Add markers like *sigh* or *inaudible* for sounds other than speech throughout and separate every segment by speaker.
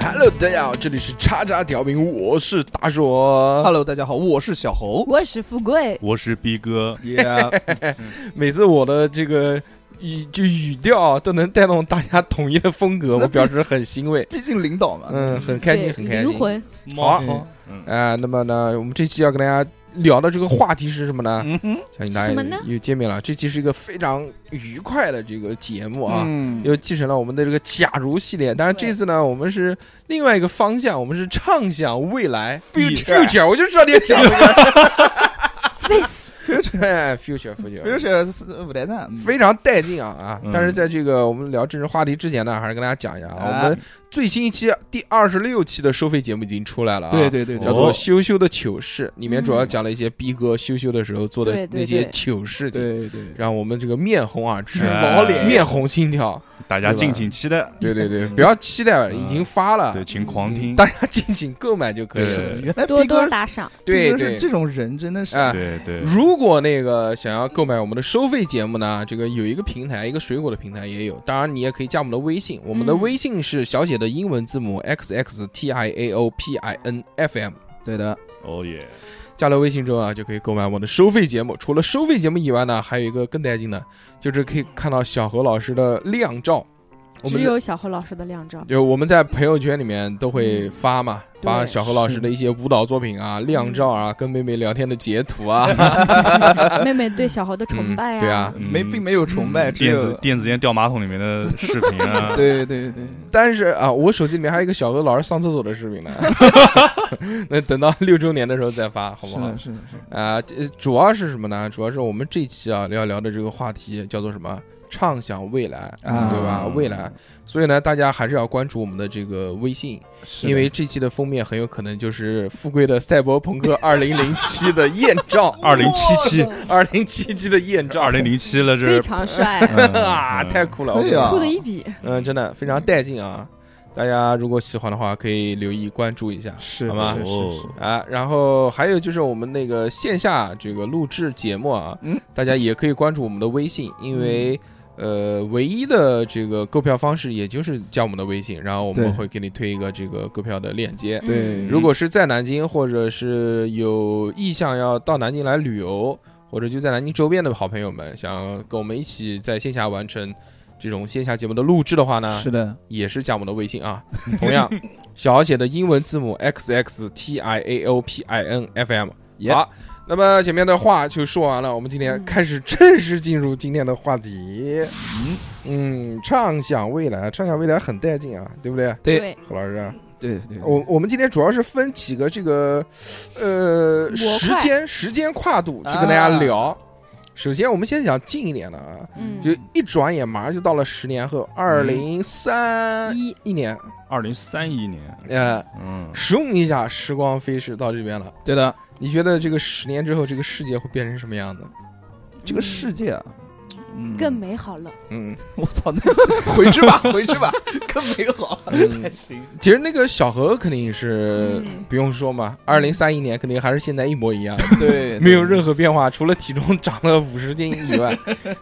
Speaker 1: Hello，大家好，这里是叉叉调频，我是大硕。
Speaker 2: Hello，大家好，我是小猴。
Speaker 3: 我是富贵，
Speaker 4: 我是逼哥，
Speaker 1: Yeah，每次我的这个语就语调啊都能带动大家统一的风格，我表示很欣 *laughs* 慰，
Speaker 2: 毕竟领导嘛，
Speaker 1: 嗯，很开心，
Speaker 3: 对
Speaker 1: 很开心
Speaker 3: 灵。魂
Speaker 1: 好啊
Speaker 4: 猫，嗯，
Speaker 1: 啊、那么呢，我们这期要跟大家聊的这个话题是什么呢？
Speaker 2: 嗯哼，
Speaker 1: 相信大
Speaker 3: 什么呢
Speaker 1: 家又见面了。这期是一个非常愉快的这个节目啊。
Speaker 2: 嗯
Speaker 1: 又继承了我们的这个假如系列，但是这次呢，我们是另外一个方向，我们是畅想未来
Speaker 2: Future
Speaker 1: future，我就知道你要讲这个 *laughs*
Speaker 3: space，
Speaker 1: 哎 future future，
Speaker 2: 非常是舞台站，
Speaker 1: 非常带劲啊啊！
Speaker 4: 嗯
Speaker 1: 但是在这个我们聊政治话题之前呢，还是跟大家讲一下啊，
Speaker 2: 啊
Speaker 1: 我们最新一期第二十六期的收费节目已经出来了啊，
Speaker 2: 对对对，
Speaker 1: 叫
Speaker 2: 叫
Speaker 1: 做《
Speaker 4: 哦
Speaker 1: 羞羞的糗事》，里面主要
Speaker 3: 嗯
Speaker 1: 讲了一些逼哥羞羞的时候做
Speaker 3: 对
Speaker 1: 的
Speaker 3: 对
Speaker 1: 那些
Speaker 3: 对
Speaker 1: 糗事情，
Speaker 2: 对对，
Speaker 1: 让我们这个面红耳赤，
Speaker 4: 哎
Speaker 2: 老脸
Speaker 1: 面红心跳。
Speaker 4: 大家敬请期待，
Speaker 1: 对对对，
Speaker 4: 嗯
Speaker 1: 不要期待了，已经发了嗯
Speaker 4: 对，，请狂听，
Speaker 1: 大家 *laughs* 敬请购买就可以了。
Speaker 2: 是原来
Speaker 3: 多
Speaker 2: 逼哥
Speaker 3: 多打赏，
Speaker 1: 对
Speaker 2: 逼哥
Speaker 1: 对
Speaker 2: 是这种人，真的是
Speaker 1: 啊，
Speaker 4: 对对，
Speaker 1: 如果那个想要购买我们的收费节目呢，这个有一个平台，一个水果的平台也有。当然，你也可以加我们的微信，我们的
Speaker 3: 嗯
Speaker 1: 微信是小写的英文字母 x x t i a o p i n f m。
Speaker 2: 对的，
Speaker 4: 哦耶，
Speaker 1: 加了微信之后啊，就可以购买我的收费节目。除了收费节目以外呢，还有一个更带劲的，就是可以看到小何老师的靓照。我们
Speaker 3: 只
Speaker 1: 的
Speaker 3: 有小何老师的
Speaker 1: *laughs*
Speaker 3: 靓照，
Speaker 1: 就我们在朋友圈里面都会发嘛，
Speaker 3: 对
Speaker 1: 发小何老师的一些舞蹈作品啊、靓照啊、跟妹妹聊天的截图啊，
Speaker 3: 妹妹对小何的 *laughs* 崇拜
Speaker 1: 嗯对啊
Speaker 4: 嗯
Speaker 2: 没并没有崇拜，只
Speaker 4: 电
Speaker 2: 有
Speaker 4: 子电子烟掉马桶里面的视频啊，
Speaker 2: *laughs* 对对对，
Speaker 1: 但是啊，我手机里面还有一个小何老师上厕所的视
Speaker 2: *laughs*
Speaker 1: 频呢，那等到六周年的时候再发，好不
Speaker 2: 是
Speaker 1: 好
Speaker 2: 的，？是的，是的，
Speaker 1: 啊、这主要是什么呢？主要是我们这期啊要聊的这个话题叫做什么？畅想未来，
Speaker 2: 啊
Speaker 1: 对吧？未来，所以呢，大家还是要关注我们的这个微信，
Speaker 2: 是的
Speaker 1: 因为这期的封面很有可能就是富贵的《赛博朋克2007》的艳照，
Speaker 4: *laughs* 二零七七，
Speaker 3: 哦
Speaker 1: 二零七七的艳照，
Speaker 4: 这二零零七了，这嗯
Speaker 3: 非常帅，
Speaker 1: *laughs* 啊，太酷
Speaker 4: 酷，
Speaker 1: 了！
Speaker 2: 可以啊
Speaker 3: 酷了一笔。
Speaker 1: 嗯，真的非常带劲啊！大家如果喜欢的话，可以留意关注一下
Speaker 2: 是
Speaker 1: 好吗
Speaker 2: 是是是，
Speaker 1: 啊。然后还有就是我们那个线下这个录制节目啊，
Speaker 2: 嗯
Speaker 1: 大家也可以关注我们的微信，因为。
Speaker 2: 嗯
Speaker 1: 呃，唯一的这个购票方式也就是加我们的微信，然后我们
Speaker 2: 对嗯
Speaker 1: 会给你推一个这个购票的链接。
Speaker 2: 对
Speaker 3: 嗯
Speaker 1: 如果是在南京，或者是有意向要到南京来旅游，或者就在南京周边的好朋友们，想跟我们一起在线下完成这种线下节目的录制的话呢，
Speaker 2: 是的，
Speaker 1: 也是加我们的微信啊。 *laughs* 同样，小写的英文字母 x x t i a o p i n f m。
Speaker 2: 耶
Speaker 1: 好，那么前面的话就说完了，我们今天
Speaker 3: 嗯
Speaker 1: 开始正式进入今天的话题。嗯，畅想未来，畅想未来很带劲啊，对不对，
Speaker 2: 对
Speaker 1: 何老师？啊
Speaker 2: 对对，对
Speaker 1: 我我们今天主要是分几个这个呃
Speaker 3: 模
Speaker 1: 时
Speaker 3: 块
Speaker 1: 间时间跨度去跟大家
Speaker 2: 啊
Speaker 1: 聊。首先，我们先讲近一点的啊，
Speaker 3: 嗯，
Speaker 1: 就一转眼马上就到了十年后，二零三
Speaker 3: 一
Speaker 1: 一年，
Speaker 4: 二零三一年，
Speaker 1: 呃，
Speaker 4: 嗯，
Speaker 1: 咻一下，时光飞逝到这边了。
Speaker 2: 对的，
Speaker 1: 你觉得这个十年之后，这个世界会变成什么样子？
Speaker 2: 这个世界啊，嗯
Speaker 3: 更美好了。
Speaker 1: 嗯，
Speaker 2: 我操，那回去吧，回去吧，更美好，
Speaker 1: 嗯
Speaker 2: 行，
Speaker 1: 其实那个小何肯定是
Speaker 3: 嗯
Speaker 1: 不用说嘛，二零三一年肯定还是现在一模一
Speaker 3: *laughs*
Speaker 1: 样的。
Speaker 2: 对，
Speaker 1: 没有任何变化，除了体重 *laughs* 长了五十斤以外，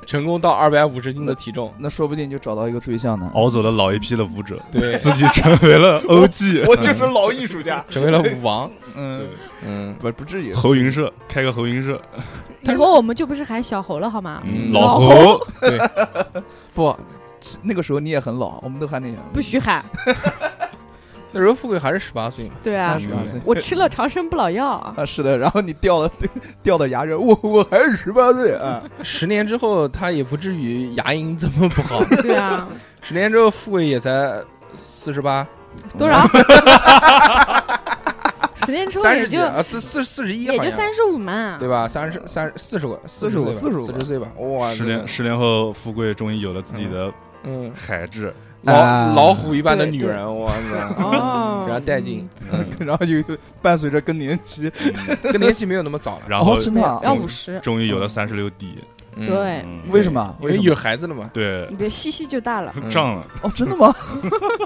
Speaker 1: 成功到二百五十斤的体重。
Speaker 2: 那说不定就找到一个对象呢。
Speaker 1: 哦
Speaker 4: 熬走了老一批的舞者，
Speaker 1: 对，
Speaker 4: 自己成为了
Speaker 2: *laughs*
Speaker 4: OG，
Speaker 2: *laughs* 我就是老艺术家，
Speaker 1: 成为了舞王。
Speaker 2: 嗯，
Speaker 4: 对
Speaker 1: 嗯，
Speaker 2: 不不至于，
Speaker 4: 猴云社开个猴云社，
Speaker 3: 以后我们就不是喊小猴了，好吗？
Speaker 4: 嗯
Speaker 3: 老
Speaker 4: 老猴，
Speaker 2: 不，那个时候你也很老，我们都还那样，
Speaker 3: 不许喊。
Speaker 1: 那时候富贵还是十八岁嘛。
Speaker 3: 对啊
Speaker 2: 二，十
Speaker 1: 嗯
Speaker 2: 八岁
Speaker 3: 我吃了长生不老
Speaker 1: *laughs*
Speaker 3: 药。
Speaker 2: 啊，是的，然后你掉了 *laughs* 掉的牙人，我我还是十八岁啊，
Speaker 1: 十年之后，他也不至于牙龈这么不好。
Speaker 3: 对啊，
Speaker 1: 十年之后，富贵也才四十八，
Speaker 3: 多少？十 *laughs* 年之后
Speaker 1: 三
Speaker 3: 也
Speaker 1: 十几
Speaker 3: 就
Speaker 1: 啊，四四四十一
Speaker 3: 也
Speaker 1: 好
Speaker 3: 就
Speaker 1: 像，
Speaker 3: 三十五嘛，
Speaker 1: 对吧？三十三四十个，四
Speaker 2: 45
Speaker 1: 四
Speaker 2: 45
Speaker 1: 四十岁吧。哇，
Speaker 4: 十
Speaker 1: 那
Speaker 4: 年
Speaker 1: 个
Speaker 4: 十年后，富贵终于有了自己的
Speaker 1: 嗯，
Speaker 4: 海志，
Speaker 1: 老
Speaker 2: 啊
Speaker 1: 老虎一般的
Speaker 3: 对
Speaker 1: 女
Speaker 3: 对
Speaker 1: 人，
Speaker 3: *laughs*
Speaker 1: 我操，
Speaker 3: 哦，
Speaker 1: 比较带劲。
Speaker 4: 嗯
Speaker 2: *laughs* 然后就伴随着更年期，
Speaker 4: 嗯
Speaker 1: 更年期没有那么早了。
Speaker 3: *laughs*
Speaker 4: 然后
Speaker 2: 哦真
Speaker 3: 对
Speaker 2: 的啊，
Speaker 3: 要五十，
Speaker 4: 终于有了三十六 D，
Speaker 1: 嗯，
Speaker 3: 对，
Speaker 4: 嗯
Speaker 2: 为什么？
Speaker 1: 因为有孩子了
Speaker 3: *laughs*
Speaker 1: 嘛。
Speaker 4: 对，
Speaker 3: 你的西西就大了，
Speaker 1: 嗯
Speaker 4: *laughs* 胀了，
Speaker 2: 哦，真
Speaker 1: *laughs*
Speaker 2: 的吗？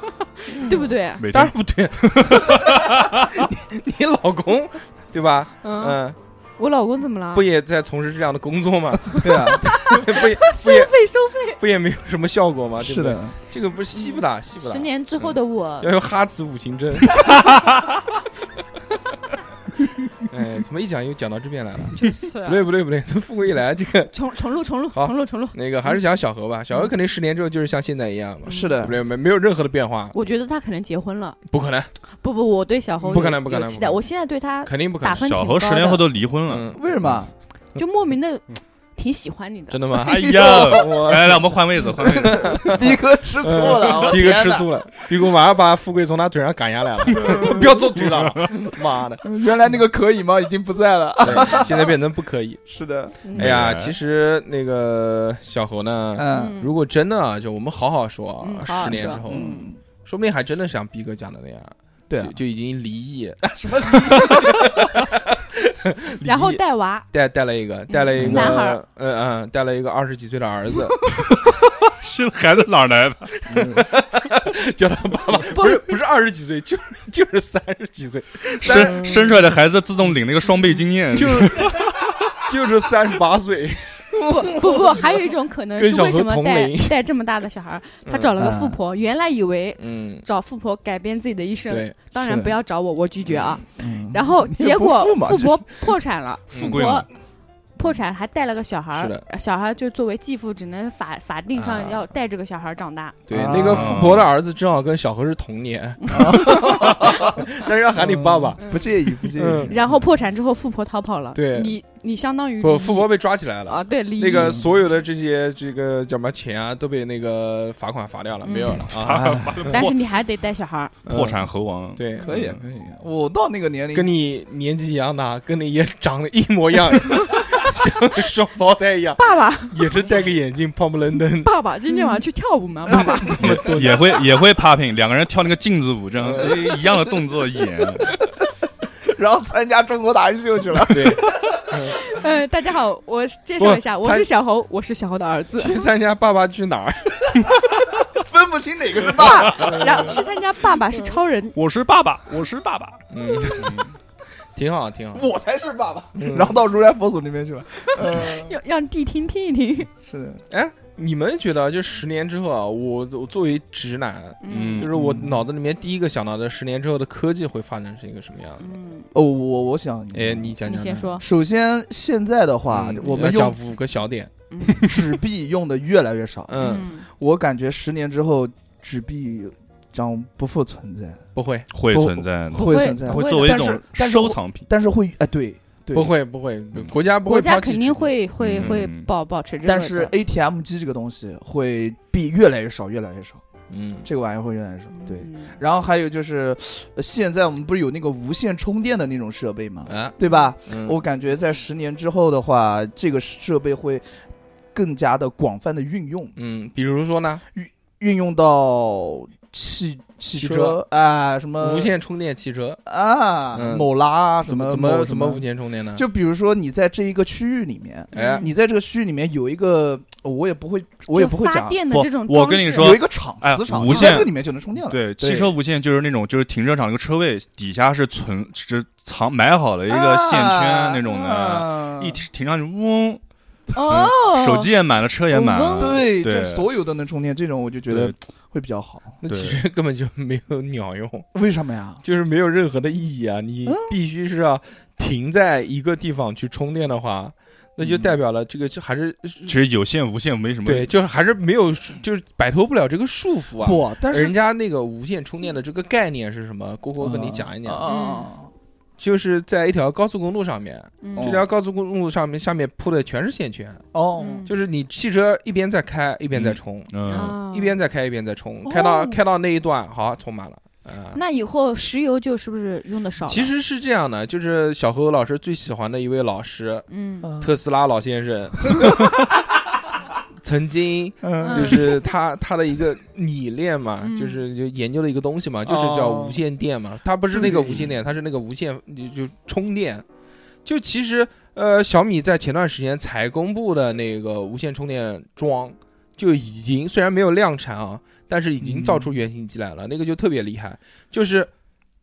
Speaker 3: *laughs* 对不对？
Speaker 4: 每
Speaker 1: 当
Speaker 4: 天
Speaker 1: 然不对，你你老公对吧？
Speaker 3: 嗯，
Speaker 1: 嗯，
Speaker 3: 我老公怎么了 *laughs*
Speaker 1: 不？也在从事这样的工作吗？
Speaker 2: 对 *laughs* 啊，
Speaker 1: *laughs* 不也
Speaker 3: 收费收费。
Speaker 1: 不也没有什么效果吗？对不
Speaker 2: 是
Speaker 1: 啊对，
Speaker 2: 的，
Speaker 1: 这个不是嗯戏不打戏不
Speaker 3: 十
Speaker 1: 打，
Speaker 3: 年之后的我
Speaker 1: 要，用哈兹五行
Speaker 3: *laughs*
Speaker 1: 针。哎，怎么一讲又讲到这边来了？
Speaker 3: *laughs* 就是啊
Speaker 1: 不对不对不对，从富贵一来，这个
Speaker 3: 重重录重录
Speaker 1: 好
Speaker 3: 重录重录。
Speaker 1: 那个还是讲小何吧。小何肯定十年之后就是像现在一样嘛，
Speaker 2: 是
Speaker 1: 对
Speaker 2: 的
Speaker 1: 不，对？没没有任何的变化，
Speaker 3: 我觉得他可能结婚了，
Speaker 1: 不可能，
Speaker 3: 不不，我对小侯
Speaker 1: 不可
Speaker 3: 有
Speaker 1: 能不可能
Speaker 3: 有期
Speaker 1: 不可
Speaker 3: 待。
Speaker 1: 能
Speaker 3: 我现在对他
Speaker 1: 肯定不可
Speaker 3: 打
Speaker 1: 能。
Speaker 3: 分挺
Speaker 4: 小
Speaker 3: 高
Speaker 4: 何
Speaker 3: 的，
Speaker 4: 十年后都离婚了，
Speaker 1: 嗯，
Speaker 2: 为什么？
Speaker 3: 就莫名的挺喜欢你的。
Speaker 1: 真的吗？
Speaker 4: 哎呀，
Speaker 1: 我
Speaker 4: 来来，我们换位子，换位子，
Speaker 2: 逼哥吃
Speaker 1: 嗯
Speaker 2: 醋了，我
Speaker 1: 逼哥
Speaker 2: 天
Speaker 1: 吃
Speaker 2: 哪，
Speaker 1: 醋了，逼哥马上把富贵从他腿上赶下来了，不要做腿了，妈
Speaker 2: *laughs*
Speaker 1: 的！
Speaker 2: 原来那个可以吗？已经不在了。
Speaker 1: 对现在变成不可以。
Speaker 2: 是的，
Speaker 3: 嗯
Speaker 1: 哎呀，其实那个小何呢，
Speaker 2: 嗯，
Speaker 1: 如果真的啊，就我们好好说
Speaker 3: 嗯
Speaker 1: 啊，
Speaker 3: 好好
Speaker 1: 十年
Speaker 3: 说
Speaker 1: 之后，
Speaker 2: 嗯，
Speaker 1: 说不定还真的像逼哥讲的那样，
Speaker 2: 对啊
Speaker 1: 就，就已经离异，
Speaker 2: 什么？
Speaker 3: 然后
Speaker 1: 离异 *laughs*
Speaker 3: 带娃，
Speaker 1: 带带了一个，带了一
Speaker 3: 男孩儿
Speaker 1: 个，嗯嗯，带了一个二十几岁的儿子，
Speaker 4: 是孩子哪儿来的？
Speaker 1: 叫他 *laughs* 爸爸，啊不是不是二十几岁，就是就是三十几岁，
Speaker 4: 生生出来的孩子自动领那个双倍经验，
Speaker 1: 就是就是三十八岁，
Speaker 3: 不不不，还有一种可能
Speaker 1: 跟
Speaker 3: 是
Speaker 1: 小
Speaker 3: 为
Speaker 1: 何
Speaker 3: 什么
Speaker 1: 同
Speaker 3: 带
Speaker 1: 龄哎
Speaker 3: 带这么大的小孩儿，他找了个
Speaker 2: 嗯
Speaker 3: 富婆，原来以为
Speaker 1: 嗯，
Speaker 3: 找富婆改变自己的一生，
Speaker 1: 对，
Speaker 3: 当然
Speaker 2: 是
Speaker 3: 不要找我，我拒绝啊。
Speaker 2: 嗯
Speaker 3: 然后结果
Speaker 2: 你也不富嘛
Speaker 3: 富婆破产了，
Speaker 4: 富贵嘛
Speaker 3: 婆，破产还带了个小孩
Speaker 1: 是
Speaker 3: 儿
Speaker 1: 的，
Speaker 3: 小孩儿就作为继父，只能法法定上要带这个小孩儿长大。
Speaker 1: 对，
Speaker 2: 啊
Speaker 1: 那个富婆的儿子正好跟小何是同年， *laughs* 但是要喊你爸爸。
Speaker 2: 不介意，不介
Speaker 1: 嗯
Speaker 2: 意。
Speaker 3: 然后破产之后，富婆逃跑了，
Speaker 1: 对
Speaker 3: 你你相当于
Speaker 1: 不，
Speaker 3: 离
Speaker 1: 富婆被抓起来了，
Speaker 3: 啊，对，离
Speaker 1: 那个所有的这些这个叫什么钱啊，都被那个罚款罚掉了，
Speaker 3: 嗯
Speaker 1: 没有了啊。
Speaker 2: 啊，
Speaker 3: 但是你还得带小孩儿，
Speaker 1: 嗯
Speaker 4: 破产猴王，
Speaker 1: 对，
Speaker 2: 可以，可以。嗯我到那个年龄，
Speaker 1: 跟你年纪一样大，跟你也长得一模一样， *laughs* 像双胞胎一样，
Speaker 3: 爸爸 *laughs*
Speaker 1: 也是戴个眼镜，胖不愣 *laughs* 登。
Speaker 3: 爸爸，今天
Speaker 1: 嗯
Speaker 3: 晚上去跳舞吗？
Speaker 1: *laughs*
Speaker 3: 爸爸，
Speaker 4: 也也会也会 popping，两个人跳那个镜子舞，这样哎一样的动作演，
Speaker 2: 然后参加中国达人秀去了。
Speaker 1: 对，
Speaker 3: 呃，大家好，我介绍一下，
Speaker 1: 不
Speaker 3: 我是小侯，我是小侯的
Speaker 1: *laughs*
Speaker 3: 儿子。
Speaker 1: 去参加《爸爸去哪儿》
Speaker 2: 分不清哪
Speaker 3: *laughs*
Speaker 2: 个是爸。
Speaker 3: 爸，然后去参加爸爸是超人，
Speaker 4: 我是爸爸，我是爸爸，
Speaker 1: *laughs* 嗯，挺好，挺好。
Speaker 2: 我才是爸爸，然后到如来佛祖那边去了。呃，
Speaker 3: 让让谛听听一听。
Speaker 2: 是的，
Speaker 1: 哎，你们觉得就十年之后啊，我我作为直男，
Speaker 4: 嗯
Speaker 1: 就是我脑子里面第一个想到的，十年之后的科技会发展成一个什么样子？
Speaker 3: 嗯，
Speaker 2: 哦，我我想，
Speaker 1: 哎，你讲
Speaker 3: 你
Speaker 1: 讲，
Speaker 3: 先。说，
Speaker 2: 首先现在的话，
Speaker 1: 嗯
Speaker 2: 我们
Speaker 1: 要
Speaker 2: 用
Speaker 1: 讲五个小点，
Speaker 3: 嗯
Speaker 2: *laughs* 纸币用的越来越少。
Speaker 1: 嗯，，
Speaker 2: 我感觉十年之后，纸币将不复存在，
Speaker 1: 不会，
Speaker 4: 会存在的，
Speaker 3: 会
Speaker 2: 存在
Speaker 3: 不
Speaker 4: 会
Speaker 3: 会
Speaker 4: 作为一
Speaker 2: 但
Speaker 4: 种
Speaker 2: 是但是
Speaker 4: 收藏品。
Speaker 2: 但是会哎，对对
Speaker 1: 不，会，不会，国家不会
Speaker 3: 国
Speaker 1: 抛弃纸币，
Speaker 3: 家肯定会会
Speaker 4: 嗯
Speaker 3: 会保保持这个的，
Speaker 2: 但是 ATM 机这个东西会币越来越少，越来越少，
Speaker 1: 嗯，
Speaker 2: 这个玩意儿会越来越少
Speaker 3: 嗯。
Speaker 2: 对，，然后还有就是，呃现在我们不是有那个无线充电的那种设备吗？
Speaker 1: 啊，
Speaker 2: 对吧？
Speaker 1: 嗯
Speaker 2: 我感觉在十年之后的话，这个设备会更加的广泛的运用，
Speaker 1: 嗯，比如说呢，
Speaker 2: 运用到汽汽
Speaker 1: 汽车
Speaker 2: 啊，什么
Speaker 1: 无线充电汽车
Speaker 2: 啊，
Speaker 1: 嗯
Speaker 2: 某拉啊什么
Speaker 1: 怎么
Speaker 2: 某
Speaker 1: 怎
Speaker 2: 什
Speaker 1: 么无线啊充电呢？
Speaker 2: 就比如说你在这一个区域里面，
Speaker 1: 哎
Speaker 3: 嗯
Speaker 2: 你在这个区域里面有一个，我也不会，我也不会
Speaker 3: 就
Speaker 2: 讲
Speaker 3: 发，电的
Speaker 4: 不
Speaker 3: 这种装置，
Speaker 4: 我跟你说
Speaker 2: 有一个场
Speaker 4: 哎
Speaker 2: 磁场，
Speaker 4: 无
Speaker 2: 你在
Speaker 4: 线
Speaker 2: 这个里面就能充电了。
Speaker 1: 对
Speaker 4: 对，汽车无线就是那种，就是停车场那个车位底下是存是藏埋好了一个线圈那种的，
Speaker 2: 啊
Speaker 4: 一停停上去嗡，
Speaker 1: 嗯
Speaker 3: 哦，
Speaker 4: 手机也满了，车也满了，
Speaker 2: 对，
Speaker 4: 对
Speaker 2: 这所有都能充电，这种我就觉得会比较好。
Speaker 1: 那
Speaker 4: 对
Speaker 1: 其实根本就没有鸟用，
Speaker 2: 为什么呀？
Speaker 1: 就是没有任何的意义啊！
Speaker 2: 嗯
Speaker 1: 你必须是要停在一个地方去充电的话，那就
Speaker 2: 嗯
Speaker 1: 代表了这个就还是
Speaker 4: 其实有线无线没什么
Speaker 1: 对，就是还是没有，就是摆脱不了这个束缚啊。
Speaker 2: 不，但是
Speaker 1: 人家那个无线充电的这个概念是什么？郭郭跟你讲一讲，
Speaker 3: 嗯
Speaker 2: 啊啊啊
Speaker 1: 就是在一条高速公路上面，
Speaker 3: 嗯
Speaker 1: 这条高速公路上面下面铺的全是线圈，
Speaker 2: 哦，
Speaker 3: 嗯
Speaker 1: 就是你汽车一边在开一边在充，
Speaker 4: 嗯，
Speaker 3: 啊
Speaker 1: 一边在开一边在充，开到
Speaker 3: 哦
Speaker 1: 开到那一段好充满了，啊。
Speaker 3: 那以后石油就是不是用的少了？
Speaker 1: 其实是这样的，就是小何老师最喜欢的一位老师，
Speaker 3: 嗯，
Speaker 2: 嗯
Speaker 1: 特斯拉老先生，曾经
Speaker 2: 嗯
Speaker 1: 就是他他的一个理念嘛，
Speaker 3: 嗯
Speaker 1: 就是就研究了一个东西嘛，就是叫无线电嘛。它不是那个无线电，它是那个无线就就充电。就其实呃，小米在前段时间才公布的那个无线充电桩，就已经虽然没有量产啊，但是已经造出原型机来了，那个就特别厉害，就是。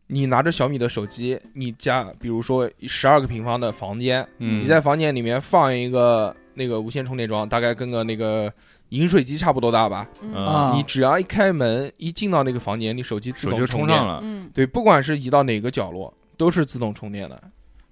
Speaker 1: 你拿着小米的手机，你家比如说十二个平方的房间，
Speaker 4: 嗯
Speaker 1: 你在房间里面放一个那个无线充电桩，大概跟个那个饮水机差不多大吧。
Speaker 4: 啊
Speaker 3: 嗯
Speaker 2: 啊，
Speaker 1: 你只要一开门，一进到那个房间，你手机自
Speaker 4: 手
Speaker 1: 动
Speaker 4: 机就
Speaker 1: 充
Speaker 4: 充
Speaker 1: 电
Speaker 4: 上。了，
Speaker 3: 嗯，
Speaker 1: 对，不管是移到哪个角落，都是自动充电的。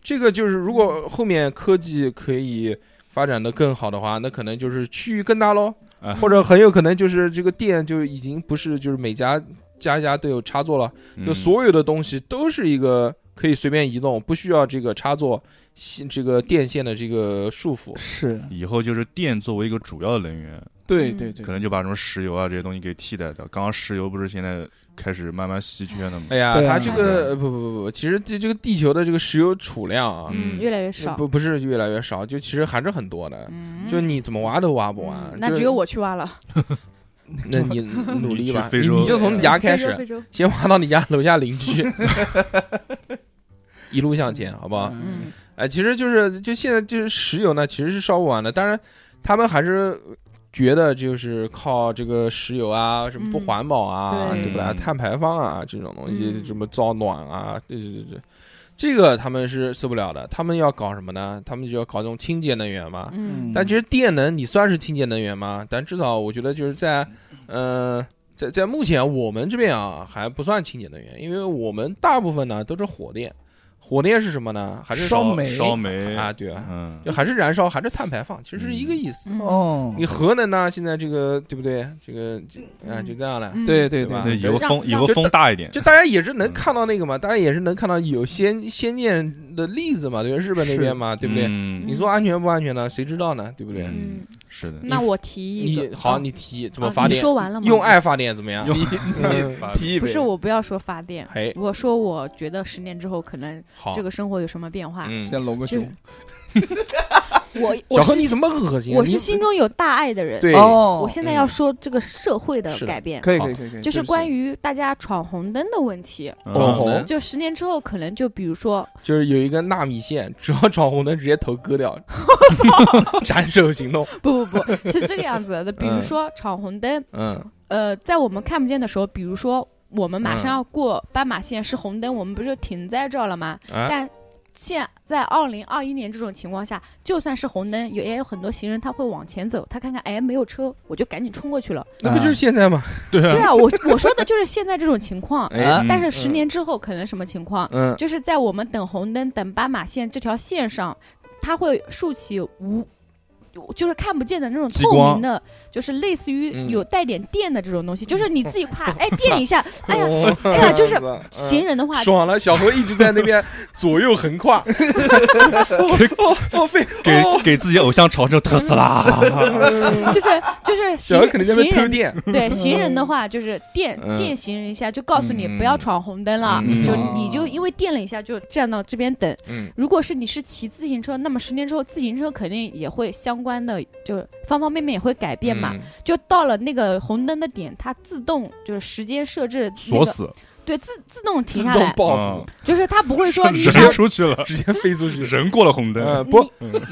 Speaker 1: 这个就是，如果后面科技可以发展的更好的话，那可能就是区域更大喽，
Speaker 4: 啊
Speaker 1: 或者很有可能就是这个店就已经不是就是每家家家都有插座了，就
Speaker 4: 嗯
Speaker 1: 所有的东西都是一个可以随便移动，不需要这个插座、线这个电线的这个束缚。
Speaker 2: 是
Speaker 4: 以后就是电作为一个主要的能源，
Speaker 2: 对
Speaker 3: 嗯
Speaker 2: 对
Speaker 4: 可
Speaker 2: 对，
Speaker 4: 能就把什么石油啊这些东西给替代掉。刚刚石油不是现在开始慢慢稀缺了吗？
Speaker 1: 哎呀，
Speaker 2: 对啊
Speaker 1: 它这个呃不不不不，其实这这个地球的这个石油储量啊，
Speaker 4: 嗯
Speaker 3: 嗯，越来越少。
Speaker 1: 不不是越来越少，就其实还是很多的。
Speaker 3: 嗯，
Speaker 1: 就你怎么挖都挖不完
Speaker 3: 嗯，那
Speaker 1: 就
Speaker 3: 只有我去挖了。
Speaker 1: 那你努力吧
Speaker 3: *laughs*
Speaker 4: 去，非
Speaker 1: 你
Speaker 4: 洲
Speaker 1: 你就从你家开
Speaker 3: 非洲非
Speaker 1: 始，
Speaker 3: 洲
Speaker 1: 先挖到你家楼下邻居， *laughs* 一路向前，好不好？
Speaker 2: 嗯
Speaker 3: 嗯，
Speaker 1: 哎，其实就是就现在就是石油呢，其实是烧不完的，当然他们还是。觉得就是靠这个石油啊，什么不
Speaker 3: 嗯
Speaker 1: 环保啊，
Speaker 3: 对
Speaker 1: 对不啦？
Speaker 4: 嗯
Speaker 1: 碳排放啊，这种东西，
Speaker 3: 嗯
Speaker 1: 什么造暖啊，对对对对，这个他们是受不了的。他们要搞什么呢？他们就要搞这种清洁能源嘛。
Speaker 3: 嗯
Speaker 1: 啊但其实电能你算是清洁能源吗？但至少我觉得就是在，
Speaker 4: 嗯
Speaker 1: 呃，在在目前我们这边啊还不算清洁能源，因为我们大部分呢都是火电。火电是什么呢？还是
Speaker 2: 烧
Speaker 1: 煤
Speaker 2: 煤
Speaker 4: 烧煤
Speaker 1: 啊？，对啊，
Speaker 4: 嗯，
Speaker 1: 就还是燃烧，还是碳排放，其实是一个意思。
Speaker 3: 嗯
Speaker 2: 哦，
Speaker 1: 你核能呢？现在这个对不对？这个啊就这样了。
Speaker 3: 嗯
Speaker 2: 对
Speaker 1: 对
Speaker 2: 对
Speaker 1: 吧
Speaker 4: 那
Speaker 2: 对，
Speaker 4: 以后
Speaker 3: 让
Speaker 4: 风以
Speaker 3: 让
Speaker 4: 后
Speaker 1: 就
Speaker 4: 风
Speaker 1: 大
Speaker 4: 大一点，
Speaker 1: 就大家也是
Speaker 4: 嗯
Speaker 1: 能看到那个嘛，大家也是能看到有先先见的例子嘛，对吧？日本那边嘛，对不对？
Speaker 4: 嗯
Speaker 1: 你说安全不安全呢？谁知道呢？对不对？
Speaker 4: 嗯
Speaker 3: 嗯，
Speaker 4: 是的，
Speaker 3: 那我提议一个，
Speaker 1: 你好，
Speaker 3: 啊
Speaker 1: 你提怎
Speaker 3: 啊
Speaker 1: 么发
Speaker 3: 你
Speaker 1: 电？
Speaker 3: 说完了吗？
Speaker 1: 用爱发电怎么样？哎
Speaker 2: 你
Speaker 1: 嗯
Speaker 2: 你提一
Speaker 3: *laughs* 不
Speaker 2: 杯
Speaker 3: 是，我不要说发电，
Speaker 1: 嘿，
Speaker 3: 我说我觉得十年之后可能
Speaker 1: 好，
Speaker 3: 这个生活有什么变化。
Speaker 1: 嗯，
Speaker 2: 先隆个
Speaker 3: 就
Speaker 2: 胸
Speaker 3: 是，我
Speaker 1: 小
Speaker 3: 我
Speaker 1: 何你
Speaker 3: 是
Speaker 1: 怎么恶心啊？
Speaker 3: 我
Speaker 1: 你
Speaker 3: 是心中有大爱的人，
Speaker 1: 对
Speaker 2: 哦
Speaker 3: 我现在要说这个社会的
Speaker 1: 是的
Speaker 3: 改变，
Speaker 2: 可以
Speaker 1: 好
Speaker 2: 可以可以可以，
Speaker 3: 就是
Speaker 2: 对不起
Speaker 3: 关于大家闯红灯的问题。
Speaker 4: 嗯
Speaker 1: 闯红
Speaker 3: 就十年之后，可能就比如说，
Speaker 1: 就是有一根纳米线，只要闯红灯直接头割 *laughs* 掉，斩首行 *laughs* 动。
Speaker 3: 不不不，是这个样子的。比如说闯红灯，
Speaker 1: 嗯，
Speaker 3: 呃，在我们看不见的时候，比如说我们马上要过斑马线是红灯，我们不是停在这儿了吗？
Speaker 1: 啊，
Speaker 3: 但现在二零二一年这种情况下，就算是红灯，有也有很多行人他会往前走，他看看哎没有车，我就赶紧冲过去了。
Speaker 1: 那不就是现在吗？
Speaker 3: 对啊，我我说的就是现在这种情况，
Speaker 2: 啊
Speaker 1: 哎，
Speaker 4: 嗯
Speaker 3: 但是十年之后可能什么情况？
Speaker 1: 嗯，
Speaker 3: 就是在我们等红灯、等斑马线这条线上，它会竖起无，就是看不见的那种
Speaker 4: 激
Speaker 3: 透
Speaker 4: 光
Speaker 3: 明的，就是类似
Speaker 1: 嗯
Speaker 3: 于有带点电的这种东西，就是你自己
Speaker 1: *laughs*
Speaker 3: 跨，哎，电一下，哎呀，
Speaker 1: 呀
Speaker 3: 哎
Speaker 1: *laughs*
Speaker 3: 呀就是行
Speaker 1: 行。
Speaker 3: 人的话，
Speaker 1: 啊嗯爽了，小何一直在那 *laughs* 边左右横 *laughs* 跨，哦哦哦，飞
Speaker 4: 给
Speaker 1: 哦，
Speaker 4: 给自己偶像朝圣特斯拉，
Speaker 1: *laughs*
Speaker 3: 就是就是行
Speaker 1: 小何肯定在那
Speaker 3: 行
Speaker 1: 边偷
Speaker 3: 人
Speaker 1: 电， *laughs*
Speaker 3: 对行人的话，就是电
Speaker 1: 嗯
Speaker 3: 电行人一下，就告诉你
Speaker 4: 嗯
Speaker 3: 不要闯红灯了
Speaker 4: 嗯，
Speaker 3: 就
Speaker 2: 嗯
Speaker 3: 你就因为电了一下就站到这边等。
Speaker 1: 嗯，
Speaker 3: 如果是你是骑自行车，那么十年之后自行车肯定也会相关的，就方方面面也会改变嘛。
Speaker 1: 嗯，
Speaker 3: 就到了那个红灯的点，它自动就是时间设置那
Speaker 4: 锁
Speaker 3: 个，
Speaker 4: 死，
Speaker 3: 对，自自动停
Speaker 1: 自
Speaker 3: 下
Speaker 1: 动
Speaker 3: 来，
Speaker 1: 爆死，
Speaker 3: 就是它不会
Speaker 1: *laughs*
Speaker 3: 说你想
Speaker 4: 人出去了，
Speaker 1: 直接飞出 *laughs* 去。
Speaker 4: 人过了红灯，
Speaker 1: 嗯，不，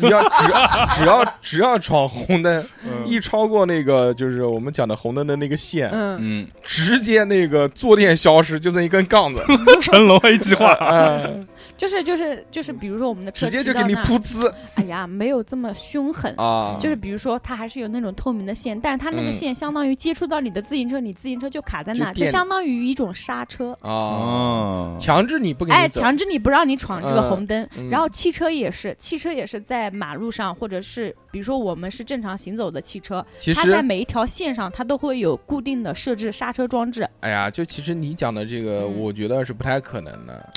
Speaker 1: 你要只要只要只要闯红灯，
Speaker 4: 嗯
Speaker 1: 一超过那个就是我们讲的红灯的那个线，
Speaker 3: 嗯，
Speaker 4: 嗯，
Speaker 1: 直接那个坐垫消失，就剩一根杠子，
Speaker 4: *laughs* 成龙 A 计划，
Speaker 1: 哎
Speaker 3: 就是就是就是，比如说我们的车
Speaker 1: 直接
Speaker 3: 骑
Speaker 1: 就给
Speaker 3: 到
Speaker 1: 你
Speaker 3: 那，
Speaker 1: 噗呲
Speaker 3: 哎呀，没有这么凶狠。
Speaker 1: 啊！
Speaker 3: 就是比如说，它还是有那种透明的线，但是它那个
Speaker 1: 嗯
Speaker 3: 线相当于接触到你的自行车，你自行车就卡在
Speaker 1: 就
Speaker 3: 那，就
Speaker 1: 电
Speaker 3: 相当于一种刹车，
Speaker 1: 啊，
Speaker 4: 哦，
Speaker 1: 强制你不给
Speaker 3: 哎，
Speaker 1: 你走，
Speaker 3: 强制你不让你闯这个
Speaker 1: 嗯
Speaker 3: 红灯。
Speaker 1: 嗯
Speaker 3: 然后汽车也是，汽车也是在马路上，或者是比如说我们是正常行走的汽车，
Speaker 1: 其
Speaker 3: 它在
Speaker 1: 实
Speaker 3: 每一条线上，它都会有固定的设置刹车装置。
Speaker 1: 哎呀，就其实你讲的这个，
Speaker 3: 嗯
Speaker 1: 我觉得是不太可能的，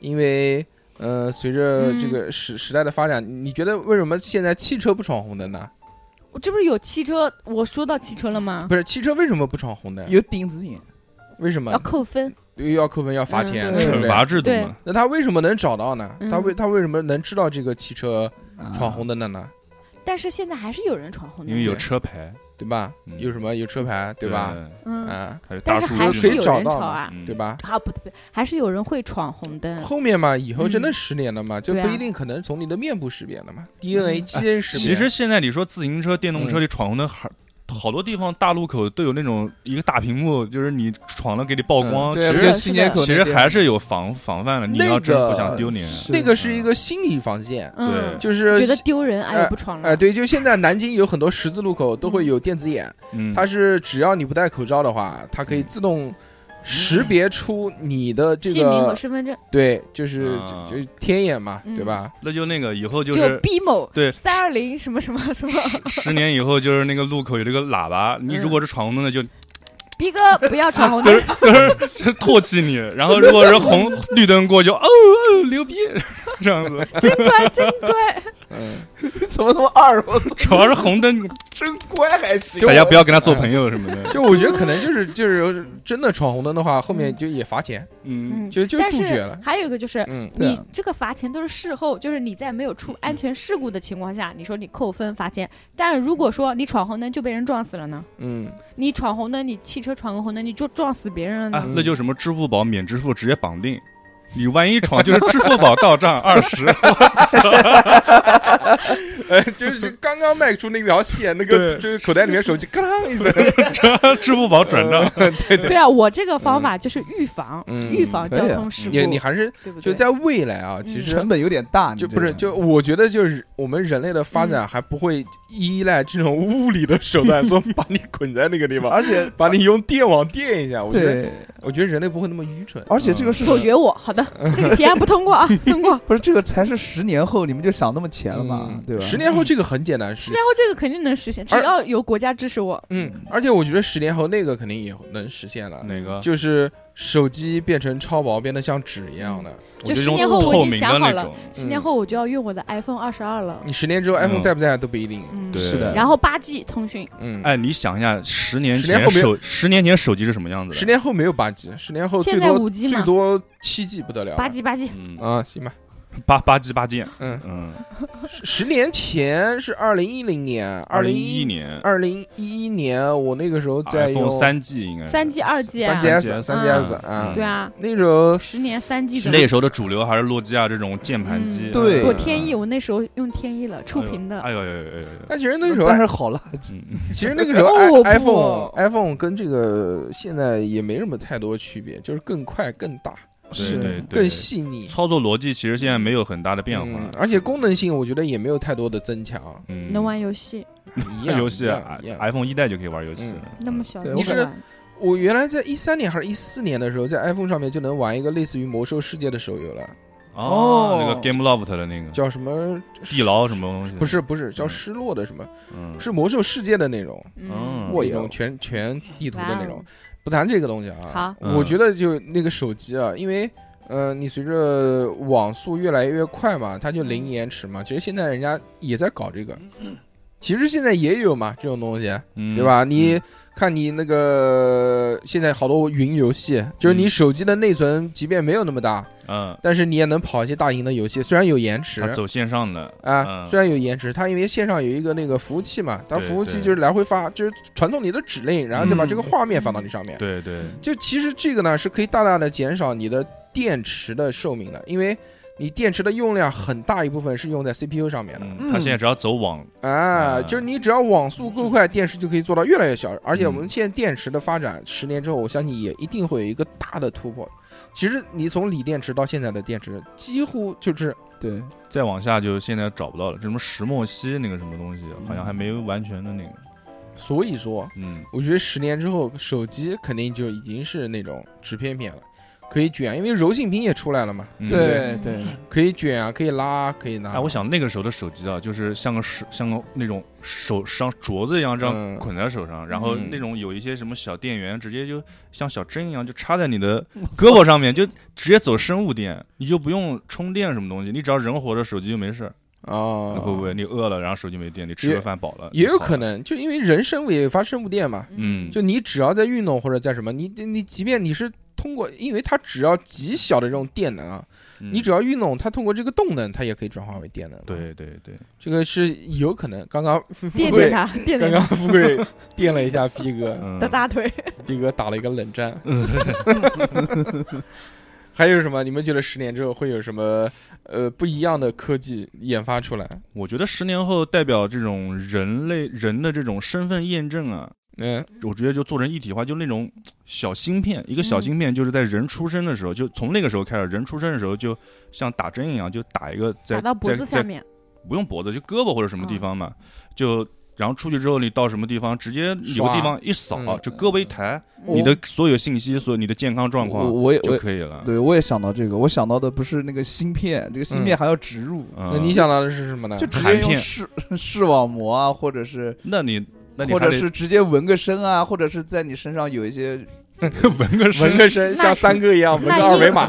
Speaker 1: 因为。呃，随着
Speaker 3: 嗯
Speaker 1: 这个时时代的发展，你觉得为什么现在汽车不闯红灯呢？
Speaker 3: 我这不是有汽车？我说到汽车了吗？
Speaker 1: 不是汽车为什么不闯红灯？
Speaker 2: 有钉子眼，
Speaker 1: 为什么
Speaker 3: 要扣分，
Speaker 1: 又要扣分要罚钱？
Speaker 3: 嗯
Speaker 1: 对不
Speaker 4: 惩
Speaker 1: 对
Speaker 4: 罚制度嘛，
Speaker 1: 那他为什么能找到呢？
Speaker 3: 嗯
Speaker 1: 他为他为什么能知道这个汽车闯
Speaker 2: 啊
Speaker 1: 红灯的呢？
Speaker 3: 嗯但是现在还是有人闯红
Speaker 4: 因
Speaker 3: 灯
Speaker 4: 为
Speaker 3: 的。
Speaker 4: 有车牌，
Speaker 1: 对吧？
Speaker 4: 嗯
Speaker 1: 有什么有车牌，对吧？？
Speaker 3: 嗯，
Speaker 1: 啊，
Speaker 4: 还是大
Speaker 3: 但是
Speaker 4: 数
Speaker 3: 还是
Speaker 4: 据
Speaker 1: 谁
Speaker 3: 有
Speaker 1: 找
Speaker 3: 人
Speaker 1: 到
Speaker 3: 闯
Speaker 1: 的
Speaker 3: 啊。
Speaker 4: 嘛，
Speaker 1: 对吧？
Speaker 3: 啊，不对，还是有人会闯红灯。
Speaker 1: 后面嘛，以后真的
Speaker 3: 嗯
Speaker 1: 识脸了嘛，就
Speaker 3: 对啊嗯
Speaker 1: 不一定可能从你的面部识别了嘛，DNA 基因识别。
Speaker 4: 其实现在你说自行车、电动车里闯红灯还。好多地方大路口都有那种一个大屏幕，就是你闯了给你曝光，
Speaker 2: 对，
Speaker 4: 嗯其
Speaker 2: 不
Speaker 4: 实
Speaker 2: 是
Speaker 3: 是
Speaker 2: 新街口
Speaker 3: 的
Speaker 4: 其
Speaker 2: 那
Speaker 4: 实
Speaker 2: 边
Speaker 4: 还是有防防范的。你要真不想丢脸，
Speaker 1: 那个是一个心理防线，
Speaker 3: 嗯，
Speaker 1: 就是
Speaker 3: 觉得丢人，哎，
Speaker 1: 呃
Speaker 3: 我不闯了。
Speaker 1: 哎，对，就现在南京有很多十字路口都会有电子眼，
Speaker 4: 嗯，
Speaker 1: 它是只要你不戴口罩的话，它可以自动识别出你的这
Speaker 3: 姓名和
Speaker 1: 个
Speaker 3: 身份证
Speaker 1: 对，就是
Speaker 4: 啊
Speaker 1: 就就天眼嘛，
Speaker 3: 嗯
Speaker 1: 对吧？
Speaker 4: 那就那个以后就
Speaker 3: 就是 B 某
Speaker 4: 对
Speaker 3: 三二零什么什么什么， *laughs*
Speaker 4: 十年以后就是那个路口有这个喇叭，
Speaker 3: 嗯
Speaker 4: 你如果是闯红灯的就 *laughs*
Speaker 3: 逼哥不要闯红灯
Speaker 4: 就是，就是就是唾弃你，然后如果是红绿灯过就哦哦牛逼 *laughs* 这样子，
Speaker 3: 真乖
Speaker 1: *laughs*
Speaker 3: 真乖。
Speaker 1: 嗯，
Speaker 2: 怎么那么二？我操，
Speaker 4: *laughs* 主要是红
Speaker 3: *laughs*
Speaker 4: 灯，
Speaker 2: *laughs* 真乖还行。
Speaker 4: 大家不要跟他做朋友什么
Speaker 2: *laughs*
Speaker 4: 的，
Speaker 1: 就我觉得可能就是就是真的闯红灯的话，后面就也罚钱，
Speaker 4: *laughs* 嗯
Speaker 3: 嗯，
Speaker 1: 就就
Speaker 3: 但
Speaker 1: 杜绝
Speaker 3: 是
Speaker 1: 了。
Speaker 3: 还有一个就是。
Speaker 1: 嗯，
Speaker 2: 对啊
Speaker 3: 你这个罚钱都是事后，就是你在没有出安全事故的情况下，你说你扣分罚钱，但如果说你闯红灯就被人撞死了呢？
Speaker 1: 嗯，
Speaker 3: 你闯红灯，你汽车闯个红灯，你就撞死别人了
Speaker 4: 啊
Speaker 3: 呢？，
Speaker 4: 那就什么支付宝免支付直接绑定。你万一闯就是支付宝到 *laughs* 账二十，
Speaker 1: 呃， *laughs* 就是刚刚迈出那条线，那个
Speaker 4: 对
Speaker 1: 就是口袋里面手机咔啷一 *laughs* 声，
Speaker 4: 支付宝转账，
Speaker 3: 对啊，我这个
Speaker 4: 嗯
Speaker 3: 方法就是预防，
Speaker 1: 嗯
Speaker 3: 预防交通事故，
Speaker 1: 你你还是
Speaker 3: 对不对？
Speaker 1: 就在未来啊，
Speaker 3: 嗯
Speaker 1: 其实
Speaker 2: 成本有点大，你
Speaker 1: 就
Speaker 2: 这
Speaker 1: 不是
Speaker 2: 个
Speaker 1: 就我觉得就是我们人类的发展还不会依赖这种物理的手段，说把你捆在那个地方，
Speaker 2: 而且
Speaker 1: *laughs* 把你用电网电一下。我觉得嗯
Speaker 2: 对，
Speaker 1: 我觉得人类不会那么愚蠢。
Speaker 2: 而且这个是
Speaker 3: 否决我，
Speaker 1: *laughs*
Speaker 3: 好的，这个提案不通过啊，通过。
Speaker 2: 不是这个才是十年后，你们就想那么前了嘛
Speaker 1: 嗯，
Speaker 2: 对吧？
Speaker 1: 十年后这个很简单，
Speaker 3: 十
Speaker 1: 是
Speaker 3: 年后这个肯定能实现，只
Speaker 1: 而
Speaker 3: 要有国家支持我。
Speaker 1: 嗯，而且我觉得十年后那个肯定也能实现
Speaker 4: *laughs*
Speaker 1: 了，
Speaker 4: 哪呃个？
Speaker 1: 就是手机变成超薄，变得像纸一样的。
Speaker 4: 我
Speaker 3: 就
Speaker 4: 这
Speaker 3: 十
Speaker 4: 种
Speaker 3: 年后我已
Speaker 4: 透
Speaker 3: 经
Speaker 4: 明
Speaker 3: 想
Speaker 4: 的
Speaker 3: 好
Speaker 4: 那
Speaker 3: 了
Speaker 4: 种，
Speaker 3: 十年
Speaker 1: 嗯
Speaker 3: 后我就要用我的 iPhone 二十二了，
Speaker 1: 你十年之后 iPhone
Speaker 4: 嗯
Speaker 1: 在不在都不一定。
Speaker 3: 嗯，
Speaker 4: 对
Speaker 2: 是的
Speaker 3: 然后八 G 通讯，
Speaker 1: 嗯，
Speaker 4: 哎，你想一下，十年
Speaker 1: 十年
Speaker 4: 前
Speaker 1: 后没有
Speaker 4: 手十年前手机是什么样子的？
Speaker 1: 十年后没有八 G，十年后最
Speaker 3: 现在
Speaker 1: 多
Speaker 3: 五 G
Speaker 1: 最
Speaker 3: 嘛，
Speaker 1: 多七 G 不得了了。
Speaker 3: 八 G 八 G，
Speaker 4: 嗯，
Speaker 1: 啊，行吧，
Speaker 4: 八八 G 八 G，
Speaker 1: 嗯，
Speaker 4: 嗯，
Speaker 1: 十十年前是二零一零年，二零
Speaker 4: 一
Speaker 1: 一
Speaker 4: 年
Speaker 1: 二零一一年，我那个时候在用
Speaker 4: iPhone 三 G 应该是
Speaker 3: 三 G 二 G
Speaker 1: 三
Speaker 3: 啊，
Speaker 1: GS 三
Speaker 3: 嗯
Speaker 1: GS 啊
Speaker 4: 嗯，
Speaker 3: 对啊，
Speaker 1: 那时候
Speaker 3: 十年三 G 怎么
Speaker 4: 那？时候的主流还是诺基亚这种键盘机，啊
Speaker 3: 嗯
Speaker 2: 对
Speaker 3: 我天翼，我那时候用天翼了，触屏的，
Speaker 4: 哎呦哎呦哎呦哎呦哎呦，
Speaker 1: 但其实那时候
Speaker 2: 但是好垃圾，
Speaker 4: 嗯，
Speaker 1: 其实那个时候
Speaker 3: *laughs* 哦
Speaker 1: i
Speaker 3: 不
Speaker 1: iPhone iPhone 跟这个现在也没什么太多区别，就是更快、更大、
Speaker 4: *laughs* 对
Speaker 2: 是
Speaker 4: 对对，
Speaker 1: 更细腻，
Speaker 4: 操作逻辑其实现在没有很大的变化
Speaker 1: 嗯，而且功能性我觉得也没有太多的增
Speaker 4: *laughs*
Speaker 1: 强，
Speaker 4: 嗯，
Speaker 3: 能玩游戏，
Speaker 1: 一
Speaker 4: 那
Speaker 1: 样
Speaker 4: 游戏
Speaker 1: 一
Speaker 4: 啊
Speaker 1: 样一样。
Speaker 4: ，iPhone 一代就可以玩游戏
Speaker 1: 嗯，
Speaker 3: 那么小
Speaker 2: 对
Speaker 3: 的
Speaker 1: 我
Speaker 3: 时候
Speaker 1: 感觉
Speaker 3: 玩
Speaker 1: 我原来在一三年还是一四年的时候，在 iPhone 上面就能玩一个类似于《魔兽世界》的手游了，
Speaker 4: 哦
Speaker 2: 哦，
Speaker 4: 那个 GameLoft 的那个
Speaker 1: 叫什么
Speaker 4: 地牢什么东西？
Speaker 1: 不，是不是，叫
Speaker 4: 嗯
Speaker 1: 失落的什么？
Speaker 4: 嗯，
Speaker 1: 是魔兽世界的那种，
Speaker 3: 嗯
Speaker 4: 嗯
Speaker 2: 我
Speaker 1: 那
Speaker 2: 也有
Speaker 1: 种全全地图的那
Speaker 3: 哇
Speaker 1: 种
Speaker 3: 哦。
Speaker 1: 不谈这个东西啊。
Speaker 3: 好
Speaker 1: 我
Speaker 4: 嗯
Speaker 1: 觉得就那个手机啊，因为呃，你随着网速越来越快嘛，它就零延迟嘛。其实现在人家也在搞这个，其实现在也有嘛这种东西，
Speaker 4: 嗯
Speaker 1: 对吧？你看你那个现在好多云游戏，就是你
Speaker 4: 嗯
Speaker 1: 手机的内存即便没有那么大，
Speaker 4: 嗯，
Speaker 1: 但是你也能跑一些大型的游戏，虽然有延迟
Speaker 4: 他。走线上的，
Speaker 1: 啊，
Speaker 4: 嗯
Speaker 1: 虽然有延迟，它因为线上有一个那个服务器嘛，它
Speaker 4: 对
Speaker 1: 服务器
Speaker 4: 对嗯
Speaker 1: 就是来回发，就是传送你的指令，然后再把这个画面放到你上面。
Speaker 4: 对对，
Speaker 1: 就其实这个呢是可以大大的减少你的电池的寿命的，因为你电池的用量很大一部分是用在 CPU 上面的。
Speaker 4: 嗯，他现在只要走网，
Speaker 1: 啊，
Speaker 4: 啊嗯
Speaker 1: 就是你只要网速够快，电池就可以做到越来越小。而且我们现在电池的发展，十年之后，我相信也一定会有一个大的突破。其实你从锂电池到现在的电池，几乎就是
Speaker 2: 对，
Speaker 4: 再往下就现在找不到了。这什么石墨烯那个什么东西，好像还没完全的那个，
Speaker 1: 所以说，
Speaker 4: 嗯，
Speaker 1: 我觉得十年之后，手机肯定就已经是那种直片片了，可以卷，因为柔性屏也出来了嘛，
Speaker 4: 嗯
Speaker 1: 对不对？
Speaker 2: 对对，
Speaker 1: 可以卷啊，可以拉，可以拉。
Speaker 4: 哎，我想那个时候的手机啊，就是像个手，像个那种手像镯子一样这
Speaker 1: 嗯
Speaker 4: 样捆在手上，然后
Speaker 1: 嗯
Speaker 4: 那种有一些什么小电源，直接就像小针一样就插在你的胳膊上面，就直接走生物电，你就不用充电什么东西，你只要人活着，手机就没事儿。
Speaker 1: 啊，
Speaker 4: 会不会你饿了，然后手机没电，你吃
Speaker 1: 也
Speaker 4: 个饭饱了？
Speaker 1: 也有
Speaker 4: 就好
Speaker 1: 可
Speaker 4: 了，
Speaker 1: 能，就因为人生物也发生物电嘛，
Speaker 4: 嗯，
Speaker 1: 就你只要在运动或者在什么，你你你即便你是通过，因为它只要极小的这种电能啊，你
Speaker 4: 你
Speaker 1: 只要运动，它通过这个动能，它也可以转化为电能。，
Speaker 4: 嗯对对对，
Speaker 1: 这个是有可能。刚刚富
Speaker 3: 电
Speaker 1: 贵
Speaker 3: 电他，电
Speaker 1: 刚
Speaker 3: 电
Speaker 1: 刚
Speaker 3: 他
Speaker 1: 富贵电了一下逼哥，
Speaker 4: 嗯
Speaker 3: 的大腿，
Speaker 1: 逼哥打了一个冷战。 *laughs* 还有什么？你们觉得十年之后会有什么呃不一样的科技研发出来？
Speaker 4: 我觉得十年后代表这种人类人的这种身份验证啊，
Speaker 1: 嗯，
Speaker 4: 我觉得就做成一体化，就那种小芯片，一个
Speaker 3: 嗯
Speaker 4: 小芯片就是在人出生的时候，就从那个时候开始，人出生的时候就像打针一样，就打一个在
Speaker 3: 打到脖
Speaker 4: 在
Speaker 3: 子下
Speaker 4: 在
Speaker 3: 面，嗯
Speaker 4: 不用脖子，就胳膊或者什么地方嘛，就然后出去之后你到什么地方，直接有个
Speaker 1: 刷
Speaker 4: 地方一扫
Speaker 1: 嗯，
Speaker 4: 就胳膊一抬，
Speaker 3: 嗯
Speaker 4: 你的所有信息，所有你的健康状
Speaker 2: 我
Speaker 4: 况
Speaker 2: 我也我
Speaker 4: 就
Speaker 2: 也
Speaker 4: 可以了。
Speaker 2: 对我也想到这个，我想到的不是那个芯片，这个芯片还要植入，
Speaker 4: 嗯，
Speaker 1: 那你想到的是什么呢？
Speaker 2: 就直接
Speaker 4: 含
Speaker 2: 用
Speaker 4: 片
Speaker 2: 视 *laughs* 视网膜啊，或者是
Speaker 4: 那你那你
Speaker 2: 或
Speaker 4: 还
Speaker 2: 者
Speaker 4: 得嗯
Speaker 2: 是直接纹个身啊，或者是在你身上有一些
Speaker 4: 纹个身
Speaker 1: 纹个身，
Speaker 3: 那
Speaker 1: 像三哥一样纹
Speaker 3: 那
Speaker 1: 个二维码。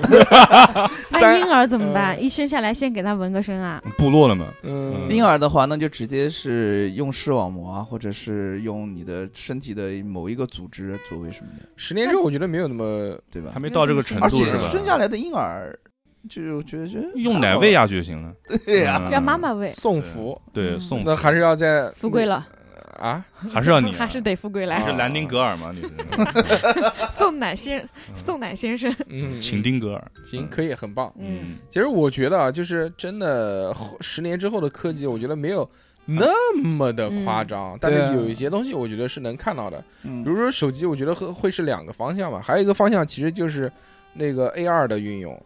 Speaker 3: 那
Speaker 1: 三
Speaker 3: 婴儿怎么办？一生下来先给他纹个身啊？
Speaker 4: 部落了嘛？
Speaker 1: 嗯，
Speaker 2: 婴儿的话，那就直接是用视网膜啊，或者是用你的身体的某一个组织作为什么的，
Speaker 1: 十年之后我觉得没有那么
Speaker 2: 对吧
Speaker 4: 还？没到这个程
Speaker 2: 而
Speaker 4: 度
Speaker 2: 且
Speaker 4: 是
Speaker 2: 生
Speaker 4: 吧？
Speaker 2: 下来的婴儿，就我觉得觉得
Speaker 4: 用奶喂，下啊去就行了。
Speaker 2: *laughs* 对呀、
Speaker 4: 嗯
Speaker 3: 让妈妈喂，
Speaker 1: 送福，
Speaker 4: 对
Speaker 3: 嗯
Speaker 4: 送
Speaker 1: 那还是要在
Speaker 3: 富贵了，
Speaker 1: 啊，
Speaker 4: 还是要
Speaker 3: *laughs*
Speaker 4: 你
Speaker 3: 还是得富贵
Speaker 4: 你
Speaker 3: 来
Speaker 4: 是兰丁格尔嘛？你
Speaker 3: *laughs*
Speaker 4: 是
Speaker 3: 送奶先送奶先生，
Speaker 1: 嗯，
Speaker 4: 秦丁格尔？
Speaker 1: 行，可以，很棒。
Speaker 3: 嗯，
Speaker 4: 嗯，
Speaker 1: 其实我觉得啊，就是真的后十年之后的科技，我觉得没有那么的夸张，但
Speaker 2: 对啊
Speaker 1: 是有一些东西我觉得是能看到的。比
Speaker 2: 嗯
Speaker 1: 如说手机，我觉得会会是两个方向吧，还有一个方向其实就是那个 A R 的运用，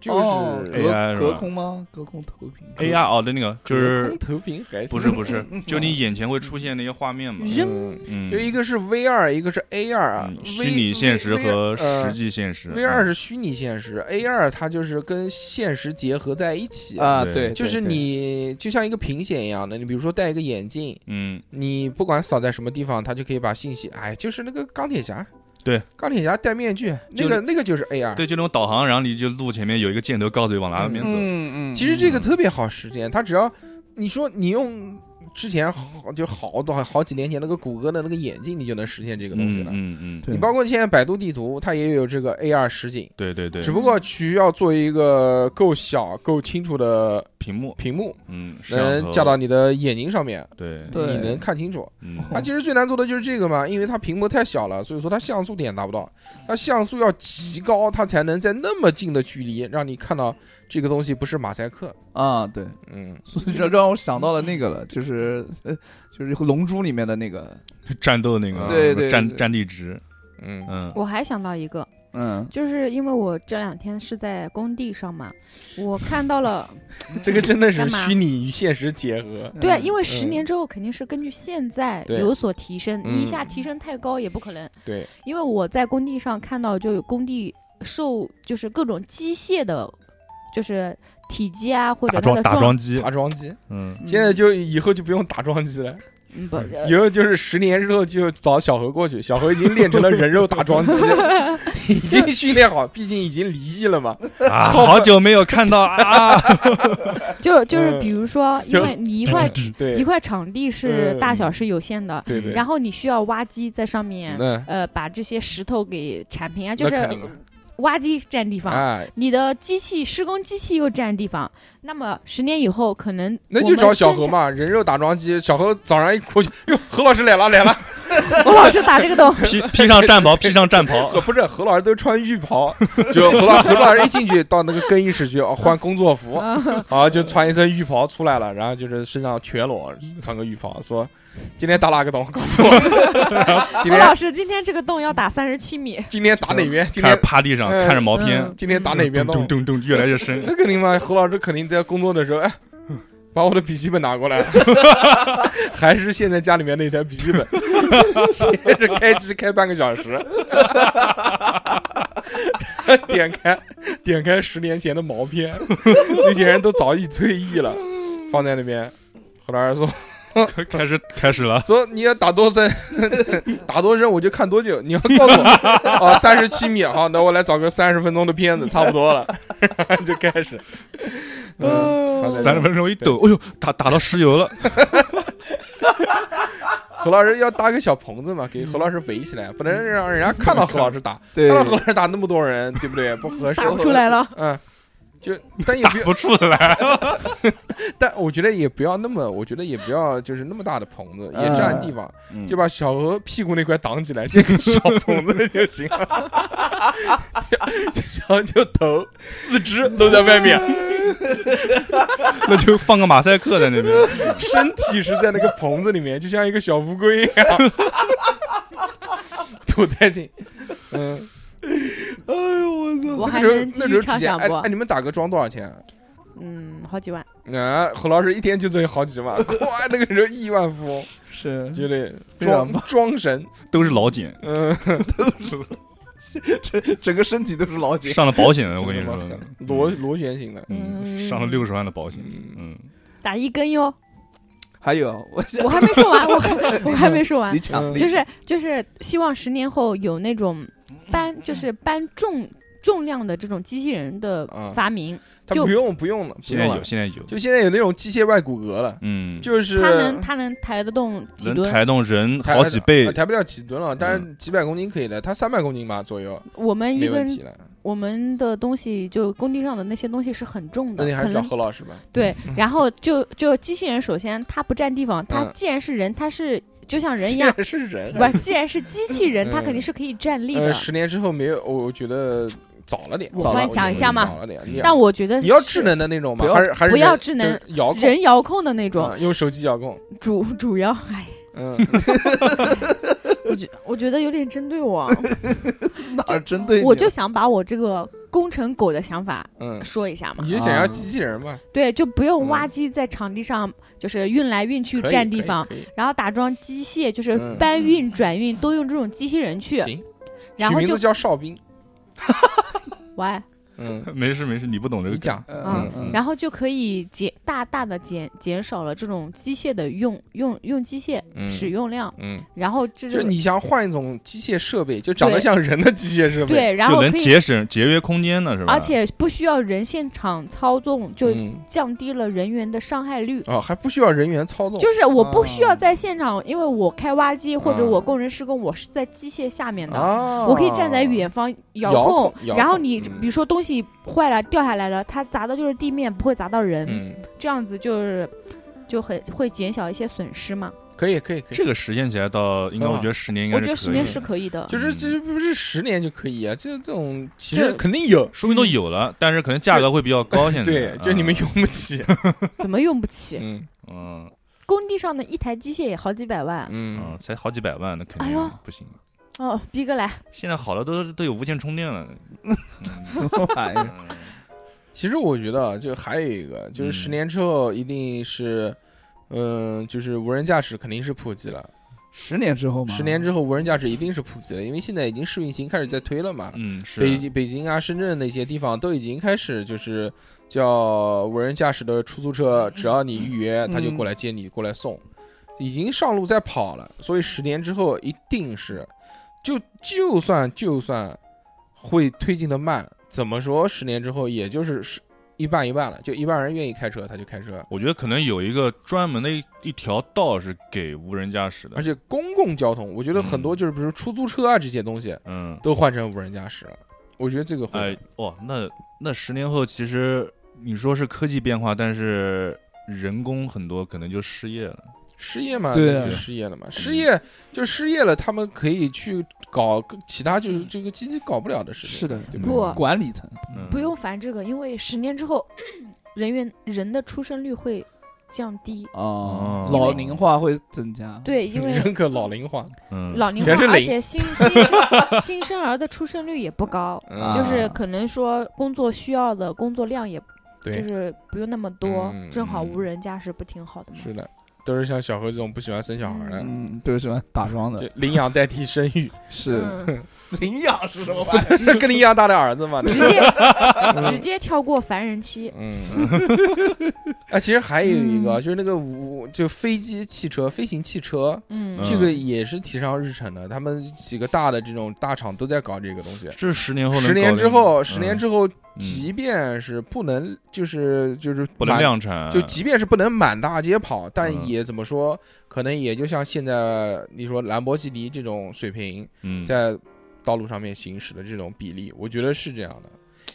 Speaker 1: 就是、
Speaker 2: 哦隔
Speaker 4: AI 是吧
Speaker 2: 隔空吗？隔空投屏
Speaker 1: 嗯
Speaker 4: AR 哦的那个就是
Speaker 1: 投屏还
Speaker 4: 不是不是，就你眼前会出现那些画面嘛？
Speaker 1: 扔。
Speaker 4: 嗯
Speaker 1: 就，一个是 VR，一个是 AR 啊
Speaker 4: 嗯，
Speaker 1: V-
Speaker 4: 虚拟现实
Speaker 1: V-
Speaker 4: 和
Speaker 1: 呃
Speaker 4: 实际现实。
Speaker 1: VR
Speaker 4: 嗯
Speaker 1: 是虚拟现实，AR 它就是跟现实结合在一起
Speaker 2: 啊，
Speaker 4: 对
Speaker 2: 对，
Speaker 1: 就是你就像一个屏显一样的，你比如说戴一个眼镜，
Speaker 4: 嗯，
Speaker 1: 你不管扫在什么地方，它就可以把信息，哎，就是那个钢铁侠，
Speaker 4: 对，
Speaker 1: 钢铁侠戴面具，那
Speaker 4: 就
Speaker 1: 个那个就是 AR。
Speaker 4: 对，就那种导航，然后你就路前面有一个箭头告诉你往哪边走。
Speaker 2: 嗯嗯，
Speaker 1: 其实这个特别好实践，它只要你说你用之前好就好多好几年前那个谷歌的那个眼镜，你就能实现这个东西
Speaker 4: 嗯
Speaker 1: 了。
Speaker 4: 嗯嗯，
Speaker 2: 对
Speaker 1: 你包括现在百度地图，它也有这个 AR 实景，
Speaker 4: 对对对
Speaker 1: 只，不过需要做一个够小、够清楚的
Speaker 4: 屏幕，
Speaker 1: 屏幕，
Speaker 4: 嗯，摄像
Speaker 1: 能
Speaker 4: 头
Speaker 1: 架到你的眼睛上面，
Speaker 4: 对
Speaker 2: 对
Speaker 1: 你能看清楚。
Speaker 4: 嗯
Speaker 1: 它其实最难做的就是这个嘛，因为它屏幕太小了，所以说它像素点达不到，它像素要极高，它才能在那么近的距离让你看到这个东西不是马赛克。
Speaker 2: 啊，对，
Speaker 1: 嗯，
Speaker 2: *laughs* 所以这让我想到了那个了，就是呃，就是《龙珠》里面的那个，
Speaker 4: 战斗那
Speaker 1: *laughs*
Speaker 4: 个
Speaker 2: 对对
Speaker 4: 战
Speaker 2: 对
Speaker 4: 战地值，
Speaker 1: 嗯，
Speaker 4: 嗯，
Speaker 3: 我还想到一个，
Speaker 2: 嗯，
Speaker 3: 就是因为我这两天是在工地上嘛，我看
Speaker 1: *laughs*
Speaker 3: 到了，
Speaker 1: 这个真的是
Speaker 3: 干嘛
Speaker 1: 虚拟与现实结合。
Speaker 3: 对啊，
Speaker 2: 嗯
Speaker 3: 因为十年之后肯定是根据现在
Speaker 1: 对
Speaker 3: 有所提升，
Speaker 1: 嗯
Speaker 3: 你一下提升太高也不可能。
Speaker 1: 对，
Speaker 3: 因为我在工地上看到，就有工地受就是各种机械的，就是体积啊或者
Speaker 4: 打
Speaker 3: 它
Speaker 4: 桩
Speaker 3: 的
Speaker 4: 打
Speaker 3: 状，
Speaker 4: 桩机，
Speaker 1: 打桩机， *laughs*
Speaker 4: 嗯，
Speaker 3: 嗯
Speaker 1: 现在就以后就不用打桩机了，
Speaker 3: 嗯不，
Speaker 1: *laughs*
Speaker 3: 呃
Speaker 1: 以后就是十年之后就找小何过去，小何已经练成了人肉打桩机，
Speaker 3: *laughs*
Speaker 1: 已经训练好，毕竟已经离异了嘛。
Speaker 4: 啊，好久没有看到啊，
Speaker 3: 就就是
Speaker 1: 嗯
Speaker 3: 比
Speaker 1: *laughs*
Speaker 3: 如说，因为你一块一
Speaker 1: 对
Speaker 3: 块场地是
Speaker 1: 嗯
Speaker 3: 大小是有限的，
Speaker 1: 对对，
Speaker 3: 然后你需要挖机在上面，
Speaker 1: 嗯，
Speaker 3: 呃，把这些石头给铲平啊，就
Speaker 1: 那
Speaker 3: 是
Speaker 1: 肯定的
Speaker 3: 挖机占地方。
Speaker 1: 哎，
Speaker 3: 你的机器施工机器又占地方，那么十年以后可能
Speaker 1: 那
Speaker 3: 我
Speaker 1: 就
Speaker 3: 们
Speaker 1: 找小
Speaker 3: 生
Speaker 1: 何
Speaker 3: 产，
Speaker 1: 嘛，人肉打桩机。小何早上一过去，哟，何老师来了来了，
Speaker 3: *laughs* 我老是打这
Speaker 1: *laughs*
Speaker 3: 个洞，
Speaker 4: 披披上战袍，披上战袍
Speaker 1: 呃，不是何老师都穿浴
Speaker 3: *laughs*
Speaker 1: 袍，就何老何老师一进去到那个更衣室去哦换工作
Speaker 3: *laughs*
Speaker 1: 服，啊就穿一身浴袍出来了，然后就是身上全裸，穿个浴袍，说今天打哪个洞，告
Speaker 3: *laughs*
Speaker 1: 诉我，今
Speaker 3: 何老
Speaker 1: 天
Speaker 3: 师今天这个洞要打三十七米，
Speaker 1: 今天打哪边，今
Speaker 4: 开始
Speaker 1: 天
Speaker 4: 趴地上
Speaker 1: 嗯
Speaker 4: 看着毛片
Speaker 3: 嗯，
Speaker 1: 今天打哪边
Speaker 4: 咚
Speaker 1: 洞，
Speaker 4: 咚咚越来
Speaker 1: *laughs*
Speaker 4: 越深，
Speaker 1: 那肯定嘛，何老师肯定在工作的时候，哎，
Speaker 4: 嗯
Speaker 1: 把我的笔记本拿
Speaker 4: *laughs*
Speaker 1: 过来，还是现在家里面那台笔记
Speaker 4: *laughs*
Speaker 1: 本，接着开机开半个小时，点开点开十年前的毛
Speaker 4: *laughs*
Speaker 1: 片，那些人都早已退役了，放在那边。何老师说
Speaker 4: 开始开始了，
Speaker 1: 说你要打多深， *laughs* 打多深我就看多久，你要告诉我 *laughs* 啊，三十七米，好，那我来找个三十分钟的片子，差不多了， *laughs* 就开始。嗯，放在那边
Speaker 4: 三十分钟一抖，哎呦，打打到石油了，
Speaker 1: 何老师要搭个小棚子嘛，给何老师围起来，不能让
Speaker 3: *laughs*
Speaker 1: 人家看到何老师打，
Speaker 2: 嗯对 *laughs*
Speaker 1: 看到何老师打那么多人，对不对？不合适。
Speaker 3: 打不出来了。
Speaker 1: 嗯，就但也
Speaker 4: 打
Speaker 1: 不要，
Speaker 4: 不出来，
Speaker 1: 但我觉得也不要那么，我觉得也不要就是那么大的棚子，也
Speaker 2: 嗯
Speaker 1: 占地方，
Speaker 4: 嗯
Speaker 1: 就把小鹅屁股那块挡起来，这 *laughs* 个小棚子就行了。然后就 *laughs* 头、四肢都在外 *laughs* 面，
Speaker 4: 那就放个马赛克在那边。
Speaker 1: 身体是在那个棚子里面，就像一个小乌龟一样， *laughs* 多带劲！嗯，
Speaker 2: 哎呦我操！
Speaker 3: 我
Speaker 1: 那
Speaker 3: 还
Speaker 1: 时候
Speaker 3: 能继
Speaker 1: 那时
Speaker 3: 续
Speaker 1: 候
Speaker 3: 畅
Speaker 1: 之前
Speaker 3: 想
Speaker 1: 哎哎，
Speaker 3: 不？
Speaker 1: 你们打个桩多少钱啊？
Speaker 3: 嗯，好几万。
Speaker 1: 啊，何老师一天就挣好几
Speaker 4: *laughs*
Speaker 1: 万，哇，那个时候亿万富翁，
Speaker 2: 是
Speaker 1: 绝对
Speaker 2: 非常
Speaker 1: 装装神，
Speaker 4: 都是老茧，
Speaker 1: 嗯，
Speaker 2: 整整个身体都是老茧。
Speaker 4: 上了保险了，我跟你
Speaker 1: 真的
Speaker 4: 说
Speaker 1: 吗，螺螺旋形的，
Speaker 4: 嗯，
Speaker 3: 嗯
Speaker 4: 上了六十万的保险，
Speaker 1: 嗯，
Speaker 4: 嗯，
Speaker 3: 打一
Speaker 1: *laughs*
Speaker 3: 根哟，
Speaker 2: 还有啊，我想
Speaker 3: 我还没说完，我还我还没说完
Speaker 2: 你，抢
Speaker 1: 嗯
Speaker 2: 你
Speaker 3: 啊就是就是希望十年后有那种
Speaker 1: 嗯
Speaker 3: 搬就是搬重重量的这种机器人的
Speaker 1: 啊
Speaker 3: 发明，
Speaker 1: 他
Speaker 3: 就
Speaker 1: 不用不用了，不
Speaker 4: 现在
Speaker 1: 用
Speaker 4: 有，
Speaker 1: 了，
Speaker 4: 现在有，
Speaker 1: 就现在有那种机械外骨骼了，
Speaker 4: 嗯，
Speaker 1: 就是
Speaker 3: 它能它能抬得动几
Speaker 4: 能
Speaker 3: 吨？
Speaker 4: 抬动人
Speaker 1: 抬
Speaker 4: 好几
Speaker 1: 呃
Speaker 4: 倍，嗯
Speaker 1: 抬不了几吨了，但是几百公斤可以的，他三百公斤吧左右，
Speaker 3: 我们一
Speaker 1: 没问
Speaker 3: 根
Speaker 1: 题了。
Speaker 3: 我们的东西就工地上的那些东西是很重
Speaker 1: 那
Speaker 3: 的
Speaker 1: 你，还
Speaker 3: 可
Speaker 1: 是找嗯
Speaker 3: 能
Speaker 1: 何老师吧， *laughs*
Speaker 3: 对。然后就就机器人，首先它不占地方，它
Speaker 1: 嗯
Speaker 3: 既然是人，它是就像人一样，
Speaker 1: 既然是人，
Speaker 3: 不是，既然是机器
Speaker 1: *laughs*
Speaker 3: 人，它
Speaker 1: 嗯
Speaker 3: 肯定是可以站立
Speaker 1: 呃，
Speaker 3: 的。
Speaker 1: 十年之后没有，我我觉得早了点，
Speaker 3: 我
Speaker 1: 早了我
Speaker 2: 幻想
Speaker 1: 觉
Speaker 2: 一
Speaker 1: 得
Speaker 2: 下
Speaker 3: 嘛
Speaker 1: 早了点，你
Speaker 3: 但我觉得
Speaker 1: 你要
Speaker 3: 是
Speaker 1: 智能的那种吗
Speaker 2: 不？要
Speaker 1: 还是还是
Speaker 3: 不要
Speaker 1: 人
Speaker 3: 智能
Speaker 1: 就是遥控
Speaker 3: 人遥控的那种，
Speaker 1: 啊用手机遥控，
Speaker 3: 主主要哎， *laughs*
Speaker 1: 嗯，
Speaker 3: 我觉我觉得有点针
Speaker 1: *laughs*
Speaker 3: 对我，
Speaker 2: 哪儿针对你
Speaker 3: 我就想把我这个工程狗的想法
Speaker 1: 嗯，
Speaker 3: 说一下嘛
Speaker 1: 你。就想要机器人嘛？
Speaker 3: 对，就不用
Speaker 1: 嗯
Speaker 3: 挖机在场地上就是运来运 *laughs* 去
Speaker 1: 可以
Speaker 3: 占地方，，
Speaker 1: 可以可以
Speaker 3: 然后打桩机械就是
Speaker 1: 嗯
Speaker 3: 搬运转运都用这种机器人去，
Speaker 1: 行，
Speaker 3: 然
Speaker 1: 取
Speaker 3: 后
Speaker 1: 名
Speaker 3: 就
Speaker 1: 字叫哨兵，
Speaker 3: 喂，
Speaker 1: 嗯，
Speaker 4: *laughs* 没事 *laughs* 没事，你不懂这
Speaker 1: 你
Speaker 4: 个，
Speaker 1: 讲，
Speaker 2: 嗯嗯
Speaker 3: 然后就可以减大大的减减少了这种机械的用用用机械
Speaker 1: 嗯
Speaker 3: 使用量，
Speaker 1: 嗯，
Speaker 3: 然后这
Speaker 1: 就是
Speaker 3: 个
Speaker 1: 你想换一种机械设备，就长得
Speaker 3: 对
Speaker 1: 像人的机械设备，
Speaker 3: 对，然
Speaker 4: 就
Speaker 3: 后
Speaker 4: 能
Speaker 3: 可以，
Speaker 4: 节省节约空间呢，是吧？
Speaker 3: 而且不需要人现场操纵，就
Speaker 1: 嗯
Speaker 3: 降低了人员的伤害率。
Speaker 1: 哦，还不需要人员操纵，
Speaker 3: 就是我不需要在现场，因为我开挖机或
Speaker 1: 哦
Speaker 3: 者我工人施工，我是在机械下面的，
Speaker 1: 啊，
Speaker 3: 我可以站在远方遥
Speaker 1: 遥
Speaker 3: 控
Speaker 1: 控遥。
Speaker 3: 然后
Speaker 1: 控
Speaker 3: 你
Speaker 1: 嗯
Speaker 3: 比如说东西坏了掉下来了，它砸的就是地面，不会砸到人，
Speaker 1: 嗯，
Speaker 3: 这样子就是就很会减小一些损失嘛。
Speaker 1: 可以可以可以，
Speaker 4: 这个实现起来到，应该
Speaker 1: 很好
Speaker 4: 我觉得十年应该
Speaker 3: 我
Speaker 4: 是
Speaker 3: 觉得十
Speaker 4: 可以
Speaker 3: 年
Speaker 4: 的
Speaker 3: 是可以的，
Speaker 1: 就是
Speaker 4: 嗯
Speaker 1: 这不是十年就可以啊，这这种其
Speaker 3: 这
Speaker 1: 实肯定有，
Speaker 4: 说明都有了，但是可能价格会比较高。现在
Speaker 1: 对，嗯就你们，用不起，
Speaker 3: *laughs* 怎么用不起？
Speaker 1: 嗯
Speaker 4: 嗯
Speaker 3: 工地上的一台机械也好几
Speaker 1: *laughs*
Speaker 3: 百万
Speaker 4: 嗯
Speaker 1: 嗯
Speaker 4: 嗯，才好几百万，那肯
Speaker 3: 哎
Speaker 4: 定
Speaker 3: 呦
Speaker 4: 不行。
Speaker 3: 哦，逼哥来，
Speaker 4: 现在好了，都都有无线充电
Speaker 1: *laughs*
Speaker 4: 了。嗯
Speaker 2: 啊 *laughs* 什么玩意儿？
Speaker 4: 嗯
Speaker 1: 其实我觉得啊，就还有一个，就是
Speaker 4: 嗯
Speaker 1: 十年之后一定是，嗯，就是无人驾驶肯定是普及了。
Speaker 2: 十年之
Speaker 3: 哦
Speaker 2: 后吗？
Speaker 1: 十年之后，无人驾驶一定是普及了，因为现在已经试运行开始在推了嘛。
Speaker 4: 嗯，是
Speaker 1: 北京、北京啊、深圳那些地方都已经开始就是叫无人驾驶的出租车，只要你预约，他就过来接你，过来送，已经上路在跑了。所以十年之后一定是，就就算就算会推进的慢，怎么说十年之后也就是是一半一半了，就一半人愿意开车他就开车，
Speaker 4: 我觉得可能有一个专门的一一条道是给无人驾驶的，
Speaker 1: 而且公共交通，我觉得很多
Speaker 4: 嗯
Speaker 1: 就是比如出租车啊这些东西
Speaker 4: 嗯，
Speaker 1: 都换成无人驾驶了，我觉得这个会
Speaker 4: 哎
Speaker 1: 的，
Speaker 4: 哦，那那十年后其实你说是科技变化，但是人工很多可能就失业了。
Speaker 1: 失业嘛，
Speaker 2: 对
Speaker 1: 那
Speaker 2: 啊
Speaker 1: 就失业了嘛，失业就失业了，他们可以去搞个其他就是这个机器搞不了的事情，
Speaker 2: 是的
Speaker 1: 对吧
Speaker 3: 不
Speaker 2: 管理层
Speaker 4: 嗯
Speaker 3: 不用烦这个，因为十年之后， *clears throat* 人员人的出生率会降低。
Speaker 2: 啊
Speaker 1: 嗯
Speaker 4: 哦，
Speaker 2: 老龄化会增加。，
Speaker 3: 对，因为 *laughs*
Speaker 1: 人口老龄化，
Speaker 4: 嗯，
Speaker 3: 老龄化
Speaker 1: 全是，零
Speaker 3: 而且新新生新生儿的出生率也不
Speaker 1: *laughs*
Speaker 3: 高，
Speaker 1: 嗯
Speaker 3: 就是可能说工作需要的工作量也就
Speaker 1: 对，
Speaker 3: 是不用那么多，
Speaker 1: 嗯
Speaker 3: 正好
Speaker 4: 嗯
Speaker 3: 无人驾驶不挺好的吗？
Speaker 1: 是的，都是像小何这种不喜欢生小孩的，
Speaker 2: 嗯，都是什么打桩
Speaker 1: 就
Speaker 2: 的？
Speaker 1: 领养代替生育，
Speaker 2: 是
Speaker 3: 嗯
Speaker 2: 领养是什么玩意
Speaker 1: 那跟你一样大的儿子嘛，那
Speaker 3: 直
Speaker 1: 个 *laughs*
Speaker 3: 接直接跳过凡人期，
Speaker 1: 嗯， *laughs* 啊，其实还有一个就是那个无就飞机、汽车、飞行汽车。
Speaker 3: 嗯，
Speaker 1: 这个也是提上日程的，他们几个大的这种大厂都在搞这个东西。
Speaker 4: 这十年后能
Speaker 1: 十
Speaker 4: 搞
Speaker 1: 年
Speaker 4: 定
Speaker 1: 之后，
Speaker 4: 嗯
Speaker 1: 十年之后，
Speaker 4: 嗯
Speaker 1: 即便是不能，就是就是
Speaker 4: 不能
Speaker 1: 满
Speaker 4: 量产，
Speaker 1: 就即便是不能满大街跑，但
Speaker 4: 嗯
Speaker 1: 也怎么说，可能也就像现在你说兰博基尼这种水平，
Speaker 4: 嗯
Speaker 1: 在道路上面行驶的这种比例，我觉得是这样的，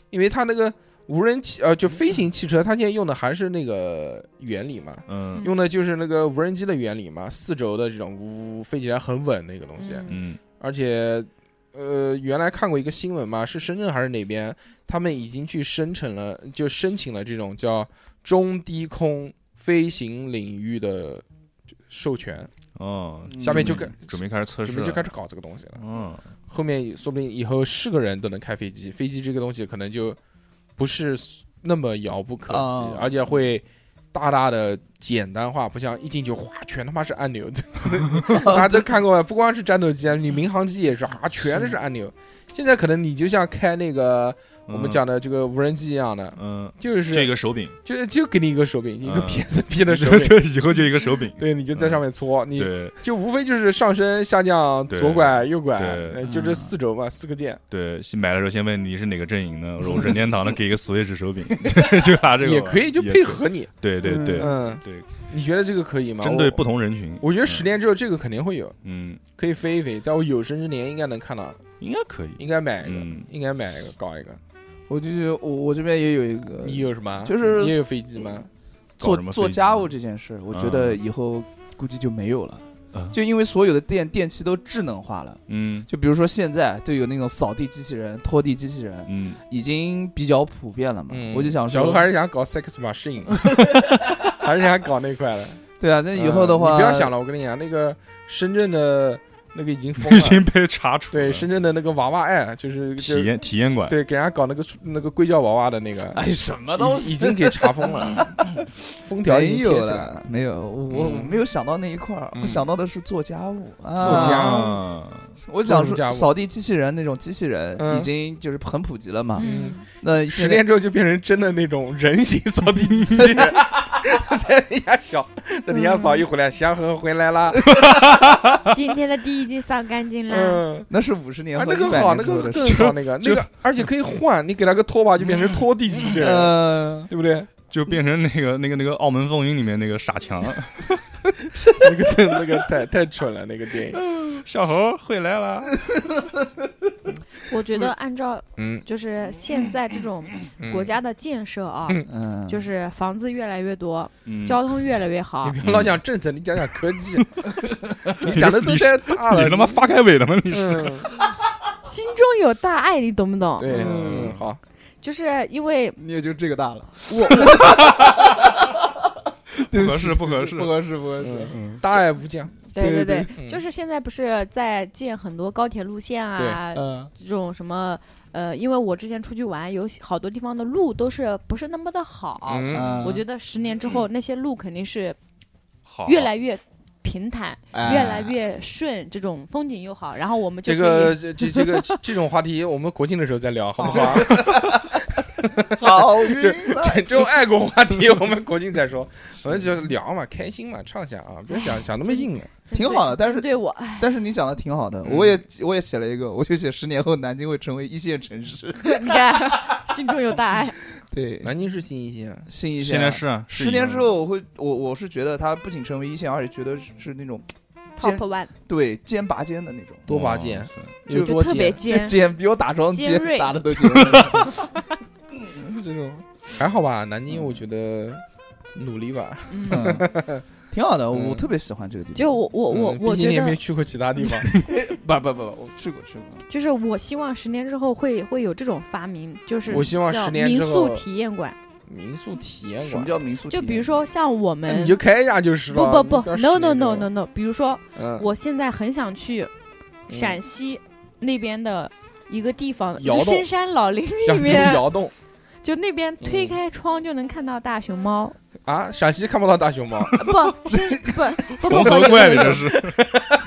Speaker 1: 因为它那个无人汽呃就飞行汽车，它现在用的还是那个原理嘛，
Speaker 4: 嗯
Speaker 1: 用的就是那个无人机的原理嘛，四轴的这种呜飞起来很稳那个东西，
Speaker 3: 嗯
Speaker 4: 嗯
Speaker 1: 而且。呃，原来看过一个新闻嘛，是深圳还是哪边？他们已经去申请了，就申请了这种叫中低空飞行领域的授权，
Speaker 4: 哦，
Speaker 1: 下面就
Speaker 4: 准备
Speaker 1: 跟
Speaker 4: 准备开始测试
Speaker 1: 准
Speaker 4: 了，
Speaker 1: 备就开始搞这个东西了。
Speaker 4: 嗯
Speaker 1: 后面说不定以后是个人都能开飞机，飞机这个东西可能就不是那么遥不可及，
Speaker 2: 啊
Speaker 1: 而且会大大的简单化，不像一进去哗，全他妈是按钮， *laughs* 大家都看过，不光是战斗机，啊，你民航机也是啊，全都是按钮。现在可能你就像开那个我们讲的这个无人机一样的，
Speaker 4: 嗯，
Speaker 1: 就是
Speaker 4: 这个手柄，
Speaker 1: 就就给你一个手柄，一个
Speaker 4: 嗯
Speaker 1: PSP 的
Speaker 4: *laughs*
Speaker 1: 手柄，
Speaker 4: 对，以后就一个手柄，
Speaker 1: 对，你就在上面搓，你
Speaker 4: 对
Speaker 1: 就无非就是上升、下降、
Speaker 4: 对
Speaker 1: 左拐、右拐，
Speaker 4: 对
Speaker 1: 呃就这四轴嘛，四个键，
Speaker 4: 对，先买的时候先问你是哪个阵营的，我说我任天堂的，给一个 Switch
Speaker 1: *laughs*
Speaker 4: 手柄，就拿这个
Speaker 1: 也
Speaker 4: 玩
Speaker 1: 可以就
Speaker 4: 也
Speaker 1: 配合你。
Speaker 4: 对对对
Speaker 1: 嗯，
Speaker 4: 对，
Speaker 1: 你觉得这个可以吗？
Speaker 4: 针对
Speaker 1: 我
Speaker 4: 不，同嗯人群，
Speaker 1: 我觉得十年之后这个肯定会有，
Speaker 4: 嗯，
Speaker 1: 可以飞一飞，在我有生之年应该能看到，
Speaker 4: 应该可以，
Speaker 1: 应该买一个
Speaker 4: 嗯，
Speaker 1: 应该买一个，搞一个。
Speaker 2: 我就觉得我我这边也有一个，
Speaker 1: 你有什么？
Speaker 2: 就是
Speaker 1: 你也有飞机吗？
Speaker 4: 搞
Speaker 2: 做
Speaker 4: 什么
Speaker 2: 做
Speaker 4: 飞机
Speaker 2: 家务这件事，我觉得
Speaker 4: 嗯
Speaker 2: 以后估计就没有了，
Speaker 4: 嗯
Speaker 2: 就因为所有的电电器都智能化了。
Speaker 4: 嗯
Speaker 2: 就比如说现在都有那种扫地机器人、拖地机器人，
Speaker 4: 嗯，
Speaker 2: 已经比较普遍了嘛。
Speaker 1: 嗯，
Speaker 2: 我就想
Speaker 1: 小
Speaker 2: 说
Speaker 1: 何，还是想搞 sex
Speaker 2: *laughs*
Speaker 1: machine，还是想搞那块的。
Speaker 2: 对啊，那以后的
Speaker 1: 嗯
Speaker 2: 话，
Speaker 1: 你不要想了，我跟你讲，那个深圳的 *laughs* 那个已经封
Speaker 4: *laughs* 已
Speaker 1: 了，
Speaker 4: 经被查处了，
Speaker 1: 对深圳的那个娃娃爱，就是就
Speaker 4: 体验体验馆，啊
Speaker 1: 对，给人家搞那个那个硅胶娃娃的那个，
Speaker 2: 哎，什么东
Speaker 1: 已
Speaker 2: 西
Speaker 1: 已经给查封了，封条已
Speaker 2: 没
Speaker 1: 经贴
Speaker 2: 有
Speaker 1: 起来了。
Speaker 2: 了，没有，我我
Speaker 1: 嗯
Speaker 2: 没有想到那一块儿，
Speaker 1: 嗯
Speaker 2: 我想到的是做家务，
Speaker 1: 做家务
Speaker 2: 啊我想
Speaker 1: 做什么家
Speaker 2: 说
Speaker 1: 务
Speaker 2: 扫地机器人那种机器人
Speaker 1: 嗯
Speaker 2: 已经就是很普及了嘛。
Speaker 1: 嗯
Speaker 2: 那
Speaker 1: 十
Speaker 2: 现在
Speaker 1: 年之后就变成真的那种人形扫地机器人， *laughs* 在人家小，在人家扫一回来，祥和回来啦。
Speaker 3: *laughs*
Speaker 5: 今天的第一季扫干净啦，
Speaker 1: 嗯，
Speaker 2: 那是五十年
Speaker 1: 啊，
Speaker 2: 后
Speaker 1: 那个
Speaker 2: 100
Speaker 1: 好，那
Speaker 2: 年之后
Speaker 1: 个
Speaker 2: 的
Speaker 1: 更
Speaker 2: 事
Speaker 1: 好，那个那个，而且可以换，你给他个拖把就变成拖地机器人，
Speaker 2: 呃，
Speaker 1: 对不对？ *laughs*
Speaker 4: 就变成那个那个那个《澳门风云》里面那个傻强， *laughs*
Speaker 1: 那个那个太太蠢了，那个电影。
Speaker 4: 小猴会来了，
Speaker 3: 我觉得按照
Speaker 1: 嗯，
Speaker 3: 就是现在这种国家的建设啊，
Speaker 1: 嗯
Speaker 2: 嗯，
Speaker 3: 就是是房子越来越多，
Speaker 4: 嗯
Speaker 3: 交通越来越好
Speaker 1: 你。不要老讲政策，你讲讲科技，你讲的都太大了，
Speaker 4: *laughs* 你他妈发改委了吗？你是
Speaker 1: 嗯，
Speaker 3: 心中有大爱，你懂不懂？
Speaker 1: 对，
Speaker 2: 嗯
Speaker 1: 嗯，好，
Speaker 3: 就是因为
Speaker 2: 你也就这个大了，
Speaker 3: 我
Speaker 2: 对
Speaker 4: 合
Speaker 2: 起
Speaker 4: 适不合适
Speaker 2: 不合适，不合适。
Speaker 1: 嗯，大爱无疆，
Speaker 3: 对
Speaker 2: 对
Speaker 3: 对，
Speaker 1: 嗯
Speaker 3: 就是现在不是在建很多高铁路线啊，
Speaker 2: 嗯
Speaker 3: 这种什么呃，因为我之前出去玩，有好多地方的路都是不是那么的好。
Speaker 1: 嗯，
Speaker 2: 嗯，
Speaker 3: 我觉得十年之后，那些路肯定是
Speaker 4: 好
Speaker 1: 哦
Speaker 3: *laughs* 越来越平坦，
Speaker 2: 哎
Speaker 3: 越来越顺，这种风景又好，然后我们就
Speaker 1: 这
Speaker 3: 可以
Speaker 1: 个这这这个这种话题，我们国庆的时候再聊，好不
Speaker 3: *laughs*
Speaker 1: 好啊？
Speaker 2: 好晕啊。
Speaker 1: 这种爱国话题，我们国庆再说。我们就聊嘛，开心嘛，畅想啊，别想想那么硬。
Speaker 3: 针
Speaker 2: 挺
Speaker 3: 对
Speaker 2: 好的但是
Speaker 3: 针对我 *laughs* 哎
Speaker 2: 但是你讲的挺好的，
Speaker 1: 嗯
Speaker 2: 我也我也写了一个，我就写十年后南京会成为一线城市。
Speaker 3: 你看，心中有大
Speaker 1: *laughs*
Speaker 3: 爱。
Speaker 2: 对，
Speaker 1: 南京是新一线，
Speaker 2: 新一线
Speaker 4: 现在是啊，是
Speaker 2: 十年
Speaker 4: 一样
Speaker 2: 之后，我会我我是觉得它不仅成为一线，而且觉得是是那种
Speaker 3: Top
Speaker 2: 肩
Speaker 3: One
Speaker 2: 对肩拔尖的那种，
Speaker 1: 多拔尖，
Speaker 3: *laughs*
Speaker 4: 哇
Speaker 1: 有
Speaker 3: 就
Speaker 1: 多
Speaker 3: 特别
Speaker 1: 尖，
Speaker 2: 就
Speaker 3: 尖，
Speaker 2: 尖比我打桩
Speaker 3: 尖
Speaker 2: 尖 *laughs*
Speaker 3: 锐
Speaker 2: 打的都尖。
Speaker 1: *laughs*
Speaker 2: 嗯这种，
Speaker 1: 还好吧？南京，我觉得努力吧。
Speaker 3: 嗯，
Speaker 2: 嗯，挺好的，我
Speaker 1: 嗯
Speaker 2: 特别喜欢这个地方。
Speaker 3: 就我我我
Speaker 1: 嗯
Speaker 3: 我
Speaker 1: 毕竟
Speaker 3: 觉
Speaker 1: 你也没
Speaker 3: 得，
Speaker 1: 去过其他地方。
Speaker 2: 不不不，不我去过去过。
Speaker 3: 就是我希望十年之后会会有这种发明，就是
Speaker 1: 我希望
Speaker 3: 叫
Speaker 1: 10年
Speaker 3: 民
Speaker 1: 之后
Speaker 3: 宿体验馆，
Speaker 1: 民宿体验
Speaker 2: 什
Speaker 1: 馆，
Speaker 2: 么叫民宿体
Speaker 3: 就
Speaker 2: 验？
Speaker 3: 比如说像我
Speaker 1: 那
Speaker 3: 们
Speaker 1: 你就开一下就是
Speaker 3: 不
Speaker 1: 了。
Speaker 3: 不
Speaker 1: 你
Speaker 3: 不
Speaker 1: 到时
Speaker 3: ，no
Speaker 1: 间
Speaker 3: no
Speaker 1: 就
Speaker 3: no no no，比如说
Speaker 1: 嗯，
Speaker 3: 我现在很想去
Speaker 1: 嗯
Speaker 3: 陕西那边的一个地方，一
Speaker 1: 窑
Speaker 3: 个
Speaker 1: 洞
Speaker 3: 深山老林
Speaker 1: 想
Speaker 3: 里
Speaker 1: 住
Speaker 3: 面，
Speaker 1: 窑洞
Speaker 3: 就那边推
Speaker 1: 嗯
Speaker 3: 开窗就能看到大熊猫，呃
Speaker 1: 啊，陕西看不到大熊猫，
Speaker 3: 不深不不不
Speaker 4: 缝
Speaker 3: 不
Speaker 4: 合怪你
Speaker 3: 有
Speaker 4: 这
Speaker 3: 有
Speaker 4: 是，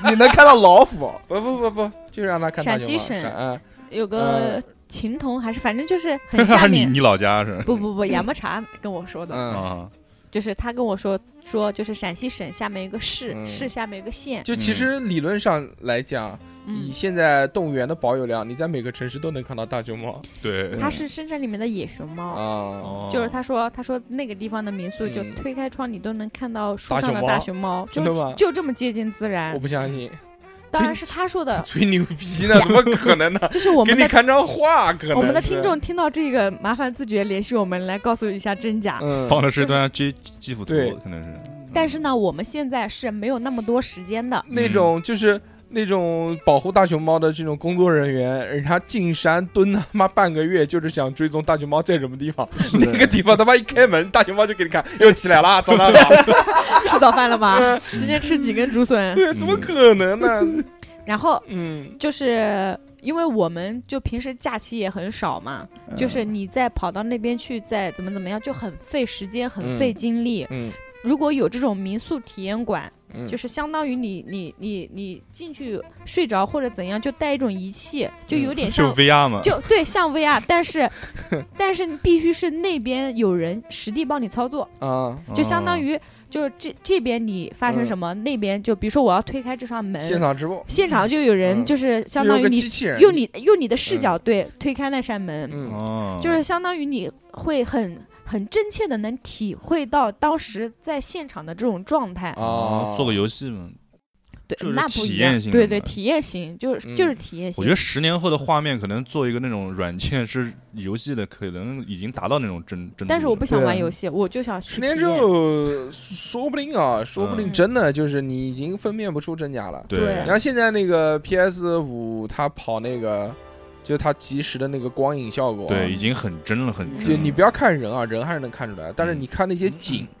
Speaker 2: 你能看到老虎，
Speaker 1: *laughs* 不不不不，就让他看大
Speaker 3: 陕
Speaker 1: 熊
Speaker 3: 西
Speaker 1: 猫。嗯
Speaker 3: 省
Speaker 1: 陕
Speaker 3: 有个
Speaker 1: 嗯
Speaker 3: 琴童还是反正就是很下
Speaker 4: *laughs* 那你
Speaker 3: 面。
Speaker 4: 你老家是
Speaker 3: 不不不，雅木茶跟我说的，
Speaker 1: 嗯，
Speaker 4: 啊？
Speaker 3: 就是他跟我说说，就是陕西省下面一个市，
Speaker 1: 嗯
Speaker 3: 市下面一个县，
Speaker 1: 就其实理论上来讲，以
Speaker 3: 嗯，
Speaker 1: 现在动物园的保有量，你在每个城市都能看到大熊猫
Speaker 4: 对，
Speaker 3: 它是深山里面的野熊猫。
Speaker 1: 啊。
Speaker 4: 哦
Speaker 3: 就是他说，他说那个地方的民宿，就
Speaker 1: 嗯
Speaker 3: 推开窗你都能看到树
Speaker 1: 大
Speaker 3: 上的
Speaker 1: 熊猫
Speaker 3: 大熊猫，
Speaker 1: 真的吗
Speaker 3: 就就这么接近自
Speaker 1: 我
Speaker 3: 然。
Speaker 1: 不相信， *laughs*
Speaker 3: 当然是他说的，
Speaker 1: 吹牛逼
Speaker 3: *laughs*
Speaker 1: 呢？怎么可能呢？
Speaker 3: 这是我
Speaker 1: 给
Speaker 3: 们
Speaker 1: 你
Speaker 3: 的
Speaker 1: 看张画，可能
Speaker 3: 我们的
Speaker 1: 是
Speaker 3: 听，众听到这个，麻烦自觉联系我们来告诉一下真假。
Speaker 1: 嗯，
Speaker 4: 放的是一段 G G 幅图
Speaker 1: 对，
Speaker 4: 可能是
Speaker 3: 但是呢，我们现在是没有那么多时间的。
Speaker 1: 那种就是那种保护大熊猫的这种工作人员，人家进山蹲他妈半个月，就是想追踪大熊猫在什么地方。那个地方他妈一开门，大熊猫就给你
Speaker 4: *laughs*
Speaker 1: 看，又起来了，早上好。
Speaker 3: 吃早饭
Speaker 1: *laughs*
Speaker 3: 了吗？今天吃几根竹笋？
Speaker 1: 对，怎么可能呢？
Speaker 3: 然后
Speaker 1: 嗯，
Speaker 3: 就是因为我们就平时假期也很少嘛，
Speaker 1: 嗯
Speaker 3: 就是你再跑到那边去，再怎么怎么样，就很费时间，很费精力。
Speaker 1: 嗯
Speaker 3: 如果有这种民宿体验馆，
Speaker 1: 嗯
Speaker 3: 就是相当于你你你你进去睡着或者怎样，就带一种仪器，
Speaker 1: 嗯
Speaker 3: 就有点像
Speaker 4: 就 VR 嘛，
Speaker 3: 就对，像 VR，但是 *laughs* 但是你必须是那边有人实地帮你操作，
Speaker 1: 啊，
Speaker 3: 就相当
Speaker 4: 于
Speaker 3: 于就是这这边你发生什么，那边就比如说我要推开这扇门，
Speaker 1: 嗯现场直播，
Speaker 3: 现场就有人
Speaker 1: 嗯
Speaker 3: 就是相
Speaker 1: 就有
Speaker 3: 当于
Speaker 1: 个
Speaker 3: 你
Speaker 1: 机器人，
Speaker 3: 用你用你的视
Speaker 1: 嗯
Speaker 3: 角对推开那扇门，
Speaker 1: 嗯
Speaker 4: 哦，
Speaker 3: 就是相当于你会很很真切的能体会到当时在现场的这种状态，
Speaker 1: 啊，
Speaker 4: 哦做个游戏嘛。
Speaker 3: 对
Speaker 4: 就是，
Speaker 3: 那不
Speaker 4: 体
Speaker 3: 一
Speaker 4: 验
Speaker 3: 样，
Speaker 4: 性
Speaker 3: 对
Speaker 4: 的
Speaker 3: 对，
Speaker 4: 嘛
Speaker 3: 体验型就是
Speaker 1: 嗯
Speaker 3: 就是体验型
Speaker 4: 我觉，得十年后的画面，可能做一个那种软件是游戏的，可能已经达到那种真真。
Speaker 3: 但是我不想
Speaker 2: 对啊
Speaker 3: 玩游戏，我就想去
Speaker 1: 十年
Speaker 3: 体
Speaker 1: 之
Speaker 3: 验
Speaker 1: 后，说不定啊，说不定
Speaker 3: 嗯
Speaker 1: 真的就是你已经分辨不出真假了。
Speaker 4: 对
Speaker 1: 你，看现在那个 PS 五，它跑那个，就它即时的那个光影效果、啊，
Speaker 4: 对，已经很真了，很
Speaker 5: 嗯
Speaker 4: 真
Speaker 1: 就
Speaker 4: 了。
Speaker 1: 你不要看人啊，人还是能看出来，但是
Speaker 4: 嗯
Speaker 1: 你看那些景，
Speaker 4: 嗯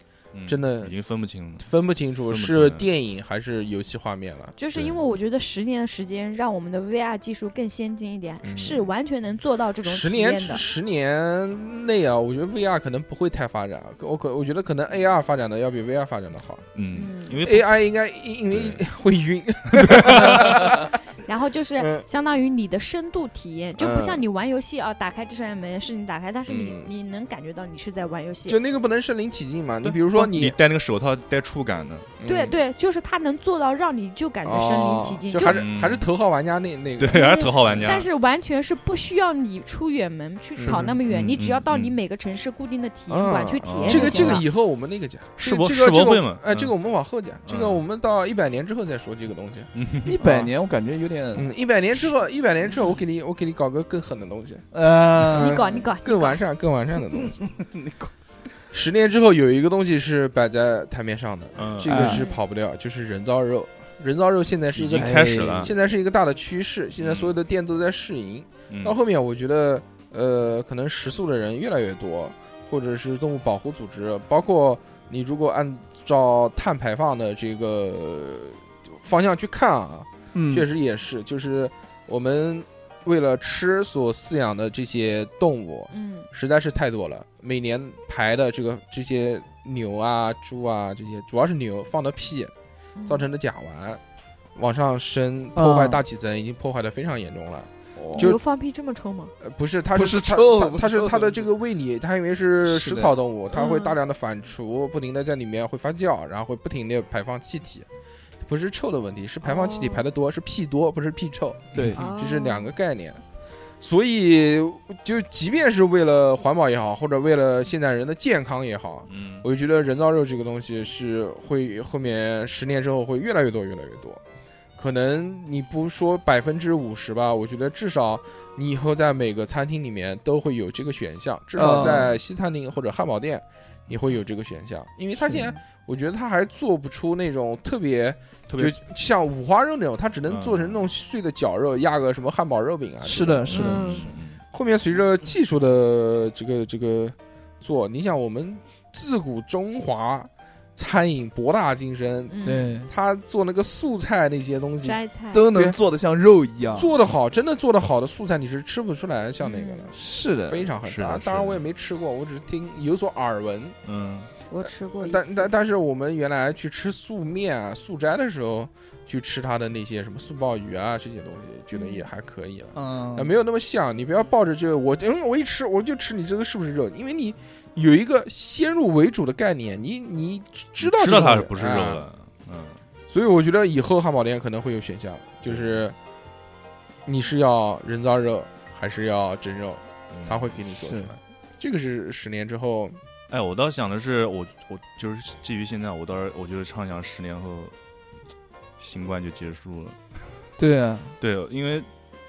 Speaker 1: 真的
Speaker 4: 已经分不清了。
Speaker 1: 分不清楚
Speaker 4: 分不出来
Speaker 1: 是电影还是游戏画面了。
Speaker 5: 就是
Speaker 4: 对
Speaker 5: 因为我觉得十年的时间让我们的 VR 技术更先进一点，
Speaker 1: 嗯
Speaker 5: 是完全能做到这种
Speaker 1: 十
Speaker 5: 体
Speaker 1: 年
Speaker 5: 验的。
Speaker 1: 十年内啊，我觉得 VR 可能不会太发展，可我可我觉得可能 AR 发展的要比 VR 发展的好
Speaker 4: 嗯
Speaker 5: 嗯，
Speaker 4: 因为
Speaker 1: ，AI 应该因因为
Speaker 4: 对
Speaker 1: 会晕，
Speaker 5: 然后就是
Speaker 1: 嗯
Speaker 5: 相当于你的深度体验，就不像
Speaker 1: 嗯
Speaker 5: 你玩游戏啊，打开这扇门是你打开，但是你、
Speaker 1: 嗯
Speaker 5: 你能感觉到你是在玩游戏
Speaker 1: *laughs* 就。那个不能身临其境嘛。你
Speaker 4: 对哦
Speaker 1: 比如说
Speaker 4: 你
Speaker 1: 你，
Speaker 4: 戴那个手套带触感的，
Speaker 5: 对
Speaker 1: 嗯，
Speaker 5: 对，就是它能做到让你就感觉身临其境，
Speaker 1: 哦就
Speaker 5: 就
Speaker 1: 还是
Speaker 4: 嗯
Speaker 1: 还是头号玩家那那
Speaker 4: 对，
Speaker 1: 个，
Speaker 4: 还是头号玩家。
Speaker 5: 但是完全是不需要你出远门去
Speaker 1: 是
Speaker 5: 跑那么远，
Speaker 4: 嗯
Speaker 5: 你只要到
Speaker 4: 嗯啊
Speaker 5: 你
Speaker 4: 嗯
Speaker 5: 每个城市固定的体验
Speaker 1: 嗯
Speaker 5: 馆去体验
Speaker 1: 这
Speaker 5: 就
Speaker 1: 个这
Speaker 5: 行
Speaker 1: 个
Speaker 5: 了。
Speaker 1: 以后我们那个讲，
Speaker 4: 世
Speaker 1: 这
Speaker 4: 博
Speaker 1: 这个
Speaker 4: 世博
Speaker 1: 这个
Speaker 4: 会嘛，
Speaker 1: 哎，这个
Speaker 4: 嗯
Speaker 1: 我们往后讲，这个
Speaker 4: 嗯
Speaker 1: 我们到一百年之后再说这个东西。
Speaker 2: 一百年我感觉有点，
Speaker 1: 嗯嗯，一百年之后，一百年之后，
Speaker 5: 嗯
Speaker 1: 我给你，我给你搞个更狠的东西，
Speaker 4: 啊
Speaker 2: 呃，
Speaker 5: 你搞你搞，
Speaker 1: 更完善、更完善的东
Speaker 5: *laughs*
Speaker 1: 西。十年之后有一个东西是摆在台面上的，
Speaker 4: 嗯，
Speaker 1: 这个是跑不掉，就是人造肉。人造肉现在是一
Speaker 4: 已
Speaker 1: 个
Speaker 4: 经开始了。
Speaker 1: 现在是一个大的趋势，现在所有的店都在试营。
Speaker 4: 嗯
Speaker 1: 到后面，我觉得，呃，可能食宿的人越来越多，或者是动物保护组织，包括你如果按照碳排放的这个呃方向去看啊，
Speaker 2: 嗯
Speaker 1: 确实也是，就是我们为了吃所饲养的这些动物
Speaker 3: 嗯，
Speaker 1: 实在是太多了，每年排的这个这些牛啊、猪啊这些，主要是牛放的屁
Speaker 5: 嗯
Speaker 3: 嗯
Speaker 1: 造成的甲烷。往上升，破坏
Speaker 2: 啊
Speaker 1: 大气层，已经破坏的非常严重了。就
Speaker 5: 牛放屁这么臭吗？
Speaker 1: 呃不是，它
Speaker 2: 不
Speaker 1: 是
Speaker 2: 是
Speaker 1: 它
Speaker 2: 臭
Speaker 1: 它
Speaker 2: 不
Speaker 1: 它是
Speaker 2: 臭
Speaker 1: 它的
Speaker 2: 的
Speaker 1: 这个胃里，它因为是
Speaker 2: 是
Speaker 1: 食
Speaker 2: 的
Speaker 1: 草动物，它会
Speaker 5: 嗯
Speaker 1: 大量的反刍，不停的在里面会发酵，然后会不停的排放气体。不是臭的问题，是排放气体
Speaker 5: 哦
Speaker 1: 排的多，是屁多，不是屁臭。
Speaker 2: 对
Speaker 5: 哦
Speaker 1: 这是两个概念。所以，就即便是为了环保也好，或者为了现代人的健康也好，
Speaker 4: 嗯，
Speaker 1: 我就觉得人造肉这个东西是会后面十年之后会越来越多，越来越多。可能你不说百分之五十吧，我觉得至少你以后在每个餐厅里面都会有这个选项，至少
Speaker 2: 嗯
Speaker 1: 在西餐厅或者汉堡店，你会有这个选项，因为它现在我觉得它还做不出那种特别
Speaker 4: 特别
Speaker 1: 就像五花肉那种，它只能做成那种碎的绞肉，压个什么汉堡肉饼啊。
Speaker 2: 嗯是
Speaker 1: 这种
Speaker 2: 的，。是的，
Speaker 5: 嗯，
Speaker 1: 后面随着技术的这个这个做，你想我们自古中华餐饮博大精深，
Speaker 3: 嗯，
Speaker 2: 对，
Speaker 1: 他做那个素菜那些东西
Speaker 5: 摘菜
Speaker 2: 都
Speaker 1: 对
Speaker 2: 能做的像肉一样，
Speaker 1: 做得好，真的做得好的素菜你是吃不出来像那个的。
Speaker 2: 是
Speaker 4: 嗯
Speaker 2: 的，
Speaker 1: 非常很
Speaker 4: 是的
Speaker 1: 大，
Speaker 4: 是的
Speaker 1: 当然我也没吃过，我只是听有所耳闻。
Speaker 4: 嗯，
Speaker 5: 我吃过一次，
Speaker 1: 但但但是我们原来去吃素面啊、素斋的时候，去吃它的那些什么素鲍鱼啊这些东西，觉得也还可以了。
Speaker 2: 嗯
Speaker 1: 啊，没有那么像，你不要抱着这个我，嗯，我一吃我就吃你这个是不是肉？因为你有一个先入为主的概念，你你知道
Speaker 4: 知道
Speaker 1: 这个
Speaker 4: 它
Speaker 1: 东西
Speaker 4: 不是肉
Speaker 1: 啊
Speaker 4: 了。嗯，
Speaker 1: 所以我觉得以后汉堡店可能会有选项，就是你是要人造肉还是要真肉，
Speaker 4: 嗯
Speaker 1: 他会给你做出
Speaker 2: 是
Speaker 1: 来。这个是十年之后，
Speaker 4: 哎，我倒想的是，我我就是基于现在，我倒是我就是畅想十年后，新冠就结束了，
Speaker 2: 对啊，
Speaker 4: 对，因为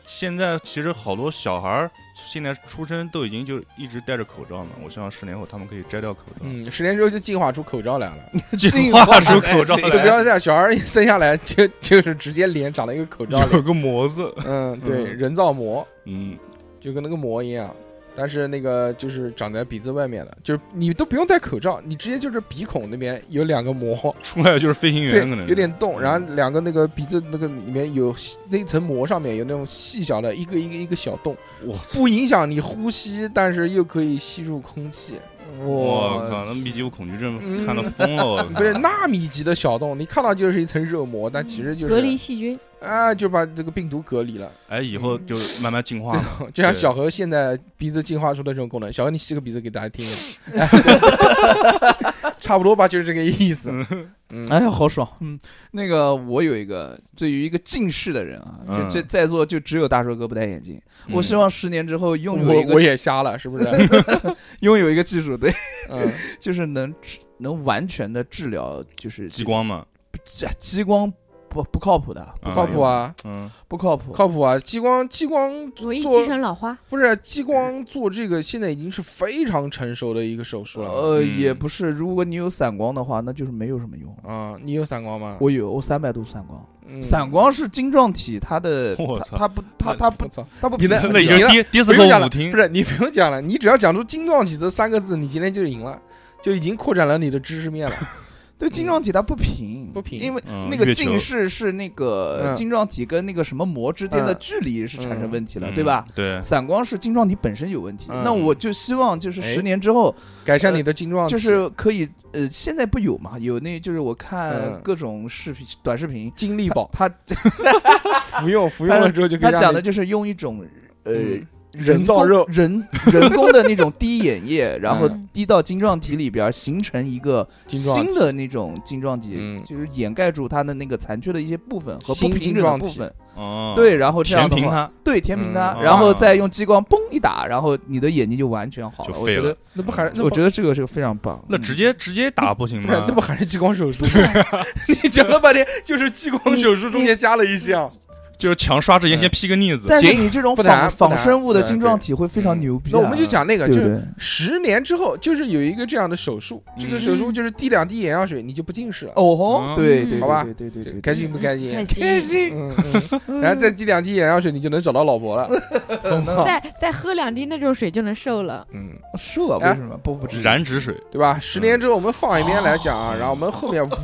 Speaker 4: 现在其实好多小孩儿现在出生都已经就一直戴着口罩嘛，我希望十年后他们可以摘掉口罩， *laughs*
Speaker 1: 嗯，十年之后就进化出口罩来了，
Speaker 4: 进化出口罩
Speaker 1: 就
Speaker 2: 对
Speaker 1: 不
Speaker 4: 来，
Speaker 1: 哎要这样，小孩儿一生下来就就是直接脸长了一个口罩脸，
Speaker 4: 有个模子，
Speaker 1: *laughs* 嗯，对，
Speaker 4: 嗯
Speaker 1: 人造膜
Speaker 4: 嗯，
Speaker 1: 就跟那个膜一样，但是那个就是长在鼻子外面的，就是你都不用戴口罩，你直接就是鼻孔那边有两个膜，
Speaker 4: 出来就是嗯飞行
Speaker 1: 对
Speaker 4: 员可能，
Speaker 1: 有点洞，然后两个那个鼻子那个里面有细那层膜上面有那种细小的一个一个一个小洞，
Speaker 4: 哇
Speaker 1: 不影响你呼吸，但是又可以吸入空气，
Speaker 4: 我操，那密集恐惧症
Speaker 1: 嗯
Speaker 4: 看的疯了，我靠
Speaker 1: 不是纳米级的小洞，你看到就是一层肉膜，但
Speaker 5: 嗯
Speaker 1: 其实就
Speaker 3: 嗯隔离
Speaker 1: 是
Speaker 3: 细菌，
Speaker 1: 啊，就把这个病毒隔离了。
Speaker 4: 哎，以后就慢慢进化
Speaker 1: 对
Speaker 4: 嘛，
Speaker 1: 就像
Speaker 4: 对
Speaker 1: 小何现在鼻子进化出的这种功能，小何你吸个鼻子给大家听听，哎差不多吧，就是这个意思。嗯，
Speaker 2: 哎呀，好爽！嗯，那个我有一个，对于一个近视的人啊，
Speaker 4: 嗯
Speaker 2: 就这在座就只有大硕哥不戴眼镜。我希
Speaker 4: 望
Speaker 2: 望十年之后拥有一
Speaker 1: 我我
Speaker 2: 个
Speaker 1: 也瞎了，是
Speaker 2: *laughs*
Speaker 1: 不是？
Speaker 2: 拥有一个技术，对，
Speaker 1: 嗯，
Speaker 2: 就是能治能完全的治疗，就是
Speaker 4: 激嗯光嘛，
Speaker 2: 这激光不不靠谱的，
Speaker 4: 不
Speaker 1: 靠谱啊，
Speaker 4: 嗯，
Speaker 2: 不靠谱。
Speaker 1: 靠谱啊！激光激光
Speaker 3: 容易
Speaker 1: 做
Speaker 3: 继承老花。
Speaker 1: 不是激光做这个，现在已经是非常成熟的一个手术了
Speaker 2: 呃，
Speaker 4: 嗯
Speaker 2: 也不是，如果你有散光的话，那就是没有什么用。
Speaker 1: 啊。你有散光吗？
Speaker 2: 我有，我三百度散光，
Speaker 1: 嗯
Speaker 2: 散光是晶状体，它的
Speaker 4: *laughs* 我
Speaker 2: 它
Speaker 4: 操
Speaker 2: 它不它
Speaker 4: 那
Speaker 2: 它
Speaker 1: 我
Speaker 2: 不
Speaker 1: 操，
Speaker 2: 它不
Speaker 1: 你的
Speaker 2: 平衡
Speaker 4: 那已经
Speaker 1: 行了
Speaker 4: 第第
Speaker 1: 不
Speaker 4: 四
Speaker 1: 用讲
Speaker 4: 个
Speaker 1: 了，
Speaker 4: 舞厅
Speaker 1: 不，是你不用讲了，你只要讲出“晶状体”这三个字，你今天就赢了，就已经扩展了你的知识面了。
Speaker 2: 对晶状体它不平，
Speaker 1: 不平
Speaker 2: 因为
Speaker 4: 嗯
Speaker 2: 那个
Speaker 4: 月球
Speaker 2: 近视是那个
Speaker 1: 嗯
Speaker 2: 晶状体跟那个什么膜之间的
Speaker 1: 嗯
Speaker 2: 距离是产生问题了，
Speaker 4: 嗯
Speaker 2: 对吧？？*laughs*
Speaker 4: 对，
Speaker 2: 散光是晶状体本身有问题，
Speaker 1: 嗯
Speaker 2: 那我就希望就是
Speaker 1: 哎
Speaker 2: 十年之后，
Speaker 1: 改善你的晶状体，
Speaker 2: 呃就是可以，呃，现在不有嘛？有那就是我看
Speaker 1: 嗯
Speaker 2: 各种视频、短视频，
Speaker 1: 精力宝。
Speaker 2: *laughs* 他
Speaker 1: 服用服用了之后就可
Speaker 2: 他
Speaker 1: 以让
Speaker 2: 讲的
Speaker 1: 你
Speaker 2: 就是用一种呃
Speaker 1: 嗯
Speaker 2: 人
Speaker 1: 人造
Speaker 2: 工
Speaker 1: 肉
Speaker 2: 人人工的那种滴眼
Speaker 1: *laughs*
Speaker 2: 液，然后
Speaker 3: 嗯
Speaker 2: 滴到晶状体里边，形成一个
Speaker 1: 晶状
Speaker 2: 新
Speaker 1: 体
Speaker 2: 的那种晶状体
Speaker 1: 嗯，
Speaker 2: 就是掩盖住它的那个残缺的一些部分和不
Speaker 1: 新
Speaker 2: 平
Speaker 1: 晶
Speaker 2: 整的
Speaker 1: 状
Speaker 2: 部
Speaker 1: 体
Speaker 2: 分。
Speaker 4: 哦，
Speaker 2: 对，，然后这样
Speaker 4: 全
Speaker 2: 的
Speaker 4: 凭
Speaker 2: 话，
Speaker 4: 它，
Speaker 2: 对，填平它，
Speaker 4: 嗯
Speaker 2: 然
Speaker 1: 哦
Speaker 2: 后
Speaker 4: 啊
Speaker 2: 再用激光嘣一打，然后你的眼睛就完全好
Speaker 4: 就
Speaker 2: 我
Speaker 4: 废
Speaker 2: 觉得
Speaker 4: 了，
Speaker 1: 那不还是那
Speaker 2: 我
Speaker 1: 不
Speaker 2: 觉得这个是个非常棒。嗯
Speaker 4: 那直接直接打不行
Speaker 1: 不是
Speaker 4: 吗
Speaker 1: 那？不还是激光手术？ *laughs* 你讲了半天就是激光手术中间加了一项，
Speaker 4: 就是强刷之前先劈个腻子，
Speaker 2: 但是
Speaker 1: 行
Speaker 2: 你这种
Speaker 1: 不谈
Speaker 2: 仿
Speaker 1: 不
Speaker 2: 仿
Speaker 1: 谈
Speaker 2: 生物的
Speaker 1: 对
Speaker 2: 晶
Speaker 1: 对
Speaker 2: 状体会非常
Speaker 1: 嗯
Speaker 2: 牛逼啊。
Speaker 1: 那我们就讲那个，
Speaker 2: 对
Speaker 1: 就
Speaker 2: 不
Speaker 1: 是
Speaker 2: 对？
Speaker 1: 十年之后，就是有一个这样的手术，这个手术就是滴两滴眼药水，你就不近视了，
Speaker 2: 哦吼，
Speaker 4: 嗯
Speaker 2: 对对，
Speaker 1: 好吧
Speaker 2: 对对对对对，
Speaker 1: 开心不开心？ *laughs*
Speaker 2: 开
Speaker 3: 开心。
Speaker 2: 心。
Speaker 1: 嗯，嗯然后再滴两滴眼药水，你就能找到老婆 *laughs* 了。
Speaker 5: 再再喝两滴那种水就能瘦了。
Speaker 1: 嗯，
Speaker 2: 射啊
Speaker 1: 哎
Speaker 2: 为什么不不止？
Speaker 4: 燃脂水，
Speaker 1: 对吧？十年之后我们放一边来讲啊，然后我们 *laughs* 后面嗡，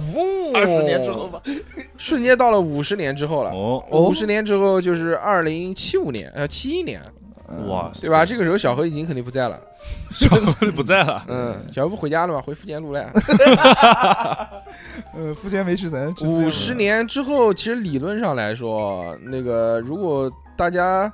Speaker 2: 二十年之后吧。
Speaker 1: 瞬间到了五十年之后了。
Speaker 4: 哦，
Speaker 2: 哦
Speaker 1: 五十年之后就是二零七五年，呃，七一年，
Speaker 2: 嗯
Speaker 4: 哇，
Speaker 1: 对吧？这个时候小何已经肯定不在了，
Speaker 4: 小何不在了，
Speaker 1: 嗯，小何不回家了吗？回福建路
Speaker 2: *laughs*
Speaker 1: 了。
Speaker 2: *laughs* 呃，福建没去咱嗯
Speaker 1: 五十年之后，其实理论上来说，那个如果大家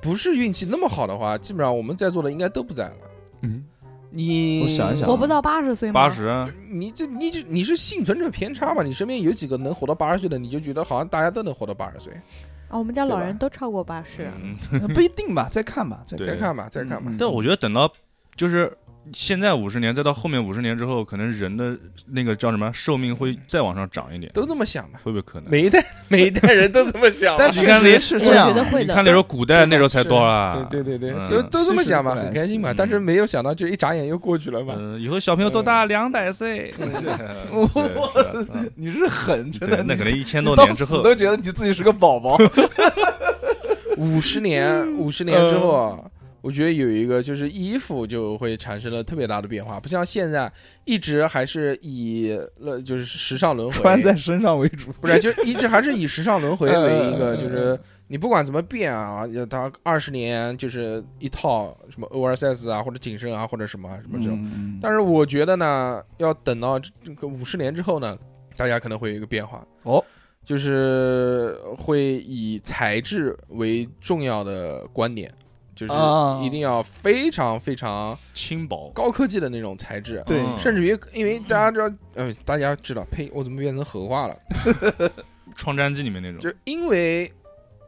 Speaker 1: 不是运气那么好的话，基本上我们在座的应该都不在了。
Speaker 4: 嗯，
Speaker 1: 你
Speaker 2: 我想一想
Speaker 5: 活不到八十岁吗？
Speaker 4: 八十，啊
Speaker 1: 你这你这你是幸存者偏差吧？你身边有几个能活到八十岁的，你就觉得好像大家都能活到八十岁。
Speaker 5: 啊，我们家
Speaker 1: 对
Speaker 5: 老
Speaker 1: 吧
Speaker 5: 人都超过八十。
Speaker 4: 嗯，
Speaker 2: 不一定吧，再看吧，再
Speaker 4: 对
Speaker 1: 再看吧，再看吧。
Speaker 2: 嗯
Speaker 4: 但我觉得等到就是。现在五十年，再到后面五十年之后，可能人的那个叫什么寿命会再往上涨一点，
Speaker 1: 都这么想吧，
Speaker 4: 会不会可能？
Speaker 1: 每一代 *laughs* 每一代人都这么想吧。
Speaker 2: 但
Speaker 4: 你
Speaker 2: 确
Speaker 4: 看
Speaker 2: 实
Speaker 4: 连
Speaker 2: 是
Speaker 3: 我
Speaker 2: 这样
Speaker 3: 觉，得
Speaker 1: 啊
Speaker 3: 会
Speaker 4: 你
Speaker 3: 的
Speaker 4: 看，那时候古代那时候才多少
Speaker 1: 对
Speaker 4: 啊？
Speaker 1: 对对对，
Speaker 4: 嗯
Speaker 1: 都都这么想嘛，
Speaker 2: 是
Speaker 1: 很开心
Speaker 2: 嗯
Speaker 1: 嘛。
Speaker 4: 是
Speaker 1: 但是没有想到，就一眨眼又过去了嘛。
Speaker 4: 嗯，以后小朋友多大？两百岁。
Speaker 2: 我
Speaker 4: 对是吧
Speaker 2: 你是狠，真
Speaker 4: 对
Speaker 2: 的，
Speaker 4: 那
Speaker 2: 你
Speaker 4: 可能一千多
Speaker 2: 到
Speaker 4: 年之
Speaker 2: 死
Speaker 4: 后，
Speaker 2: 都觉得你自己是个宝宝。
Speaker 1: 五十年，
Speaker 2: 嗯
Speaker 1: 五十年之后啊，我觉得有一个就是衣服就会产生了特别大的变化，不像现在一直还是以呃就是时尚轮回，
Speaker 2: 穿在身上为主， *laughs*
Speaker 1: 不是就一直还是以时尚轮回为一个，
Speaker 2: 嗯
Speaker 1: 就是你不管怎么变啊，就它二十年就是一套什么 oversize 啊，或者紧身啊，或者什么啊什么这种。
Speaker 2: 嗯
Speaker 1: 但是我觉得呢，要等到这这个五十年之后呢，大家可能会有一个变化
Speaker 2: 哦，
Speaker 1: 就是会以材质为重要的观点，就是
Speaker 2: 啊
Speaker 1: 一定要非常非常
Speaker 4: 轻薄，
Speaker 1: 高科技的那种材质。
Speaker 2: 对
Speaker 4: 嗯
Speaker 1: 甚至于，因为大家知道，嗯、大家知道，呸，我怎么变成核化了？
Speaker 4: 创战记里面那种
Speaker 1: 就因为，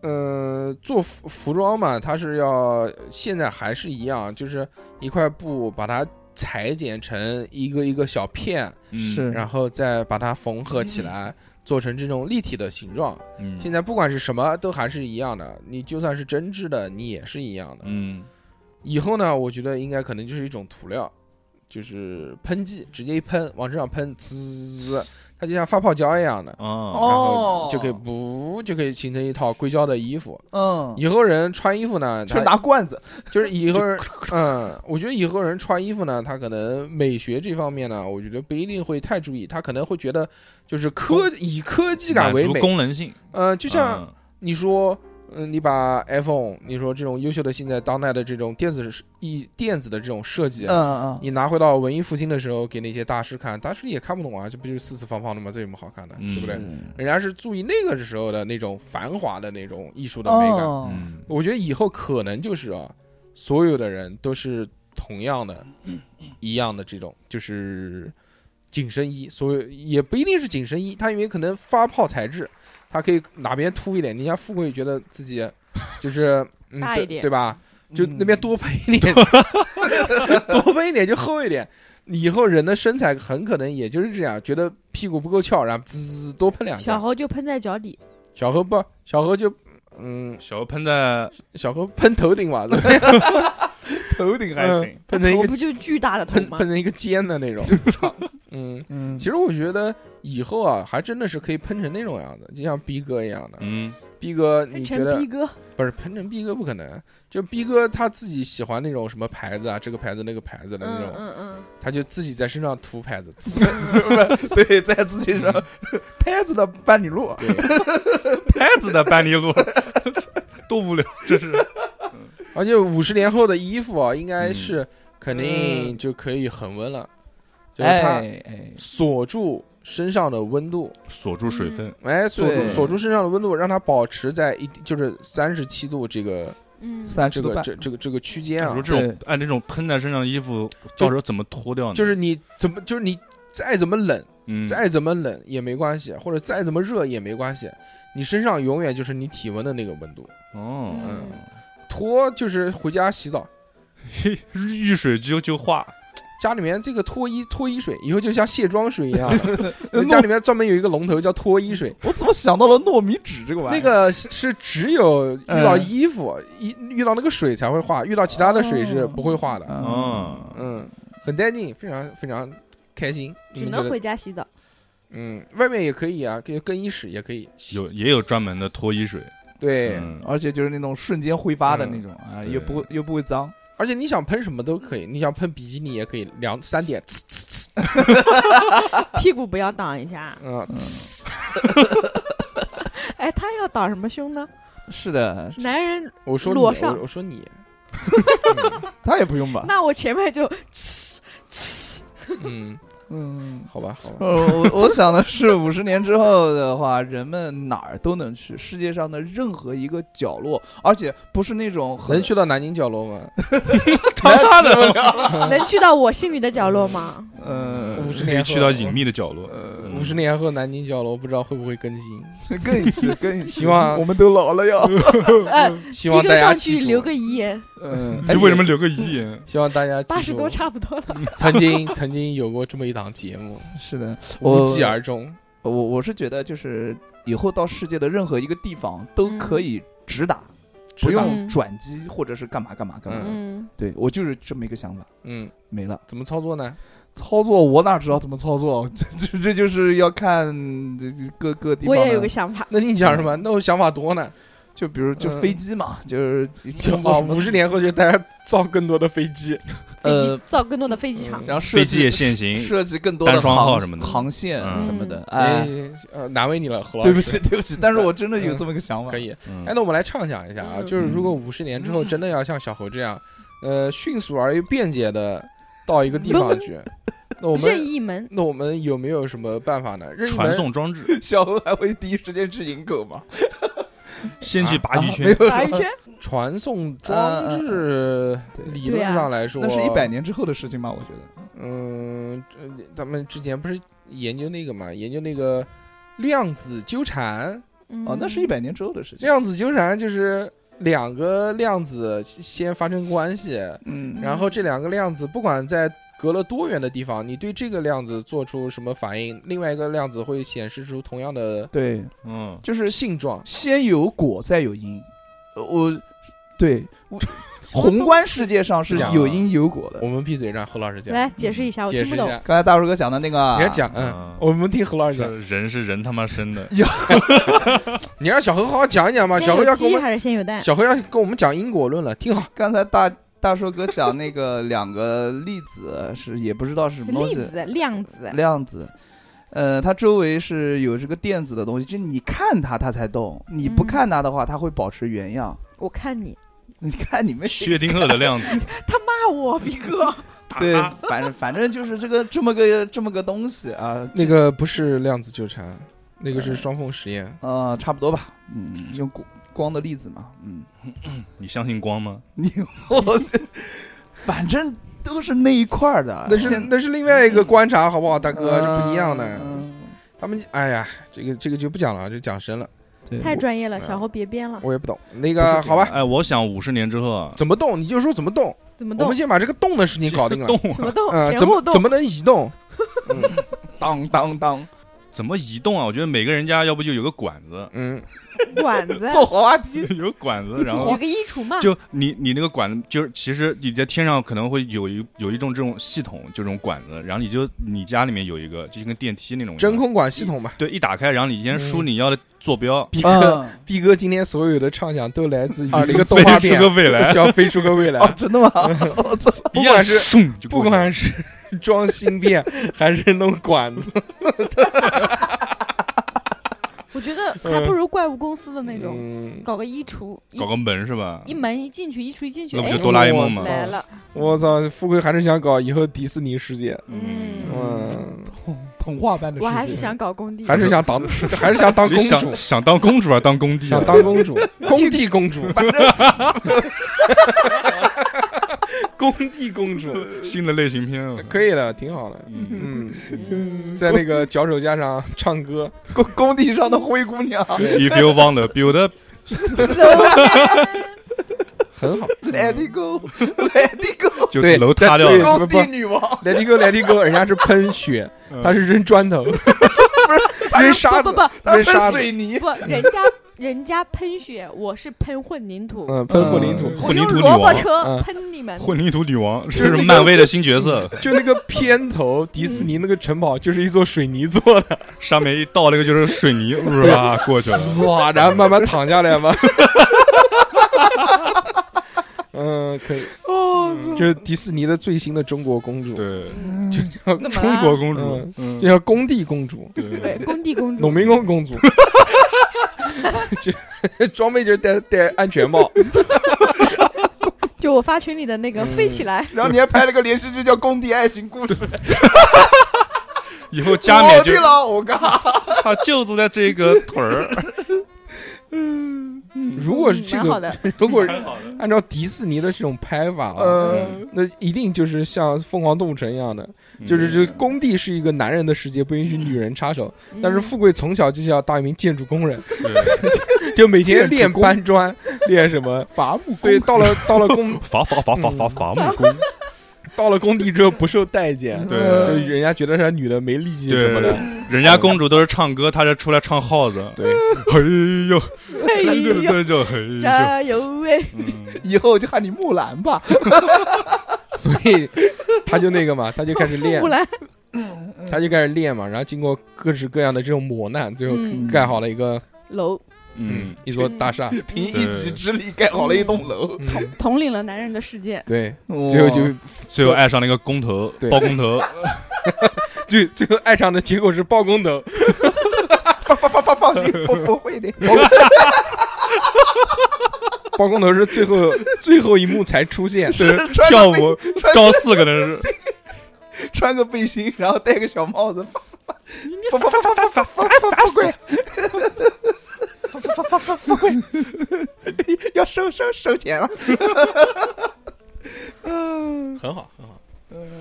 Speaker 1: 呃，做服服装嘛，它是要现在还是一样，就是一块布把它裁剪成一个一个小片，
Speaker 4: 嗯
Speaker 2: 是
Speaker 1: 然后再把它缝合起来，做成这种立体的形状。
Speaker 4: 嗯
Speaker 1: 现在不管是什么都还是一样的，你就算是针织的，你也是一样的。
Speaker 4: 嗯
Speaker 1: 以后呢，我觉得应该可能就是一种涂料，就是喷剂，直接一喷往身上喷，滋，它就像发泡胶一样的，
Speaker 4: 哦
Speaker 1: 然后
Speaker 2: 哦，
Speaker 1: 就可以不就可以形成一套硅胶的衣
Speaker 4: 哦
Speaker 1: 服。
Speaker 2: 嗯，
Speaker 1: 以后人穿衣服呢，
Speaker 2: 去
Speaker 1: 他
Speaker 2: 拿罐子，
Speaker 1: 就是以后人， *laughs* 嗯，我觉得以后人穿衣服呢，他可能美学这方面呢，我觉得不一定会太注意，他可能会觉得就是科以科技感
Speaker 4: 满
Speaker 1: 为
Speaker 4: 足
Speaker 1: 美，
Speaker 4: 功能性，
Speaker 1: 呃，就像
Speaker 4: 嗯
Speaker 1: 你说，嗯，你把 iPhone，你说这种优秀的现在当代的这种电子一电子的这种设计，啊
Speaker 2: 嗯嗯，
Speaker 1: 你拿回到文艺复兴的时候给那些大师看，大师也看不懂啊，这不就是四四方方的吗？这有什么好看的，
Speaker 4: 嗯
Speaker 1: 对不对？
Speaker 2: 嗯
Speaker 1: 人家是注意那个时候的那种繁华的那种艺术的美感。
Speaker 2: 哦，
Speaker 4: 嗯
Speaker 1: 我觉得以后可能就是啊，所有的人都是同样的、一样的这种，就是紧身衣，所有也不一定是紧身衣，它因为可能发泡材质，它可以哪边凸一点。你像富贵觉得自己就是嗯
Speaker 3: 大
Speaker 1: 对
Speaker 3: 一点
Speaker 1: 对吧？就
Speaker 2: 嗯
Speaker 1: 那边多喷一点， *laughs* 多喷一点就厚一点。以后人的身材很可能也就是这样，觉得屁股不够翘，然后滋多喷两下。
Speaker 3: 小猴就喷在脚底，
Speaker 1: 小何不，小何就嗯，
Speaker 4: 小喷在
Speaker 1: 小何喷头顶吧，
Speaker 2: 头顶
Speaker 1: 嗯，喷成一
Speaker 3: 我
Speaker 1: 个
Speaker 3: 不就巨大的头
Speaker 1: 喷
Speaker 3: 吗
Speaker 1: 喷？成一个尖的
Speaker 3: *laughs*
Speaker 1: 那种。嗯，*laughs*
Speaker 2: 嗯
Speaker 1: 其，实我觉得以后啊，还真的是可以喷成那种样子，就像逼哥一样的。
Speaker 4: 嗯
Speaker 1: 逼哥，
Speaker 3: 喷
Speaker 1: 你觉
Speaker 3: 成
Speaker 1: 得
Speaker 3: 逼哥，
Speaker 1: 不是喷成逼哥不可能？就逼哥他自己喜欢那种什么牌子啊，这个牌子那个牌子的那
Speaker 3: 嗯
Speaker 1: 种，
Speaker 3: 嗯嗯，
Speaker 1: 他就自己在身上涂牌子。
Speaker 2: 对，在自己上拍子的伴侣路，
Speaker 1: 对，
Speaker 4: 拍子的班尼路，多无聊，真是
Speaker 1: 而且五十年后的衣服啊，应该是肯定
Speaker 3: 嗯
Speaker 1: 就可以恒温了，就是它
Speaker 2: 哎哎，
Speaker 1: 锁住身上的温度。
Speaker 4: 锁住水分，
Speaker 1: 哎，锁住
Speaker 2: 对
Speaker 1: 锁住身上的温度，让它保持在一定就是三十七度这个
Speaker 3: 嗯，
Speaker 2: 三
Speaker 1: 这
Speaker 2: 十度
Speaker 1: 个
Speaker 2: 半，
Speaker 1: 这这个这个区间
Speaker 4: 你
Speaker 1: 啊
Speaker 4: 说，这种
Speaker 2: 对
Speaker 4: 按这种喷在身上的衣服，
Speaker 1: 就
Speaker 4: 到时候怎么脱掉呢？
Speaker 1: 就是你怎么就是你再怎么冷，
Speaker 4: 嗯，
Speaker 1: 再怎么冷也没关系，或者再怎么热也没关系，你身上永远就是你体温的那个温度。
Speaker 4: 哦，
Speaker 1: 嗯，脱就是回家洗澡，
Speaker 4: 遇水就就化，
Speaker 1: 家里面这个脱衣脱衣水，以后就像卸妆水一
Speaker 2: *laughs*
Speaker 1: 样的，呃家里面专门有一个龙头叫脱衣水，
Speaker 2: 我怎么想到了糯米纸这个玩意
Speaker 1: 那
Speaker 2: 儿？
Speaker 1: 个是只有遇到
Speaker 2: 嗯
Speaker 1: 衣服一遇到那个水才会化，遇到其他的水是不会化的。
Speaker 4: 哦，
Speaker 1: 嗯，很带劲，非常非常开心。你
Speaker 3: 只
Speaker 1: 们
Speaker 3: 能
Speaker 1: 觉得
Speaker 3: 回家洗澡。
Speaker 1: 嗯，外面也可以啊，可以更衣室也可以。
Speaker 4: 有也有专门的脱衣水，
Speaker 1: 对，哦
Speaker 4: 嗯 *laughs*
Speaker 2: 而且就是那种瞬间挥发的
Speaker 1: 嗯
Speaker 2: 那种啊，
Speaker 4: 对
Speaker 2: 又不又不会脏，
Speaker 1: 而且你想喷什么都可以，你想喷比基尼也可以，两三点，呲呲呲，
Speaker 3: 屁股不要挡一下。
Speaker 1: 嗯，呲
Speaker 3: 哎，他要挡什么胸呢？
Speaker 2: 是的，
Speaker 3: 男人，
Speaker 1: 我说你，
Speaker 3: 裸上
Speaker 1: 我我说你，
Speaker 2: 他也不用吧？
Speaker 3: 那我前
Speaker 1: *laughs*
Speaker 3: 面就呲呲，
Speaker 1: 嗯，
Speaker 2: 嗯，
Speaker 1: 好吧，好吧，
Speaker 2: *laughs* 呃，我我想的是，五十年之后的话，人们哪儿都能去，世界上的任何一个角落，而且不是那种很
Speaker 1: 能去到南京角落吗？
Speaker 2: 他妈的，
Speaker 3: 能去到我心里的角落吗？
Speaker 2: 呃，
Speaker 1: 50
Speaker 4: 嗯可以去到隐秘的角落，
Speaker 2: 呃，
Speaker 1: 五十年后南京角落不知道会不会更新，
Speaker 2: *laughs* 更一
Speaker 4: *laughs*
Speaker 2: 起，更一起，
Speaker 1: 希望
Speaker 2: 我们都老了要。
Speaker 3: 呃，
Speaker 1: 嗯希
Speaker 3: 低
Speaker 1: 望
Speaker 3: 头
Speaker 1: 大家
Speaker 3: 上
Speaker 1: 记
Speaker 3: 去
Speaker 1: 住
Speaker 3: 留个遗言，
Speaker 2: 嗯，
Speaker 1: 哎
Speaker 4: 你为什么留个遗言？
Speaker 1: 希望大家
Speaker 3: 八
Speaker 1: 记
Speaker 3: 十
Speaker 1: 住
Speaker 3: 多，差不多了。
Speaker 1: 曾经曾经有过这么一档节目，
Speaker 2: 哎是的，我
Speaker 1: 无疾而终。
Speaker 2: 我我是觉得，就是以后到世界的任何一个地方都可以直达，嗯不
Speaker 1: 直达
Speaker 4: 嗯
Speaker 2: 用转机或者是干嘛干嘛干嘛。
Speaker 1: 嗯
Speaker 2: 对我就是这么一个想法，
Speaker 1: 嗯，
Speaker 2: 没了。
Speaker 1: 怎么操作呢？
Speaker 2: 操作我哪知道怎么操作？ *laughs* 这这这就是要看这这各各地
Speaker 3: 我
Speaker 2: 方的。
Speaker 3: 也有个想法，
Speaker 1: 那你讲什么？那我想法多呢。
Speaker 2: 就比如就
Speaker 1: 嗯
Speaker 2: 飞机嘛，就是
Speaker 1: *laughs* 就
Speaker 2: 通过 *laughs*
Speaker 1: 啊，
Speaker 2: 什么
Speaker 1: 五十年后就大家造更多的飞机，
Speaker 3: 飞
Speaker 2: 呃
Speaker 3: 机，造更多的
Speaker 1: 嗯
Speaker 3: 飞机场。
Speaker 2: 然后设
Speaker 4: 飞
Speaker 2: 计
Speaker 4: 机也限行，
Speaker 2: 设计更多的
Speaker 4: 单双号
Speaker 2: 航
Speaker 4: 什么的
Speaker 2: 航线
Speaker 4: 嗯
Speaker 2: 什么的。
Speaker 1: 哎
Speaker 2: 哎，，
Speaker 1: 呃，难为你了，何老
Speaker 2: 对
Speaker 1: 师。
Speaker 2: 不起，对不起，但是我真的有这么个想法
Speaker 1: 可。以。
Speaker 4: 嗯
Speaker 1: 哎，那我们来畅想一下啊，
Speaker 3: 嗯
Speaker 1: 就是如果五十年之后真的要像小猴这样，呃，迅速而又便捷的到一个地方去，那我
Speaker 3: 任
Speaker 1: 们 *laughs*
Speaker 3: 意门，
Speaker 1: 那我们有没有什么办法呢？任意
Speaker 4: 传
Speaker 1: 门
Speaker 4: 送装置，
Speaker 2: 小何还会第一时间去引狗吗？
Speaker 4: 先去
Speaker 2: 啊
Speaker 4: 鲅鱼
Speaker 2: 没
Speaker 4: 圈，
Speaker 2: 有
Speaker 3: 打一
Speaker 2: 说
Speaker 3: 圈，
Speaker 1: *laughs* 传送装置
Speaker 2: 对
Speaker 1: 理论上来说，
Speaker 2: 那是一百。年之后的事情吧？我觉得。
Speaker 1: 嗯，这咱们之前不是研究那个嘛，研究那个量子纠缠。
Speaker 3: 嗯
Speaker 2: 哦，那是一百年之后的事情。
Speaker 1: 量子纠缠就是两个量子先发生关系，
Speaker 2: 嗯
Speaker 1: 然后这两个量子不管在隔了多远的地方，你对这个量子做出什么反应，另外一个量子会显示出同样的
Speaker 2: 对，
Speaker 4: 嗯，
Speaker 2: 就是
Speaker 1: 性状。
Speaker 2: 先有果，再有因。呃我对我宏观世界上是有因有果
Speaker 1: 我
Speaker 2: 的。
Speaker 1: 们闭嘴，让何老师讲，
Speaker 3: 来解释一下，我
Speaker 1: 解
Speaker 3: 听
Speaker 1: 释
Speaker 3: 不
Speaker 1: 一
Speaker 3: 懂。
Speaker 1: 下。
Speaker 2: 刚才大叔哥讲的那个啊，
Speaker 1: 你要讲，嗯
Speaker 4: 嗯，
Speaker 1: 我们听何老师讲。
Speaker 4: 人是人他妈生的，
Speaker 1: 你让小何好好讲一讲嘛，
Speaker 5: 先
Speaker 1: 小何要
Speaker 5: 有
Speaker 1: 跟我
Speaker 5: 鸡
Speaker 1: 们，
Speaker 5: 还是先有蛋？
Speaker 1: 小何要跟我们讲因果论了，听好。
Speaker 2: 刚才大大叔哥讲那个两个粒子是也不知道是什么东
Speaker 3: 粒
Speaker 2: 西，
Speaker 3: 子、量子，
Speaker 2: 量子，呃，它周围是有这个电子的东西，就你看它它才动，你不
Speaker 3: 嗯
Speaker 2: 看它的话，它会保持原样。
Speaker 3: 我
Speaker 1: *laughs*
Speaker 3: 看你
Speaker 2: *laughs* 你看你们
Speaker 4: 薛定谔的量子，
Speaker 1: 啊
Speaker 3: 骂我，逼哥，
Speaker 4: 打
Speaker 2: 对
Speaker 4: 他，
Speaker 2: 反正反正就是这个这么个这么个东西啊，
Speaker 1: 那个不是量子纠缠，那个是双缝实验。
Speaker 2: 呃，差不多吧，嗯，用光光的粒子嘛，嗯， *laughs*
Speaker 4: 你相信光吗？
Speaker 1: *laughs*
Speaker 2: 你我反正都是那一块儿的，
Speaker 1: 那是那是另外一个观察，好不好，大哥？这不一样
Speaker 2: 的。
Speaker 1: 的。
Speaker 2: 嗯
Speaker 1: 他们哎呀，这个这个就不讲了，就讲深了，
Speaker 2: 对
Speaker 3: 太专业了，
Speaker 1: 嗯
Speaker 3: 小侯别编了，
Speaker 1: 我也不懂。那个好吧，
Speaker 4: 哎，我想五十年之后啊，
Speaker 1: 怎么动你就说怎么动，
Speaker 3: 怎么
Speaker 1: 我
Speaker 3: 动
Speaker 1: 们？先把这个动的事情搞定了。 *laughs*
Speaker 4: 动
Speaker 3: 什
Speaker 4: 啊
Speaker 3: 么动？
Speaker 1: 呃，
Speaker 3: 前
Speaker 1: 怎
Speaker 3: 后
Speaker 1: 么
Speaker 3: 动
Speaker 1: 怎？么能移动？
Speaker 2: 当当当，
Speaker 4: 怎么移动啊？我觉得每个人家要不就有个管子， *laughs*
Speaker 1: 嗯，
Speaker 3: 管
Speaker 1: *laughs*
Speaker 3: 子，
Speaker 2: 坐滑滑梯，
Speaker 4: 有管子，然
Speaker 3: 有
Speaker 4: 后
Speaker 3: 个衣橱 *laughs* 嘛，
Speaker 4: 就你你那个管子，就是其实你在天上可能会有一有一种这种系统，就这种管子，然后你就你家里面有一个，就跟电梯那种一样
Speaker 1: 真。空管系统 *laughs* 吧。
Speaker 4: 对，一打开，然后你先输
Speaker 1: 嗯
Speaker 4: 你要的坐标，
Speaker 1: 毕哥，
Speaker 2: 嗯，
Speaker 1: 毕哥今天所有的畅想都来自于
Speaker 2: 啊
Speaker 1: 一个动画
Speaker 4: 飞
Speaker 1: 片
Speaker 4: 出，个未来，
Speaker 1: *laughs* 叫《飞出个未来
Speaker 2: 哦，》。真
Speaker 1: *laughs*
Speaker 2: 的吗？我操！
Speaker 1: 不管是
Speaker 4: 是
Speaker 1: *laughs* 不管是 *laughs* 装芯片 *laughs* 还是弄管子，
Speaker 3: 我觉得还不如怪物公司的那种，
Speaker 1: *laughs* 嗯
Speaker 3: 搞个衣橱，一
Speaker 4: 搞个门是吧
Speaker 3: 一？门一进去，衣橱一进去，
Speaker 4: 那不
Speaker 3: 哎
Speaker 4: 就，哆啦 A 梦
Speaker 1: 我
Speaker 4: 吗？
Speaker 1: 操
Speaker 3: 来了，
Speaker 1: 我操，富贵还是想搞以后迪士尼世界，
Speaker 3: 嗯
Speaker 1: 嗯，
Speaker 2: 童话般的
Speaker 3: 我还是想搞工地，
Speaker 1: 还是想当， *laughs* 还是想当
Speaker 4: 你
Speaker 1: 公
Speaker 4: 想
Speaker 1: 主，
Speaker 4: 想当公主啊，当工地啊
Speaker 1: 想当公主，工地公主，反正工地公主
Speaker 4: 新的类型片啊，
Speaker 1: *laughs* 可以的，挺好的。
Speaker 4: 嗯
Speaker 1: 嗯，在那个脚手架上唱歌，
Speaker 2: 工工地上的灰
Speaker 1: *laughs*
Speaker 2: 姑娘
Speaker 4: If you want to build up，
Speaker 1: 很好。
Speaker 2: ，Let it *laughs* go，Let it go，
Speaker 4: 就
Speaker 1: 对
Speaker 4: 楼塌掉
Speaker 1: 啊 *laughs* 对
Speaker 4: 了，
Speaker 1: 不不
Speaker 2: 工地女王，
Speaker 1: Let it go, let it go，人家是喷雪，他是扔砖 *laughs* 头，扔沙
Speaker 3: 不
Speaker 1: 子
Speaker 3: 不，不
Speaker 2: 她
Speaker 1: 扔沙子，
Speaker 2: 是水泥，
Speaker 3: 不，人家人家喷雪，我是喷混凝土，
Speaker 1: 嗯，喷混凝土。
Speaker 3: 我
Speaker 4: 混凝
Speaker 3: 用
Speaker 4: 土女
Speaker 3: 萝卜
Speaker 1: 嗯
Speaker 4: 王，
Speaker 3: 车喷你们，
Speaker 4: 混凝土女王，
Speaker 1: 是
Speaker 4: 这是漫威的新角色，
Speaker 1: 就那个片头，迪士尼那个城堡就是一座水泥做的，
Speaker 4: 上面一倒那个就是水泥，哇过去了，
Speaker 1: 哇，然后慢慢躺下来嘛。 *laughs* 嗯，可以，嗯就是迪士尼的最新的中国公主，
Speaker 4: 对，
Speaker 1: 就叫
Speaker 3: 怎么
Speaker 1: 中
Speaker 4: 中
Speaker 3: 了
Speaker 4: 国公主
Speaker 1: 嗯，就叫工地公主、
Speaker 4: 对，
Speaker 3: 对，工
Speaker 1: *laughs*
Speaker 3: 地公主
Speaker 1: 农，民工公主，这装备就是戴戴安全帽，
Speaker 3: 就我发群里的那个
Speaker 1: 嗯
Speaker 3: 飞起来，
Speaker 2: 然后你还拍了个连续剧叫《工地爱情故事》，
Speaker 4: 以后加冕
Speaker 2: 我
Speaker 4: 就
Speaker 2: 的老嘎，
Speaker 4: 他就住在这个腿儿，
Speaker 1: 如果是这
Speaker 3: 嗯蛮好
Speaker 1: 个，
Speaker 3: 的，
Speaker 1: 如果
Speaker 4: 蛮好的
Speaker 1: 按照迪士尼的这种拍法啊，
Speaker 2: 嗯，
Speaker 1: 那一定就是像《疯狂动物城》一样的，
Speaker 4: 嗯
Speaker 1: 就是这工地是一个男人的世界，不允许女人插手。但是
Speaker 3: 嗯
Speaker 1: 富贵从小就要当一名建筑工人，*laughs*
Speaker 4: 对
Speaker 1: 就每天
Speaker 2: 建筑
Speaker 1: 练
Speaker 2: 工
Speaker 1: 搬砖，练什么伐木。对，到了到了工
Speaker 4: 伐伐伐伐伐伐木工，
Speaker 1: 到了工地之后不受待见，
Speaker 2: 嗯
Speaker 4: 对
Speaker 1: 就人家觉得是女的没力气什么的。
Speaker 4: 人家公主都是唱歌，他是出来唱号子，
Speaker 1: 对，
Speaker 4: 嘿呦，
Speaker 3: 哎
Speaker 4: 对
Speaker 3: 呦，
Speaker 4: 对对，嘿呦，
Speaker 3: 加油哎！
Speaker 4: 嗯
Speaker 2: 以后就喊你木兰吧。
Speaker 1: 所以他就那个嘛，他就开始练
Speaker 3: *laughs* 木，兰，
Speaker 1: 他就开始练嘛，然后经过各式各样的这种磨难，最后
Speaker 3: 嗯
Speaker 1: 盖好了一个
Speaker 3: 楼
Speaker 1: 嗯
Speaker 4: 嗯，
Speaker 1: 一座大厦。
Speaker 2: 凭一己之力盖好了一栋楼，
Speaker 1: 嗯，
Speaker 3: 统领了男人的世界，
Speaker 1: 对，最
Speaker 2: 最
Speaker 1: 后就
Speaker 4: 最后爱上了一个工头
Speaker 1: 对，
Speaker 4: 包工头，
Speaker 1: 最最后爱上的结果是包工头。
Speaker 2: 放放放放放心，不不会的。
Speaker 1: 包工头是最后最后一幕才出现，
Speaker 4: 对
Speaker 2: 穿
Speaker 4: 跳
Speaker 2: 个背
Speaker 4: 舞
Speaker 2: 穿
Speaker 4: 招四个人是，
Speaker 2: 穿个背心，然后戴个小帽子，发发发发发发发发富贵，发发发发富贵，要收收收钱了。嗯
Speaker 1: 很好很好。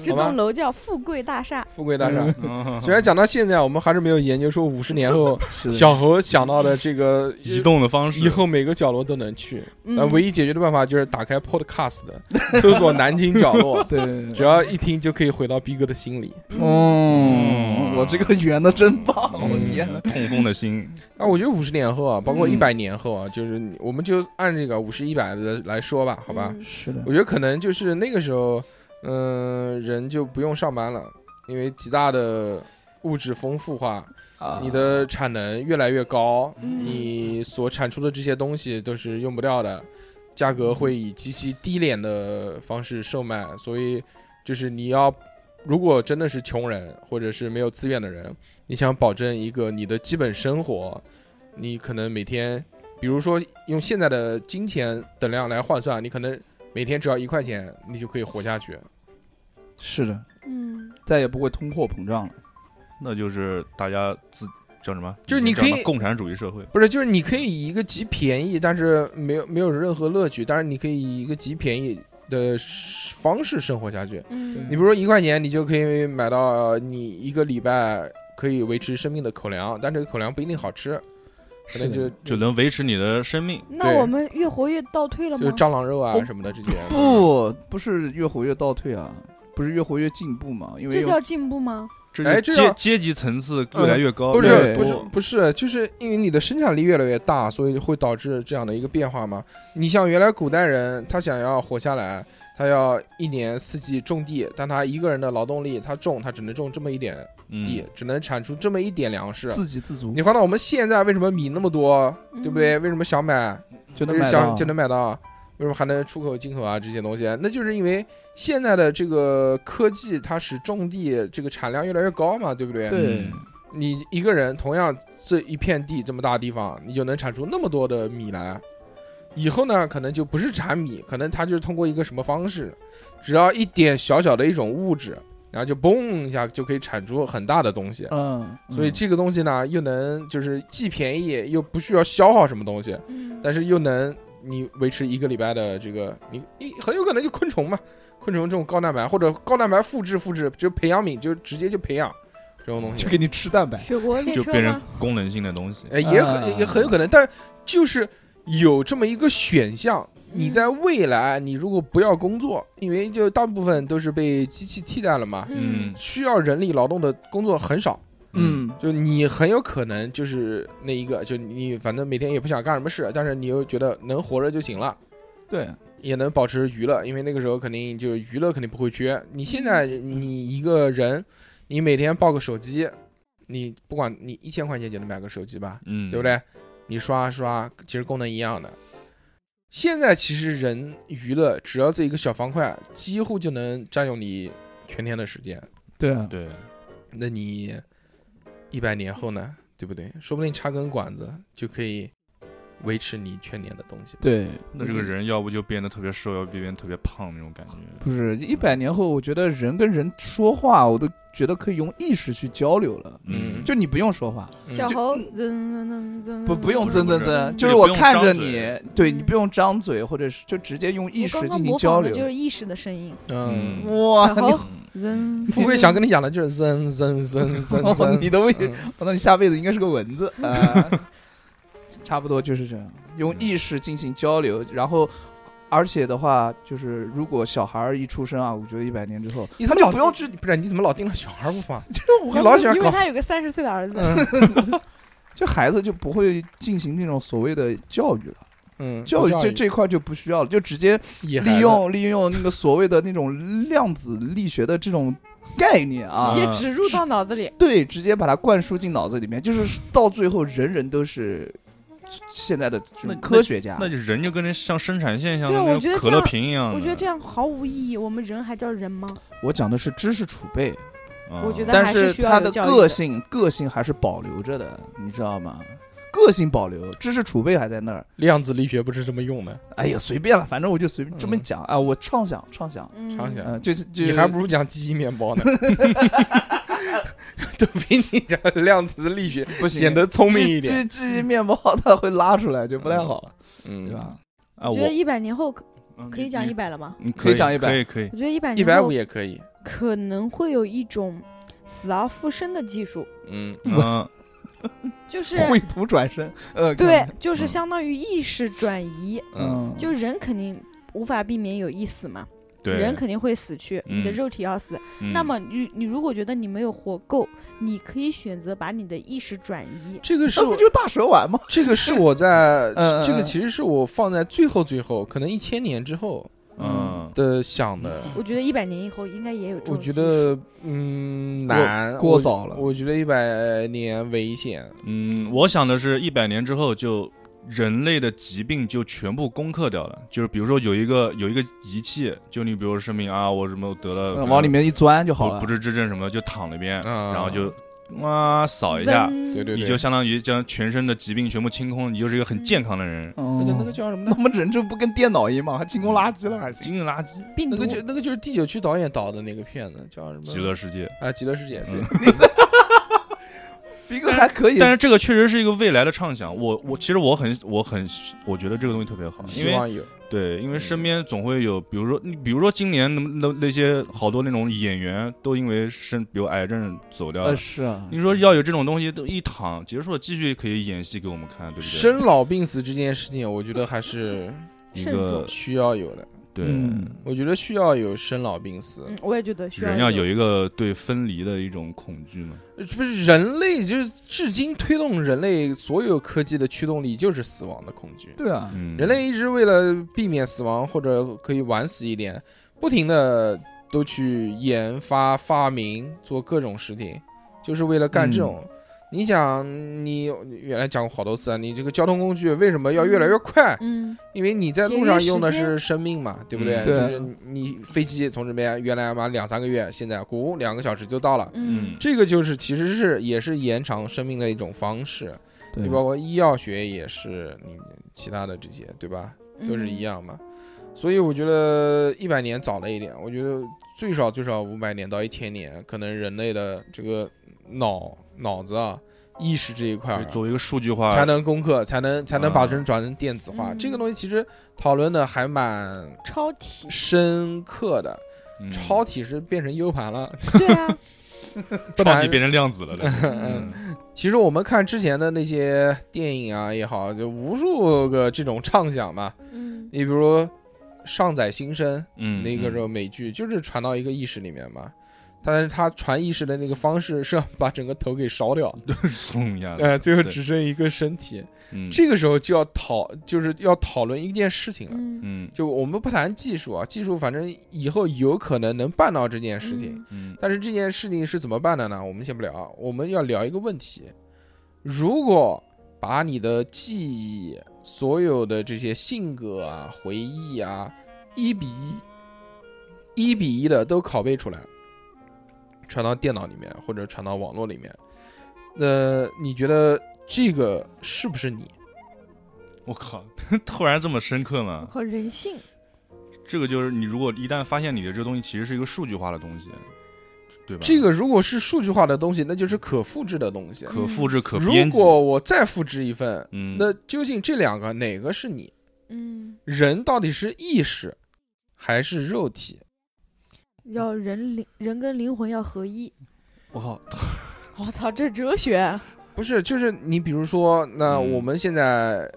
Speaker 5: 这
Speaker 1: 好吧
Speaker 5: 栋楼叫富贵大厦，
Speaker 1: 富贵大厦。
Speaker 4: 嗯
Speaker 1: 虽然讲到现在，我们还是没有研究说五十年后
Speaker 2: 是，
Speaker 1: 小猴想到的这个
Speaker 4: 移动的方式
Speaker 1: 以后每个角落都能去。那
Speaker 5: 嗯
Speaker 1: 啊唯一解决的办法就是打开 Podcast，搜
Speaker 5: *laughs*
Speaker 1: 索南京角落
Speaker 2: 对，
Speaker 1: 只要一听就可以回到逼哥的心里。
Speaker 2: 嗯，我这个圆的真棒，我天呐，
Speaker 4: 痛风的心，
Speaker 1: 那我觉得五十年后啊，包括
Speaker 2: 嗯
Speaker 1: 一百年后啊，就是你我们就按这个五十一百的来说吧，好吧？
Speaker 5: 嗯
Speaker 2: 是的
Speaker 1: 我觉得可能就是那个时候，嗯、人就不用上班了，因为极大的物质丰富化，
Speaker 2: 啊
Speaker 1: 你的产能越来越高，
Speaker 5: 嗯
Speaker 1: 你所产出的这些东西都是用不掉的，价格会以极其低廉的方式售卖，所以就是你要，如果真的是穷人或者是没有资源的人，你想保证一个你的基本生活，你可能每天，比如说用现在的金钱等量来换算，你可能每天只要一块钱，你就可以活下去。
Speaker 2: 是的，
Speaker 5: 嗯，
Speaker 2: 再也不会通货膨胀了。
Speaker 4: 那就是大家自叫什么？
Speaker 1: 就是你
Speaker 4: 叫什么
Speaker 1: 可以
Speaker 4: 共产主义社会，
Speaker 1: 不是，就是你可以以一个极便宜，但是没有没有任何乐趣，但是你可以以一个极便宜的方式生活下去。
Speaker 5: 嗯
Speaker 1: 你比如说一块钱，你就可以买到你一个礼拜可以维持生命的口粮，但这个口粮不一定好吃，可能就是
Speaker 4: 就能维持你的生命。
Speaker 5: 那我们越活越倒退了
Speaker 1: 就是
Speaker 5: 吗？
Speaker 1: 蟑螂肉啊
Speaker 2: 我
Speaker 1: 什么的这些。
Speaker 2: 不，不是越活越倒退啊，不是越活越进步嘛？因为
Speaker 5: 这
Speaker 2: 有
Speaker 5: 叫进步吗？
Speaker 4: 这
Speaker 1: 哎
Speaker 4: 就
Speaker 1: 这
Speaker 4: 阶
Speaker 1: 样嗯
Speaker 4: 阶级层次越来越
Speaker 2: 哦
Speaker 4: 高，
Speaker 1: 不
Speaker 4: 越来
Speaker 1: 是
Speaker 4: 越
Speaker 1: 不
Speaker 4: 多
Speaker 1: 是不是，就是因为你的生产力越来越大，所以会导致这样的一个变化嘛。你像原来古代人，他想要活下来，他要一年四季种地，但他一个人的劳动力，他种他只能种这么一点地，
Speaker 4: 嗯，
Speaker 1: 只能产出这么一点粮食。
Speaker 2: 自给自足
Speaker 1: 你，换到我们现在，为什么米那么多，对不对？为什么想买就
Speaker 2: 就能
Speaker 1: 是
Speaker 2: 买
Speaker 1: 想
Speaker 2: 到
Speaker 1: 就。能买到？为什么还能出口进口啊？这些东西，那就是因为现在的这个科技，它使种地这个产量越来越高嘛，对不对？
Speaker 2: 对，
Speaker 1: 你一个人同样这一片地这么大地方，你就能产出那么多的米来。以后呢，可能就不是产米，可能它就是通过一个什么方式，只要一点小小的一种物质，然后就嘣一下就可以产出很大的东西。
Speaker 2: 嗯，
Speaker 1: 所以
Speaker 2: 嗯
Speaker 1: 这个东西呢，又能就是既便宜又不需要消耗什么东西，
Speaker 5: 嗯，
Speaker 1: 但是又能你维持一个礼拜的这个，你你很有可能就昆虫嘛，昆虫这种高蛋白或者高蛋白复制复制，就培养皿就直接就培养这种东西
Speaker 2: 就。给你吃蛋白，
Speaker 5: 雪国列
Speaker 4: 就
Speaker 5: 车
Speaker 4: 变成
Speaker 5: 吗？
Speaker 4: 功能性的东西。
Speaker 1: 呃，也
Speaker 2: 啊
Speaker 1: 很也也很有可能，但就是有这么一个选项。你在未来，你如果不要工作，因为就大部分都是被机器替代了嘛，
Speaker 4: 嗯
Speaker 1: 需要人力劳动的工作很少，
Speaker 2: 嗯，
Speaker 1: 就你很有可能就是那一个，就你反正每天也不想干什么事，但是你又觉得能活着就行了，
Speaker 2: 对，
Speaker 1: 也能保持娱乐，因为那个时候肯定就娱乐肯定不会缺。你现在你一个人，你每天抱个手机，你不管你一千块钱就能买个手机吧，
Speaker 4: 嗯，
Speaker 1: 对不？对？你刷刷，其实功能一样的。现在其实人娱乐，只要这一个小方块，几乎就能占用你全天的时间。
Speaker 2: 对啊，
Speaker 4: 对，
Speaker 1: 那你一百年后呢？对不对？说不定插根管子就可以维持你全年的东西。
Speaker 2: 对，
Speaker 4: 那
Speaker 1: 嗯
Speaker 4: 这个人要不就变得特别瘦，要不就变得特别胖那种感觉。
Speaker 1: 嗯
Speaker 2: 不是一百年后，我觉得人跟人说话，我都觉得可以用意识去交流了，
Speaker 1: 嗯
Speaker 2: 就你不用说话，
Speaker 1: 嗯
Speaker 5: 小猴，嗯嗯嗯
Speaker 2: 不不用
Speaker 4: 这
Speaker 2: 增增
Speaker 4: 不是
Speaker 2: 增，嗯就
Speaker 4: 也
Speaker 2: 是
Speaker 4: 不
Speaker 2: 我
Speaker 4: 用
Speaker 2: 看
Speaker 4: 张
Speaker 2: 着你
Speaker 4: 嘴，
Speaker 2: 对你不用张嘴，或者是就直接用意
Speaker 3: 我
Speaker 2: 识
Speaker 3: 刚刚
Speaker 2: 进行
Speaker 3: 模
Speaker 2: 交
Speaker 3: 仿的
Speaker 2: 流
Speaker 3: 就。是意识的声音。
Speaker 1: 嗯， *laughs*
Speaker 2: 哇，
Speaker 5: 小嗯猴，
Speaker 1: 富贵想跟你讲的就是扔扔扔扔
Speaker 2: 你
Speaker 1: 扔，
Speaker 2: 哦你都
Speaker 1: 嗯
Speaker 2: 那你下辈子应该是个蚊子啊、
Speaker 1: *laughs*
Speaker 2: 呃差不多就是这样，用
Speaker 4: 嗯
Speaker 2: 意识进行交流，然后。而且的话，就是如果小孩儿一出生啊，我觉得一百年之后，
Speaker 1: *laughs* 你
Speaker 2: 他
Speaker 1: 怎么
Speaker 2: 就
Speaker 1: 老
Speaker 2: 不用去，
Speaker 1: 不是？你怎么老盯着小孩不放？
Speaker 2: 就
Speaker 1: 你老喜欢
Speaker 5: 因为
Speaker 1: 搞
Speaker 5: 他有个三十岁的儿子，
Speaker 1: *laughs* 嗯
Speaker 2: 就孩子就不会进行那种所谓的教育了，
Speaker 1: 嗯，
Speaker 2: 教育
Speaker 1: 教
Speaker 2: 这
Speaker 1: 育
Speaker 2: 这块就不需要了，就直接
Speaker 1: 野孩子
Speaker 2: 利用利用那个所谓的那种量子力学的这种概念啊
Speaker 5: 直，接植入到脑子里。
Speaker 2: *laughs* 对，直接把它灌输进脑子里面，就是到最后人人都是现在的这
Speaker 4: 那
Speaker 2: 种科学家
Speaker 4: 那。就人就跟那像生产线一样的
Speaker 5: 对我
Speaker 4: 那
Speaker 5: 觉得
Speaker 4: 种
Speaker 5: 这
Speaker 4: 可乐
Speaker 5: 样
Speaker 4: 瓶一样的。
Speaker 5: 我觉得这样毫无意义，我们人还叫人吗？
Speaker 2: 我讲的是知识储备，
Speaker 4: 啊，
Speaker 5: 我觉得
Speaker 2: 但
Speaker 5: 还是
Speaker 2: 是
Speaker 5: 需要
Speaker 2: 他
Speaker 5: 有
Speaker 2: 的
Speaker 5: 教育
Speaker 2: 个
Speaker 5: 的
Speaker 2: 性个性还是保留着的，你知道吗？个性保留，知识储备还在那儿。
Speaker 1: 量子力学不是这么用的，
Speaker 2: 哎呀，随便了，反正我就随便这么
Speaker 1: 嗯
Speaker 2: 讲啊，我畅想畅想，
Speaker 5: 嗯
Speaker 1: 想起来
Speaker 2: 嗯，就是就
Speaker 1: 你还不如讲记忆面包
Speaker 2: *laughs*
Speaker 1: 呢， *laughs* 都比你讲量子力学
Speaker 2: 不行，
Speaker 1: 显得聪明一
Speaker 2: 记
Speaker 1: 点，
Speaker 2: 记记忆面包它会拉出来，就不太好了，对
Speaker 1: 嗯，
Speaker 2: 吧？
Speaker 4: 啊，
Speaker 5: 我
Speaker 4: 我
Speaker 5: 觉得一百年后可
Speaker 4: 嗯
Speaker 3: 可以讲一，百了吗？
Speaker 4: 你你
Speaker 2: 可以讲100
Speaker 4: 可以可以，
Speaker 3: 我觉得一百
Speaker 1: 一
Speaker 3: 年
Speaker 1: 百
Speaker 3: 后
Speaker 1: 五也可以。
Speaker 3: 可能会有一种死而复生的技术，
Speaker 1: 嗯，
Speaker 4: 嗯，
Speaker 3: 就是
Speaker 2: 绘图转身，呃，
Speaker 3: 对，就是
Speaker 4: 嗯
Speaker 3: 相当于意识转移，
Speaker 1: 嗯
Speaker 2: 嗯，
Speaker 3: 就人肯定无法避免有一死嘛，
Speaker 4: 对，
Speaker 3: 人肯定会死去，你的
Speaker 4: 嗯
Speaker 3: 肉体要死。
Speaker 4: 嗯
Speaker 3: 那么你你如果觉得你没有活够，你可以选择把你的意识转移。
Speaker 1: 这个是
Speaker 2: 这
Speaker 1: 我
Speaker 2: 哦不就大蛇丸吗？
Speaker 1: 这个是我在
Speaker 2: 嗯嗯
Speaker 1: 这个
Speaker 2: 嗯
Speaker 1: 其实是我放在最后最后，可能一千年之后
Speaker 4: 嗯，
Speaker 1: 的想的。
Speaker 3: 我觉得一百年以后应该也有这种
Speaker 1: 我觉
Speaker 3: 技术
Speaker 1: 得，嗯，难，
Speaker 2: 过
Speaker 1: 我
Speaker 2: 早了
Speaker 1: 我觉得一百年危险，
Speaker 4: 嗯，我想的是一百年之后就人类的疾病就全部攻克掉了，就是比如说有一个有一个仪器，就你比如说生病啊，我什么得了，
Speaker 2: 呃嗯往里面一钻就好
Speaker 4: 不
Speaker 2: 了。
Speaker 4: 不治之症什么的，就躺那边，
Speaker 1: 啊
Speaker 4: 嗯然后就啊扫一下，
Speaker 3: 扔
Speaker 1: 对对对，
Speaker 4: 你就相当于将全身的疾病全部清空，你就是一个很健康的人。
Speaker 1: 那
Speaker 2: 那
Speaker 1: 个那个叫什么
Speaker 2: 嗯那
Speaker 1: 呢？
Speaker 2: 么人这不跟电脑一样吗？还进攻垃圾了还行？嗯
Speaker 4: 金垃圾，
Speaker 3: 病
Speaker 1: 那
Speaker 3: 毒
Speaker 1: 个就那个就是第九区导演导的那个片子，叫什么？
Speaker 4: 极乐世界。
Speaker 1: 啊，极乐世界，对，
Speaker 4: 嗯
Speaker 1: 嗯
Speaker 2: 逼哥还可以，
Speaker 4: 但是这个确实是一个未来的畅想。我我其实我很我很我觉得这个东西特别好，因
Speaker 1: 希
Speaker 4: 为
Speaker 1: 望有，
Speaker 4: 对，因为
Speaker 2: 嗯
Speaker 4: 身边总会有，比如说你比如说今年那么那那些好多那种演员都因为生比如癌症走掉
Speaker 2: 呃
Speaker 4: 了。
Speaker 2: 是啊，
Speaker 4: 你说要有这种东西，都一躺结束了，继续可以演戏给我们看，对不对？
Speaker 1: 生老病死这件事情，我觉得还是
Speaker 4: 一
Speaker 3: 慎重
Speaker 4: 个
Speaker 1: 需要有的。
Speaker 4: 对，
Speaker 2: 嗯
Speaker 1: 我觉得需要有生老病死，
Speaker 3: 嗯，我也觉得需
Speaker 1: 啊
Speaker 3: 要
Speaker 4: 人要有一个对分离的一种恐惧嘛。
Speaker 1: 呃不是人类就是至今推动人类所有科技的驱动力就是死亡的恐惧。
Speaker 2: 对啊，
Speaker 4: 嗯，
Speaker 1: 人类一直为了避免死亡或者可以晚死一点，不停的都去研发、发明、做各种事情，就是为了干这种。
Speaker 4: 嗯
Speaker 1: 你想，你原来讲过好多次啊，你这个交通工具为什么要越来越快？
Speaker 3: 嗯，
Speaker 1: 因为你在路上用的是生命嘛，对不对？就
Speaker 4: 嗯
Speaker 2: 对
Speaker 1: 是你飞机从这边原来嘛两三个月，现在咕两个小时就到了。
Speaker 4: 嗯
Speaker 3: 嗯，
Speaker 1: 这个就是其实是也是延长生命的一种方式，你包括医药学也是，你其他的这些对吧？
Speaker 3: 嗯
Speaker 1: 都是一。样嘛。所以我觉得一百年早了一点，我觉得最少最少五百年到一千年，可能人类的这个脑脑子啊、意识这一块儿
Speaker 4: 对
Speaker 1: 啊
Speaker 4: 作为一个数据化，
Speaker 1: 才能攻克，才能才能把
Speaker 4: 啊
Speaker 1: 人转成电子化。
Speaker 3: 嗯
Speaker 1: 这个东西其实讨论的还蛮
Speaker 3: 超
Speaker 1: *laughs*
Speaker 3: 体，
Speaker 1: 深刻的，
Speaker 4: 嗯
Speaker 1: 超体是变成 U 盘
Speaker 4: *laughs*
Speaker 1: 了，
Speaker 3: 对
Speaker 1: *laughs*
Speaker 3: 啊，
Speaker 1: 不
Speaker 4: 超
Speaker 1: 然
Speaker 4: 级变成量子了。嗯
Speaker 1: *laughs* 其实我们看之前的那些电影啊也好，就无数个这种畅想嘛。
Speaker 3: 嗯，
Speaker 1: 你比如《上载新生》，*laughs*
Speaker 4: 嗯，
Speaker 1: 那个时
Speaker 4: *laughs*
Speaker 1: 候美剧就是传到一个意识里面嘛，但是他传意识的那个方式是要把整个头给烧掉，
Speaker 4: 松一下，
Speaker 1: 呃，最后
Speaker 4: 啊对
Speaker 1: 只剩一个身体。
Speaker 4: 嗯
Speaker 1: 这个时候就要讨，就是要讨论一件事情了。
Speaker 3: 嗯，
Speaker 4: 嗯
Speaker 1: 就我们不谈技术啊，技术反正以后有可能能办到这件事情，
Speaker 4: 嗯
Speaker 1: 但是这件事情是怎么办的呢？我们先不聊啊，我们要聊一个问题：如果把你的记忆、所有的这些性格啊、回忆啊，一比一、一比一的都拷贝出来，传到电脑里面或者传到网络里面，那你觉得这个是不是你？
Speaker 4: 我靠， *laughs* 突然这么深刻
Speaker 3: 我
Speaker 4: 吗？
Speaker 3: 靠，嗯人性，
Speaker 4: 这个就是你如果一旦发现你的这个东西其实是一个数据化的东西，对吧？
Speaker 1: 这个如果是数据化的东西，那就是可复制的东西。
Speaker 4: 可复制可
Speaker 1: 嗯如
Speaker 4: 编辑，
Speaker 1: 果我再复制一份，
Speaker 4: 嗯，
Speaker 1: 那究竟这两个哪个是你？
Speaker 3: 嗯，
Speaker 1: 人到底是意识还是肉体？
Speaker 3: 要人灵人跟灵魂要合一。 *laughs*
Speaker 4: 我靠，
Speaker 3: 我操，这哲学，啊
Speaker 1: 不是，就是你比如说，那
Speaker 4: 嗯
Speaker 1: 我们现在、呃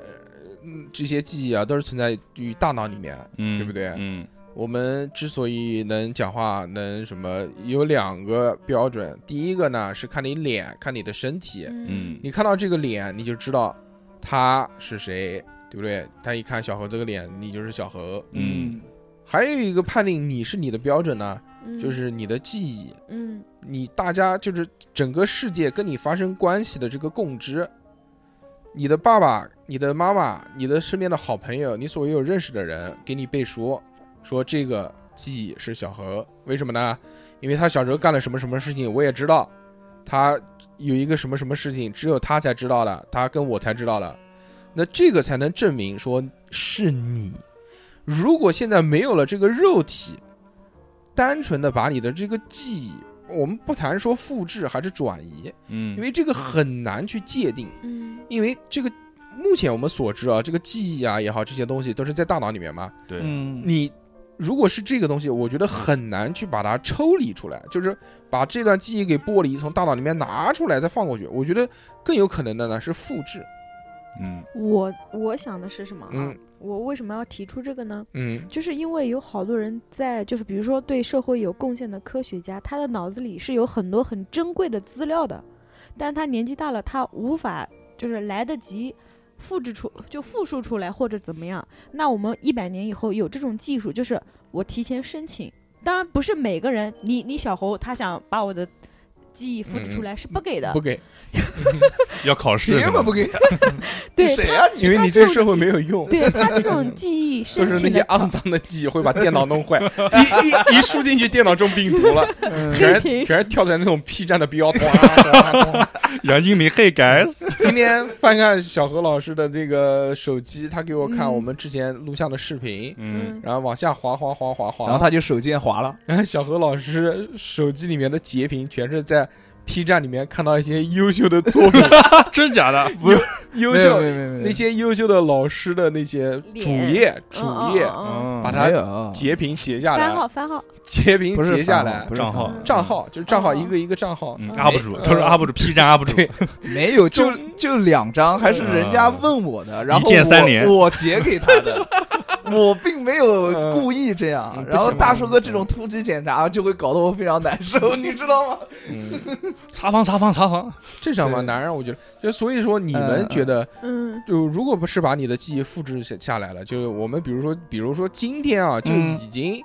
Speaker 1: 嗯这些记忆啊，都是存在于大脑里面。
Speaker 4: 嗯，
Speaker 1: 对不对
Speaker 4: 嗯
Speaker 1: 我们之所以能讲话，能什么，有两个标准。第一个呢是看你脸，看你的身体。
Speaker 4: 嗯，
Speaker 1: 你看到这个脸，你就知道他是谁，对不对？他一看小猴这个脸，你就是小猴。
Speaker 4: 嗯
Speaker 1: 还有一个判定你是你的标准呢，
Speaker 3: 嗯
Speaker 1: 就是你的记忆。
Speaker 3: 嗯，
Speaker 1: 你大家就是整个世界跟你发生关系的这个共知，你的爸爸、你的妈妈、你的身边的好朋友、你所有认识的人给你背书，说这个记忆是小何，为什么呢？因为他小时候干了什么什么事情，我也知道，他有一个什么什么事情，只有他才知道的，他跟我才知道的，那这个才能证明说是你。如果现在没有了这个肉体，单纯的把你的这个记忆，我们不谈说复制还是转移，
Speaker 4: 嗯，
Speaker 1: 因为这个很难去界定，
Speaker 3: 嗯
Speaker 1: 因为这个目前我们所知啊，这个记忆啊也好，这些东西都是在大脑里面嘛。
Speaker 4: 对，
Speaker 2: 嗯，
Speaker 1: 你如果是这个东西，我觉得很难去把它抽离出来，就是把这段记忆给剥离，从大脑里面拿出来再放过去。我觉得更有可能的呢是复制。
Speaker 4: 嗯，
Speaker 3: 我我想的是什么啊？
Speaker 1: 嗯
Speaker 3: 我为什么要提出这个呢？
Speaker 1: 嗯
Speaker 3: 就是因为有好多人在，就是比如说对社会有贡献的科学家，他的脑子里是有很多很珍贵的资料的，但是他年纪大了，他无法就是来得及复制出，就复述出来或者怎么样。那我们一百年以后有这种技术，就是我提前申请，当然不是每个人，你你小猴他想把我的记忆复制出来是不给的，
Speaker 1: 嗯不给，
Speaker 4: 要考试
Speaker 2: 凭
Speaker 4: 是
Speaker 2: 什么
Speaker 4: 吧
Speaker 1: *laughs*
Speaker 2: 不给？
Speaker 3: 对
Speaker 2: 谁呀你？
Speaker 1: 因为啊你这个社会没有 *laughs* 用。
Speaker 3: 对他这种记忆
Speaker 1: *laughs* 就
Speaker 3: 申
Speaker 1: 是那
Speaker 3: 请
Speaker 1: 些
Speaker 3: 的
Speaker 1: 肮脏的记忆会 *laughs* 把电脑弄坏，一一一输进去，电脑中病毒了，
Speaker 2: 嗯
Speaker 1: 全是全是跳出来那种 P 站的
Speaker 2: *laughs*
Speaker 1: 标，哗哗哗
Speaker 4: 杨金明黑改
Speaker 1: *laughs*
Speaker 4: 死，
Speaker 1: 今天翻看小何老师的这个手机，他给我看
Speaker 3: 嗯
Speaker 1: 我们之前录像的视频，
Speaker 4: 嗯，
Speaker 1: 然后往下滑滑滑滑滑，
Speaker 2: 然后他就手贱划了，
Speaker 1: 然后 *laughs* 小何老师手机里面的截屏全是在 P 站里面看到一些优秀的
Speaker 2: *laughs*
Speaker 1: 作品，
Speaker 3: 啊
Speaker 4: 真假的？
Speaker 1: 优
Speaker 2: 没有
Speaker 1: 秀
Speaker 2: 没有没有没有
Speaker 1: 那些优秀的老师的那些
Speaker 3: 脸
Speaker 1: 主页主页
Speaker 3: 嗯嗯嗯嗯
Speaker 4: 嗯
Speaker 1: 把它
Speaker 2: 没有
Speaker 1: 截屏截下
Speaker 3: 番
Speaker 1: 来
Speaker 3: 号，番号，
Speaker 1: 截屏
Speaker 2: 不是
Speaker 1: 截下
Speaker 2: 番号
Speaker 1: 来
Speaker 2: 不，是
Speaker 4: 账号
Speaker 2: 番号
Speaker 1: 账号就是账号
Speaker 3: 哦
Speaker 1: 一个一个账号，
Speaker 4: 嗯
Speaker 3: 嗯
Speaker 4: ，UP 主都是 UP 主
Speaker 1: *laughs*
Speaker 4: ，P 站 UP
Speaker 1: 呃
Speaker 4: 主，
Speaker 1: 对
Speaker 2: 嗯没有，就就两张，还是人家问我的，然后
Speaker 4: 一键三连
Speaker 2: 我我截给他
Speaker 1: *laughs*
Speaker 2: 的，我并没有故意这样
Speaker 1: 嗯。
Speaker 2: 然
Speaker 1: 不
Speaker 2: 后
Speaker 1: 行
Speaker 2: 大叔哥这种突击检查就会搞得我非常
Speaker 1: *laughs*
Speaker 2: 难受，你知道吗？
Speaker 1: 嗯，
Speaker 4: 查房查房查房，
Speaker 1: 正常嘛，
Speaker 2: 对
Speaker 1: 男人我觉得，就所以说你
Speaker 2: 嗯
Speaker 1: 们
Speaker 2: 嗯
Speaker 1: 觉得
Speaker 3: 嗯
Speaker 1: 就如果不是把你的记忆复制下下来了，就是我们比如说，比如说今天啊，就
Speaker 2: 嗯
Speaker 1: 已经、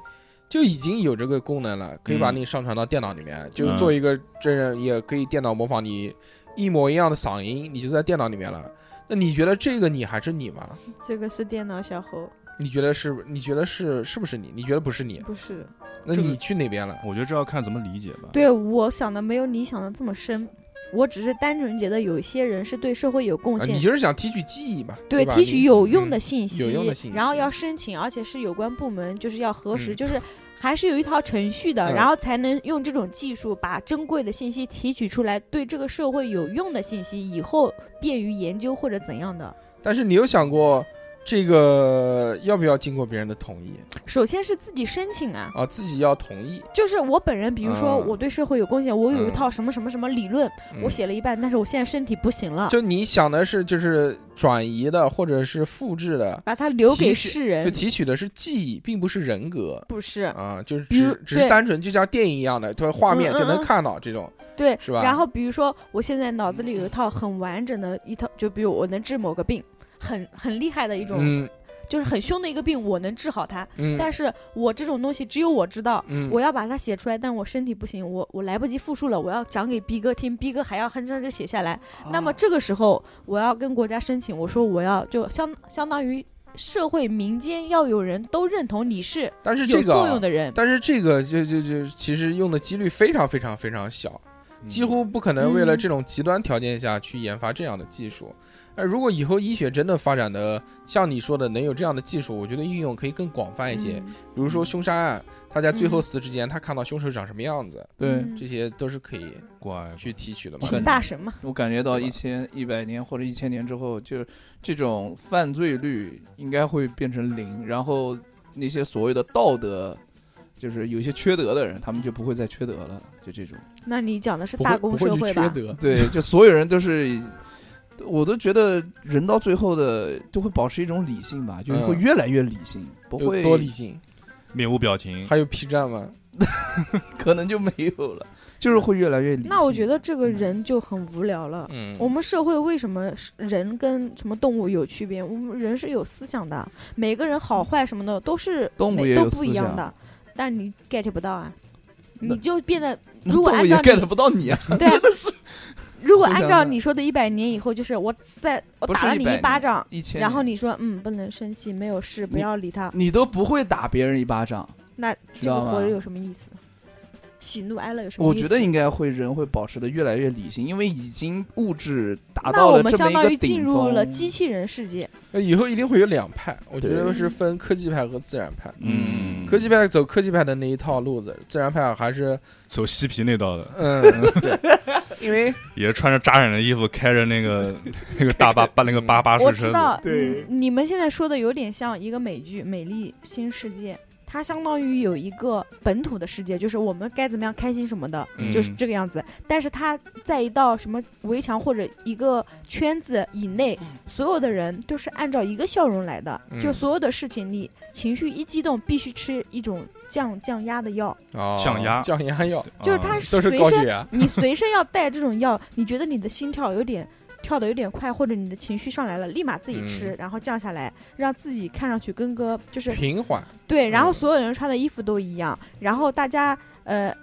Speaker 1: 就已经有这个功能了，可以
Speaker 3: 嗯
Speaker 1: 把你上传到电脑里面，就是
Speaker 4: 嗯
Speaker 1: 做一个真人，也可以电脑模仿你一模一样的嗓音，你就在电脑里面了。那你觉得这个你还是你吗？
Speaker 3: 这个是电脑小猴，
Speaker 1: 你觉得是？你觉得是？是不是你？你觉得不是你？
Speaker 3: 不是。
Speaker 1: 那
Speaker 4: 这个
Speaker 1: 你去哪边了？
Speaker 4: 我觉得这要看怎么理解吧。
Speaker 3: 对我想的没有你想的这么深，我只是单纯觉得有些人是对社会有贡
Speaker 1: 啊
Speaker 3: 献，
Speaker 1: 你就是想提取记忆嘛？
Speaker 3: 对
Speaker 1: 吧
Speaker 3: 提取
Speaker 1: 你
Speaker 3: 有用的
Speaker 1: 嗯
Speaker 3: 信息，
Speaker 1: 有用的信
Speaker 3: 然后
Speaker 1: 息
Speaker 3: 要申请，而且是有关部门就是要核实，
Speaker 1: 嗯
Speaker 3: 就是还是有一套程序的，
Speaker 1: 嗯
Speaker 3: 然后才能用这种技术把珍贵的信息提取出来，对这个社会有用的信息，以后便于研究或者怎样的。
Speaker 1: 嗯但是你有想过这个要不要经过别人的同意
Speaker 3: 首先是自己申请啊，
Speaker 1: 啊？自己要同意。
Speaker 3: 就是我本人，比如说
Speaker 1: 嗯
Speaker 3: 我对社会有贡献，我有一
Speaker 1: 嗯
Speaker 3: 套什么什么什么理论，我
Speaker 1: 嗯
Speaker 3: 写了一半，但是我现在身体不行了，
Speaker 1: 就你想的是就是转移的或者是复制的，
Speaker 3: 把它留
Speaker 1: 提
Speaker 3: 给
Speaker 1: 示
Speaker 3: 世
Speaker 1: 就
Speaker 3: 人，
Speaker 1: 提取的是记忆，并不是人格
Speaker 3: 不是。
Speaker 1: 啊，就是
Speaker 3: 比如
Speaker 1: 只只是
Speaker 3: 对
Speaker 1: 单纯就像电影一样的，它画面
Speaker 3: 嗯嗯
Speaker 1: 就能
Speaker 3: 嗯
Speaker 1: 看到这种。
Speaker 3: 对，
Speaker 1: 是吧
Speaker 3: 然后比如说，我现在脑子里有一套很完整的一套，就比如我能治某个病，很很厉害的一种，
Speaker 1: 嗯
Speaker 3: 就是很凶的一个病，我能治好它。
Speaker 1: 嗯，
Speaker 3: 但是我这种东西只有我知道，
Speaker 1: 嗯
Speaker 3: 我要把它写出来，但我身体不行，我我来不及复述了，我要讲给逼哥听，逼哥还要哼着着写下来。
Speaker 2: 哦
Speaker 1: 啊
Speaker 3: 那么这个时候，我要跟国家申请，我说我要就相相当于社会民间要有人都认同你是
Speaker 1: 但是
Speaker 3: 有
Speaker 1: 这个
Speaker 3: 作
Speaker 1: 啊
Speaker 3: 用，的人，
Speaker 1: 但是这个就就就其实用的几率非常非常非常小，
Speaker 4: 嗯
Speaker 1: 几乎不可能为了
Speaker 3: 嗯
Speaker 1: 这种极端条件下去研发这样的技术。呃，如果以后医学真的发展的像你说的能有这样的技术，我觉得应用可以更广泛一些。
Speaker 3: 嗯
Speaker 1: 比如说凶杀案，他在最后
Speaker 3: 嗯
Speaker 1: 死之前，他看到凶手长什么样子，
Speaker 2: 对，
Speaker 1: 这些都是可以
Speaker 4: 怪
Speaker 1: 去提取的嘛。
Speaker 3: 请大神嘛，
Speaker 2: 我感觉到
Speaker 1: 对吧
Speaker 2: 一千一百年或者一千年之后，就这种犯罪率应该会变成零，然后那些所谓的道德，就是有一些缺德的人，他们就不会再缺德了，就这种。
Speaker 3: 那你讲的是
Speaker 1: 不
Speaker 3: 大
Speaker 1: 会
Speaker 3: 公
Speaker 1: 不
Speaker 3: 社
Speaker 1: 会去缺
Speaker 3: 吧？
Speaker 1: 德，
Speaker 2: 对，就所有人都是以，我都觉得人到最后的都会保持一种理性吧，就是会
Speaker 1: 嗯
Speaker 2: 越来越理性，不
Speaker 1: 有
Speaker 2: 会
Speaker 1: 多理，性，
Speaker 4: 面无表情，
Speaker 1: 还有 P 站吗？
Speaker 2: 可能就没有了，就是会越来越理性。
Speaker 3: 那我
Speaker 2: *laughs*
Speaker 3: 觉得这
Speaker 2: 嗯
Speaker 3: 个人就很无聊了。
Speaker 1: 嗯，
Speaker 3: 我们社会为什么是人跟什么动物有区别？我们人是有思想的，每个人好坏什么的都是
Speaker 2: 嗯动物
Speaker 3: 每
Speaker 2: 也
Speaker 3: 都
Speaker 2: 有
Speaker 3: 不
Speaker 2: 思
Speaker 3: 一样
Speaker 2: 想
Speaker 3: 的，但你 get 不到啊，
Speaker 2: 那
Speaker 3: 你就
Speaker 2: *laughs*
Speaker 3: 变得
Speaker 2: 那
Speaker 3: 如果
Speaker 2: 动物
Speaker 3: 按
Speaker 2: 也
Speaker 3: 照
Speaker 2: get
Speaker 3: 你
Speaker 2: 不到你啊， *laughs*
Speaker 3: 对啊，如果
Speaker 2: 互
Speaker 3: 按
Speaker 2: 相
Speaker 3: 照
Speaker 2: 的
Speaker 3: 你说的一百年以后，就是我在我
Speaker 2: 不
Speaker 3: 打
Speaker 2: 是
Speaker 3: 了你
Speaker 2: 100
Speaker 3: 一巴
Speaker 2: 年
Speaker 3: 掌，
Speaker 2: 一千，
Speaker 3: 然后你说嗯不能生气，没有事，不
Speaker 2: 你
Speaker 3: 要理他，
Speaker 2: 你都不会打别人一巴掌，
Speaker 3: 那
Speaker 2: 知
Speaker 3: 这个
Speaker 2: 道
Speaker 3: 活着
Speaker 2: 吗
Speaker 3: 有什么意思？喜怒哀乐有什么
Speaker 2: 我
Speaker 3: 意思？
Speaker 2: 觉得应该会人会保持的越来越理性，因为已经物质达
Speaker 3: 那
Speaker 2: 到
Speaker 3: 我
Speaker 2: 了
Speaker 3: 们
Speaker 2: 这么
Speaker 3: 相
Speaker 2: 一
Speaker 3: 当
Speaker 2: 个
Speaker 3: 于进
Speaker 2: 顶
Speaker 3: 入
Speaker 2: 峰
Speaker 3: 了机器人世界，
Speaker 1: 呃以后一定会有两派，我觉
Speaker 2: 对
Speaker 1: 得是分科技派和自然派。
Speaker 4: 嗯，
Speaker 1: 科技派走科技派的那一套路子，自然派还是
Speaker 4: 走嬉皮那道的，
Speaker 1: *laughs* 嗯，因为
Speaker 4: 也是穿着扎染的衣服，开着
Speaker 1: *laughs*
Speaker 4: 那个那个大巴巴那个八八式
Speaker 3: 我
Speaker 4: 车
Speaker 3: 知
Speaker 4: 子，
Speaker 3: 道，
Speaker 2: 对
Speaker 3: 嗯你们现在说的有点像一个美剧《美丽新世界》，它相当于有一个本土的世界，就是我们该怎么样开心什么的，
Speaker 4: 嗯
Speaker 3: 就是这个样子。但是它在一道什么围墙或者一个圈子以内，
Speaker 4: 嗯
Speaker 3: 所有的人都是按照一个笑容来的，
Speaker 1: 嗯
Speaker 3: 就所有的事情，你情绪一激动，必须吃一种降降压的药，
Speaker 1: 哦
Speaker 4: 降压
Speaker 1: 降压药
Speaker 4: 啊
Speaker 3: 就是它
Speaker 1: 都
Speaker 3: 随
Speaker 1: 是高血
Speaker 3: 身
Speaker 1: 压。
Speaker 3: 你 *laughs* 随身要带这种药，你觉得你的心跳有点跳的有点快，或者你的情绪上来了，立马自己
Speaker 1: 嗯
Speaker 3: 吃，然后降下来，让自己看上去跟个就是
Speaker 1: 平缓，
Speaker 3: 对，然后
Speaker 1: 嗯
Speaker 3: 所有人穿的衣服都一样，然后大家呃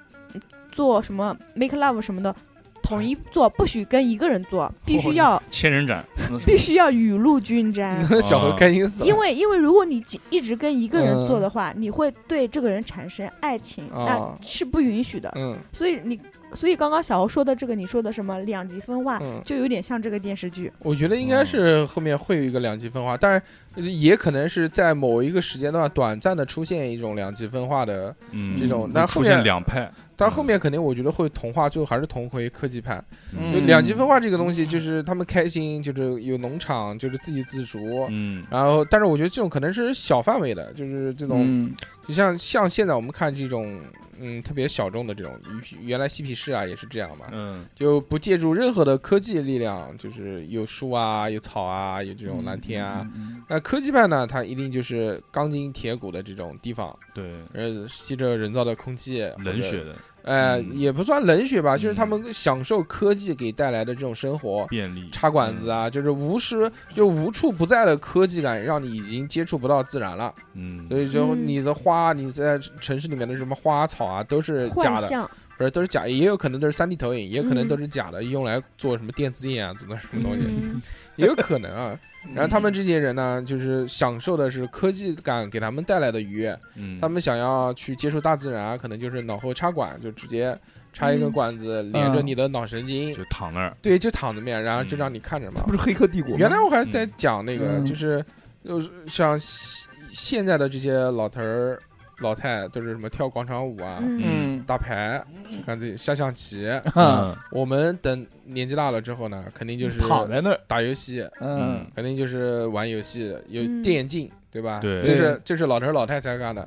Speaker 3: 做什么 make love 什么的，统一做，不许跟一个人做，必须要、
Speaker 4: 千人斩，
Speaker 3: 必须要雨露均沾。
Speaker 1: *laughs* 小何开心死了。
Speaker 3: 哎因为，因为如果你只一直跟一个人
Speaker 1: 嗯
Speaker 3: 做的话，你会对这个人产生爱情，
Speaker 1: 哦
Speaker 3: 那是不允许的。
Speaker 1: 嗯
Speaker 3: 所以你，所以刚刚小欧说的这个，你说的什么两极分化，
Speaker 1: 嗯，
Speaker 3: 就有点像这个电视剧。
Speaker 1: 我觉得应该
Speaker 2: 嗯
Speaker 1: 是后面会有一个两极分化，当然呃也可能是在某一个时间段短暂的出现一种两极分化的，
Speaker 4: 嗯，
Speaker 1: 这种
Speaker 4: 会
Speaker 1: 那后
Speaker 4: 出现
Speaker 1: 面
Speaker 4: 两派，
Speaker 1: 但后面肯定我觉得会同化，最后还是同回科技派。
Speaker 2: 嗯
Speaker 1: 就两极分化这个东西，就是他们开心，就是有农场，就是自给自足。
Speaker 4: 嗯，
Speaker 1: 然后，但是我觉得这种可能是小范围的，就是这种，
Speaker 2: 嗯，
Speaker 1: 就像像现在我们看这种，嗯，特别小众的这种，原来嬉皮士啊也是这样嘛，
Speaker 4: 嗯
Speaker 1: 就不借助任何的科技力量，就是有树啊，有草啊，有这种蓝天啊。
Speaker 2: 嗯，
Speaker 1: 那科技派呢，它一定就是钢筋铁骨的这种地方，
Speaker 4: 对，
Speaker 1: 呃，吸着人造的空气，
Speaker 4: 冷血，的
Speaker 1: 呃，
Speaker 4: 嗯
Speaker 1: 也不算冷血吧，就是
Speaker 4: 嗯
Speaker 1: 他们享受科技给带来的这种生活。
Speaker 4: 便利，
Speaker 1: 插管子
Speaker 4: 嗯
Speaker 1: 啊，就是无时就无处不在的科技感，让你已经接触不到自然了。
Speaker 4: 嗯，
Speaker 1: 所
Speaker 4: 嗯，
Speaker 1: 以就
Speaker 3: 嗯
Speaker 1: 你的花，你在城市里面的什么花草啊，都是
Speaker 3: 幻
Speaker 1: 假的，
Speaker 3: 象，
Speaker 1: 不是都是假，也有可能都是三 D 投影，也有可能
Speaker 3: 嗯
Speaker 1: 都是假的，用来做什么电子眼啊，做的什么东西，
Speaker 3: 嗯，
Speaker 2: *laughs*
Speaker 1: 也有可能啊。
Speaker 2: 嗯
Speaker 1: 然后他们这些人呢，就是享受的是科技感给他们带来的愉悦，
Speaker 4: 嗯，
Speaker 1: 他们想要去接触大自然啊，可能就是脑后插管，就直接插一根
Speaker 3: 嗯
Speaker 1: 管子连着你的脑神经
Speaker 2: 嗯
Speaker 4: 就，躺那儿，
Speaker 1: 对，就躺着面，然后就
Speaker 4: 嗯
Speaker 1: 让你看着嘛
Speaker 2: 这不。是《黑客帝国》吗？
Speaker 1: 原来我还在讲那个，
Speaker 2: 嗯
Speaker 1: 就是就是像西现在的这些老头儿、老太都是什么跳广场舞啊、*laughs*
Speaker 3: 嗯
Speaker 2: 嗯
Speaker 1: 打牌、看这下象棋。
Speaker 4: 嗯
Speaker 2: 啊，
Speaker 1: 我们等年纪大了之后呢，肯定就是
Speaker 2: 躺在那儿，
Speaker 1: 打游戏，
Speaker 2: 嗯
Speaker 1: 肯定就是玩游戏，有
Speaker 3: 嗯
Speaker 1: 电竞，对吧？
Speaker 4: 对
Speaker 1: 这是这是老头儿老太太干
Speaker 3: *laughs*
Speaker 1: 的，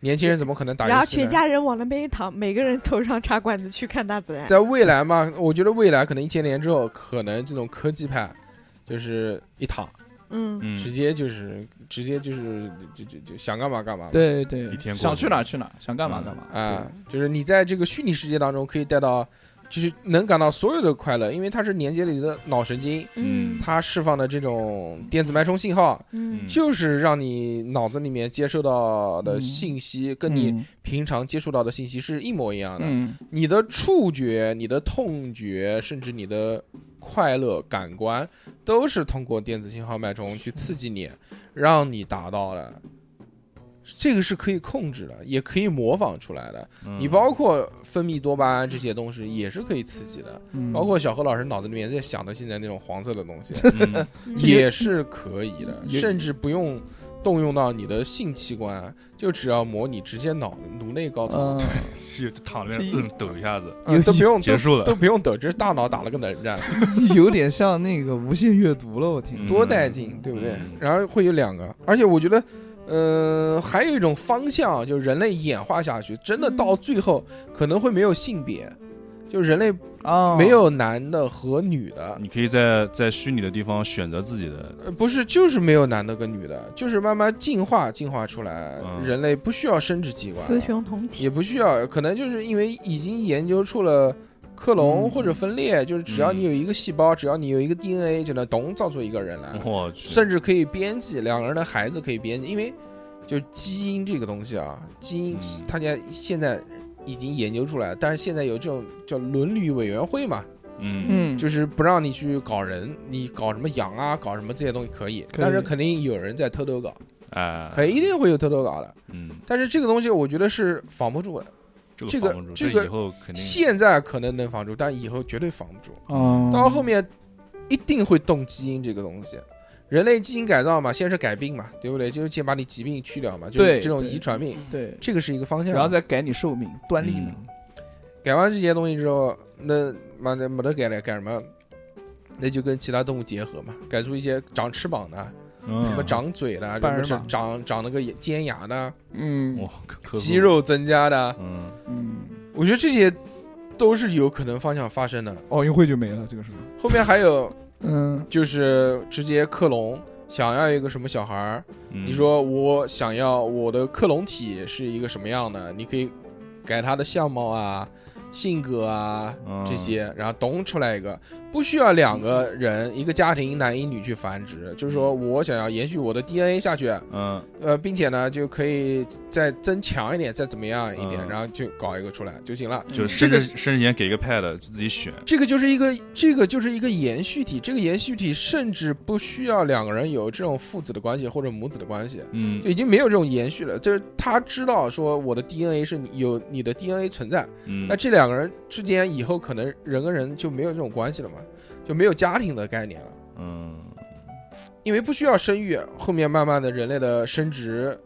Speaker 1: 年轻人怎么可能打
Speaker 3: 然
Speaker 1: 游
Speaker 3: 后
Speaker 1: 戏
Speaker 3: 全
Speaker 1: 呢？
Speaker 3: 家人往那边一躺，每个人头上插管子去看大自然。
Speaker 1: 在未来嘛，我觉得未来可能一千年之后，可能这种科技派就是一躺，
Speaker 3: 嗯，
Speaker 4: 嗯，
Speaker 1: 直接就是直接就是就就就想干嘛干嘛。
Speaker 2: 对对
Speaker 4: 一，天过
Speaker 2: 想
Speaker 4: 去
Speaker 2: 去哪儿去哪儿，想干嘛
Speaker 4: 嗯
Speaker 2: 干嘛
Speaker 1: 啊，就是你在这个虚拟世界当中可以带到，就是能感到所有的快乐，因为它是连接了你的脑神经，
Speaker 3: 嗯
Speaker 1: 它释放的这种电子脉冲信号，
Speaker 3: 嗯
Speaker 1: 就是让你脑子里面接受到的
Speaker 2: 嗯
Speaker 1: 信息
Speaker 2: 对
Speaker 1: 跟你平常接触到的信息是一模一样的。
Speaker 2: 嗯
Speaker 1: 你的触觉、你的痛觉，甚至你的快乐感官，都是通过电子信号脉冲去刺激你，让你达到的。这个是可以控制的，也可以模仿出来的。
Speaker 2: 嗯
Speaker 4: 嗯
Speaker 1: 你包括分泌多巴胺这些东西也是可以刺激的，
Speaker 2: 嗯，
Speaker 1: 包括小何老师脑子里面在想的现在那种黄色的
Speaker 2: *laughs*
Speaker 1: 东西， *laughs*
Speaker 4: 嗯
Speaker 3: 嗯
Speaker 1: 也是可以的，
Speaker 2: 也
Speaker 1: 甚至不用动用到你的性器官，就只要模拟直接脑颅内高潮
Speaker 2: 嗯，，
Speaker 1: *laughs*
Speaker 4: 是躺那儿
Speaker 2: 是一
Speaker 4: 嗯抖一下子
Speaker 1: 嗯都不用
Speaker 4: 结束
Speaker 1: 都
Speaker 4: 了，
Speaker 1: 不用抖，只是大脑打了个冷战，
Speaker 2: 有点像那个无限阅读了，我听
Speaker 4: 嗯
Speaker 1: 多带劲，对不对
Speaker 4: 嗯？
Speaker 1: 然后会有两个，而且我觉得。呃，还有一种方向，就人类演化下去，真的到最后可能会没有性别，就人类
Speaker 2: 啊，
Speaker 4: 哦
Speaker 1: 没有男的和女的，
Speaker 4: 你可以在在虚拟的地方选择自己的，
Speaker 1: 呃，不是，就是没有男的跟女的，就是慢慢进化进化出来，
Speaker 4: 嗯
Speaker 1: 人类不需要生殖器官了，
Speaker 3: 雌雄同
Speaker 1: 也
Speaker 3: 体。
Speaker 1: 不需要，可能就是因为已经研究出了克隆
Speaker 2: 嗯
Speaker 1: 或者分裂，就是只要你有一个细胞，只要你有一个 DNA，就能咚造出一个人来，
Speaker 2: 哦
Speaker 4: 我去，
Speaker 1: 甚至可以编辑两个人的孩子可以编辑，因为就基因这个东西啊，基因
Speaker 4: 嗯
Speaker 1: 大家现在已经研究出来，但是现在有这种叫伦理委员会嘛，
Speaker 4: 嗯
Speaker 2: 嗯，
Speaker 1: 就是不让你去搞人，你搞什么羊啊，搞什么这些东西可以，
Speaker 2: 可以啊
Speaker 1: 但是肯定有人在偷偷搞，
Speaker 4: 哎，
Speaker 1: 肯定一定会有偷偷搞的。
Speaker 4: 嗯
Speaker 1: 但是这个东西我觉得是防不住的，这
Speaker 4: 这
Speaker 1: 个
Speaker 4: 防不住，
Speaker 1: 这
Speaker 4: 这
Speaker 1: 个
Speaker 4: 以后肯定
Speaker 1: 现在可能能防住，但以后绝对防不住。
Speaker 2: 嗯，
Speaker 1: 到后面一定会动基因这个东西。人类基因改造嘛，先是改病嘛，对不对？就是先把你疾病去掉嘛，就是
Speaker 2: 对
Speaker 1: 这种
Speaker 2: 对
Speaker 1: 遗传病，
Speaker 2: 对，
Speaker 1: 这个是一个方向。
Speaker 2: 然后再改你寿命、端
Speaker 4: 嗯
Speaker 2: 粒命，
Speaker 1: 改完这些东西之后，那妈的没得改了，改什么？那就跟其他动物结合嘛，改出一些长翅膀的，啊
Speaker 4: 嗯
Speaker 1: 什么长嘴的，什
Speaker 2: 半
Speaker 1: 么
Speaker 2: 人马
Speaker 1: 长长长那个尖牙的，啊
Speaker 2: 嗯
Speaker 4: 哇，可可
Speaker 1: 肌肉增加的，啊
Speaker 4: 嗯。
Speaker 2: 嗯，
Speaker 1: 我觉得这些都是有可能方向发生的。
Speaker 2: 奥运会就没了，这个是，
Speaker 1: 后面还有
Speaker 2: 嗯，
Speaker 1: 就是直接克隆，想要一个什么小孩儿，
Speaker 4: 你
Speaker 1: 你说我想要我的克隆体是一个什么样的？你可以改他的相貌啊、性格啊这些，然后咚出来一个，不需要两个人一个家庭一男一女去繁殖，就是说我想要延续我的 DNA 下去，
Speaker 4: 嗯，
Speaker 1: 呃，并且呢就可以再增强一点，再怎么样一点，
Speaker 4: 嗯
Speaker 1: 然后就搞一个出来就行了。
Speaker 4: 就
Speaker 1: 这
Speaker 4: 是甚
Speaker 1: 个
Speaker 4: 至甚至前给一个 pad 就自己选，
Speaker 1: 这个就是一个，这个就是一个延续体，这个延续体甚至不需要两个人有这种父子的关系或者母子的关系，
Speaker 4: 嗯
Speaker 1: 就已经没有这种延续了。就是他知道说我的 DNA 是你有你的 DNA 存在，
Speaker 4: 嗯
Speaker 1: 那这两个人之间以后可能人跟人就没有这种关系了嘛，就没有家庭的概念了，
Speaker 4: 嗯
Speaker 1: 因为不需要生育。后面慢慢的人类的生殖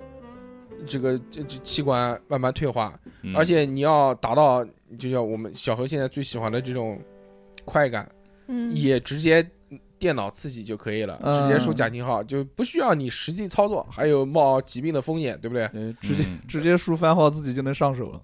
Speaker 1: 这个这这器官慢慢退化，
Speaker 4: 嗯
Speaker 1: 而且你要达到就像我们小何现在最喜欢的这种快感，
Speaker 5: 嗯，
Speaker 1: 也直接电脑刺激就可以了，
Speaker 2: 嗯
Speaker 1: 直接输假信号就不需要你实际操作，还有冒疾病的风险，对不对？
Speaker 2: 呃直接
Speaker 4: 嗯
Speaker 2: 直接输番号自己就能上手了，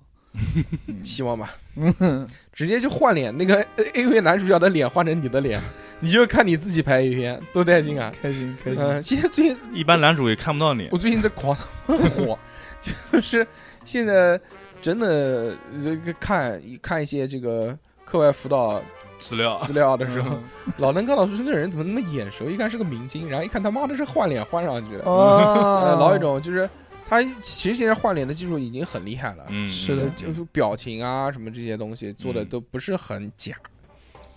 Speaker 1: 希望吧，
Speaker 2: 嗯
Speaker 1: *laughs* 直接就换脸，那个 A A V 男主角的脸换成你的脸，你就看你自己拍 A 片，多带劲啊！
Speaker 2: 开心开
Speaker 1: 嗯、
Speaker 2: 心，
Speaker 1: 现在最近
Speaker 4: 一般男主也看不到你
Speaker 1: 我，最近在狂火，就是现在真的这个看看一些这个课外辅导
Speaker 4: 资料
Speaker 1: 资料的时
Speaker 2: 嗯
Speaker 1: 候，老能看到说这个人怎么那么眼熟，一看是个明星，然后一看他妈的是换脸换上去的。呃，
Speaker 2: 哦
Speaker 1: 老有一种就是他其实现在换脸的技术已经很厉害了，
Speaker 4: 嗯
Speaker 2: 是
Speaker 4: 嗯
Speaker 2: 的
Speaker 1: 呃
Speaker 4: 嗯
Speaker 1: 就是表情啊什么这些东西做的
Speaker 4: 嗯
Speaker 1: 都不是很假。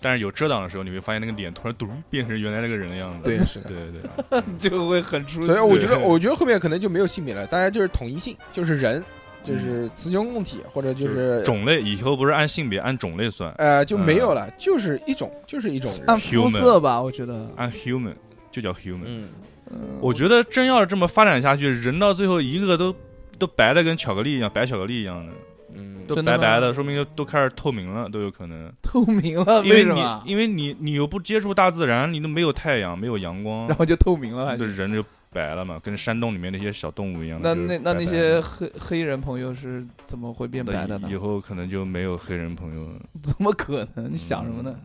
Speaker 4: 但是有遮挡的时候，你会发现那个脸突然嘟变成原来那个人的样子，
Speaker 1: 对，是的。
Speaker 4: 对对，
Speaker 2: 就会很出
Speaker 1: 所以
Speaker 2: 戏，
Speaker 1: 我觉得，
Speaker 4: 对
Speaker 1: 我觉得后面可能就没有性别了，大家就是统一性，就是人，就是雌雄共体，或者嗯就
Speaker 4: 就是种类以后不是按性别按种类算，
Speaker 1: 呃就没有了，就是一种，就是一种人。
Speaker 2: 按肤色吧，我觉得，
Speaker 4: 按 human 就叫 human。
Speaker 1: 嗯，
Speaker 2: 嗯
Speaker 4: 我觉得真要是这么发展下去，人到最后一个个都都白的跟巧克力一样，白巧克力一样的，
Speaker 1: 嗯，
Speaker 4: 都
Speaker 2: 真的
Speaker 4: 白白
Speaker 2: 吗
Speaker 4: 的，说明就都开始透明了，都有可能。
Speaker 2: 透明了，
Speaker 4: 因为
Speaker 2: 什么？
Speaker 4: 你
Speaker 2: 啊
Speaker 4: 因为你你又不接触大自然，你都没有太阳，没有阳光，
Speaker 2: 然后就透明了，
Speaker 4: 那人就白了嘛，跟山洞里面那些小动物一样。
Speaker 2: 那
Speaker 4: 就是
Speaker 2: 那
Speaker 4: 白
Speaker 2: 那
Speaker 4: 白
Speaker 2: 那
Speaker 4: 的
Speaker 2: 些黑黑人朋友是怎么会变白的呢
Speaker 4: 以？后可能就没有黑人朋友了。
Speaker 2: *laughs* 怎么可能？你想什么
Speaker 4: 嗯
Speaker 2: 呢？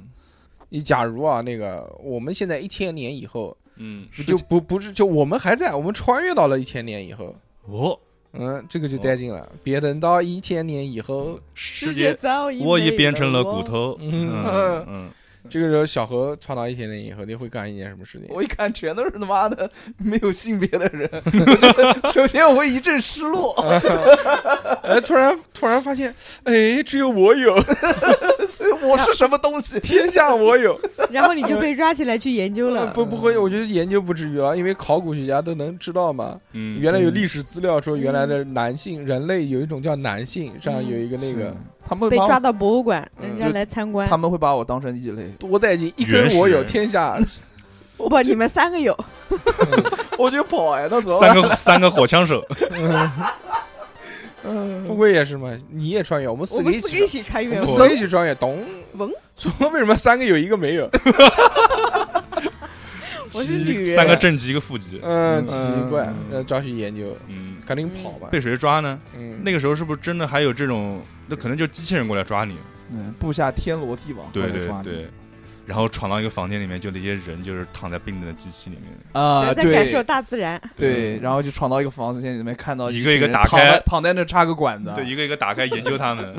Speaker 1: 你假如啊，那个我们现在一千年以后，
Speaker 4: 嗯？
Speaker 1: 不
Speaker 2: 是
Speaker 1: 就不不是就我们还在，我们穿越到了一千年以后，
Speaker 4: 嗯，哦，
Speaker 1: 嗯，这个就带劲了。别等到一千年以后，
Speaker 4: 世
Speaker 5: 界
Speaker 4: 界
Speaker 5: 早
Speaker 4: 我已
Speaker 5: 没
Speaker 4: 变成了骨
Speaker 5: 我。
Speaker 2: *laughs*
Speaker 4: 头。
Speaker 1: 嗯
Speaker 4: 嗯嗯，
Speaker 1: 这个时候，小何穿到一千年以后，你会干一件什么事情？
Speaker 2: *laughs* 我一看全都是他妈的没有性别的人， *laughs* 我觉得首先我会一阵失
Speaker 4: *laughs*
Speaker 2: 落，
Speaker 1: 哎，突然突然发现，哎，只有我有，
Speaker 2: 我是什么东西？
Speaker 1: 天下我有。
Speaker 3: *laughs* 然后你就被抓起来去研究了。
Speaker 1: 呃不不会，我觉得研究不至于啊，因为考古学家都能知道嘛。
Speaker 4: 嗯
Speaker 1: 原来有历史资料说，原来的男性人类有一种叫男性，上有一个那个
Speaker 2: 是他们
Speaker 3: 被
Speaker 2: 把
Speaker 3: 抓，到博物馆，
Speaker 1: 嗯
Speaker 3: 人家
Speaker 2: 就
Speaker 3: 来参观
Speaker 2: 他。们会把我当成异类。 *laughs*
Speaker 1: 多带劲，一
Speaker 4: 原
Speaker 1: 根
Speaker 4: 始
Speaker 1: 我有
Speaker 4: 人
Speaker 1: 天下。
Speaker 5: 不，你们三个有，
Speaker 2: 我觉得跑哎，那怎么
Speaker 4: 三
Speaker 2: 办？
Speaker 4: 个三个火
Speaker 2: *laughs*
Speaker 4: 枪手，
Speaker 2: 嗯
Speaker 1: 富贵也是嘛，你也穿越，我们
Speaker 5: 我
Speaker 1: 四个
Speaker 5: 们
Speaker 1: 一
Speaker 5: 四个一起
Speaker 1: 起
Speaker 5: 穿
Speaker 1: 穿，
Speaker 5: 越
Speaker 1: 我们
Speaker 5: 了。
Speaker 1: 四个一起穿越，懂？
Speaker 5: 嗡
Speaker 1: 说为什么三个有一个没有？
Speaker 5: 我
Speaker 4: *laughs*
Speaker 5: 是女人，
Speaker 4: 三个正极一个负极。
Speaker 1: 嗯，
Speaker 2: 嗯
Speaker 1: 奇怪
Speaker 2: 嗯，
Speaker 1: 那抓去研究，
Speaker 4: 嗯，
Speaker 1: 赶紧跑吧。
Speaker 4: 被谁抓呢？
Speaker 1: 嗯，
Speaker 4: 那个时候是不是真的还有这种？那可能就机器人过来抓你。
Speaker 2: 嗯，布下天罗地网，
Speaker 4: 对
Speaker 2: 快来
Speaker 4: 对
Speaker 2: 抓你
Speaker 4: 对。然后闯到一个房间里面，就那些人就是躺在冰冷的机器里面，
Speaker 2: 啊，
Speaker 5: 在感
Speaker 2: 对
Speaker 5: 受大自然。
Speaker 2: 对，然后就闯到一个房子间里面，看到
Speaker 4: 一
Speaker 2: 群
Speaker 4: 个一个
Speaker 2: 人
Speaker 4: 打
Speaker 2: 躺
Speaker 4: 开
Speaker 2: 在躺在那插个管子，啊
Speaker 4: 对，一个一个打开研究他们，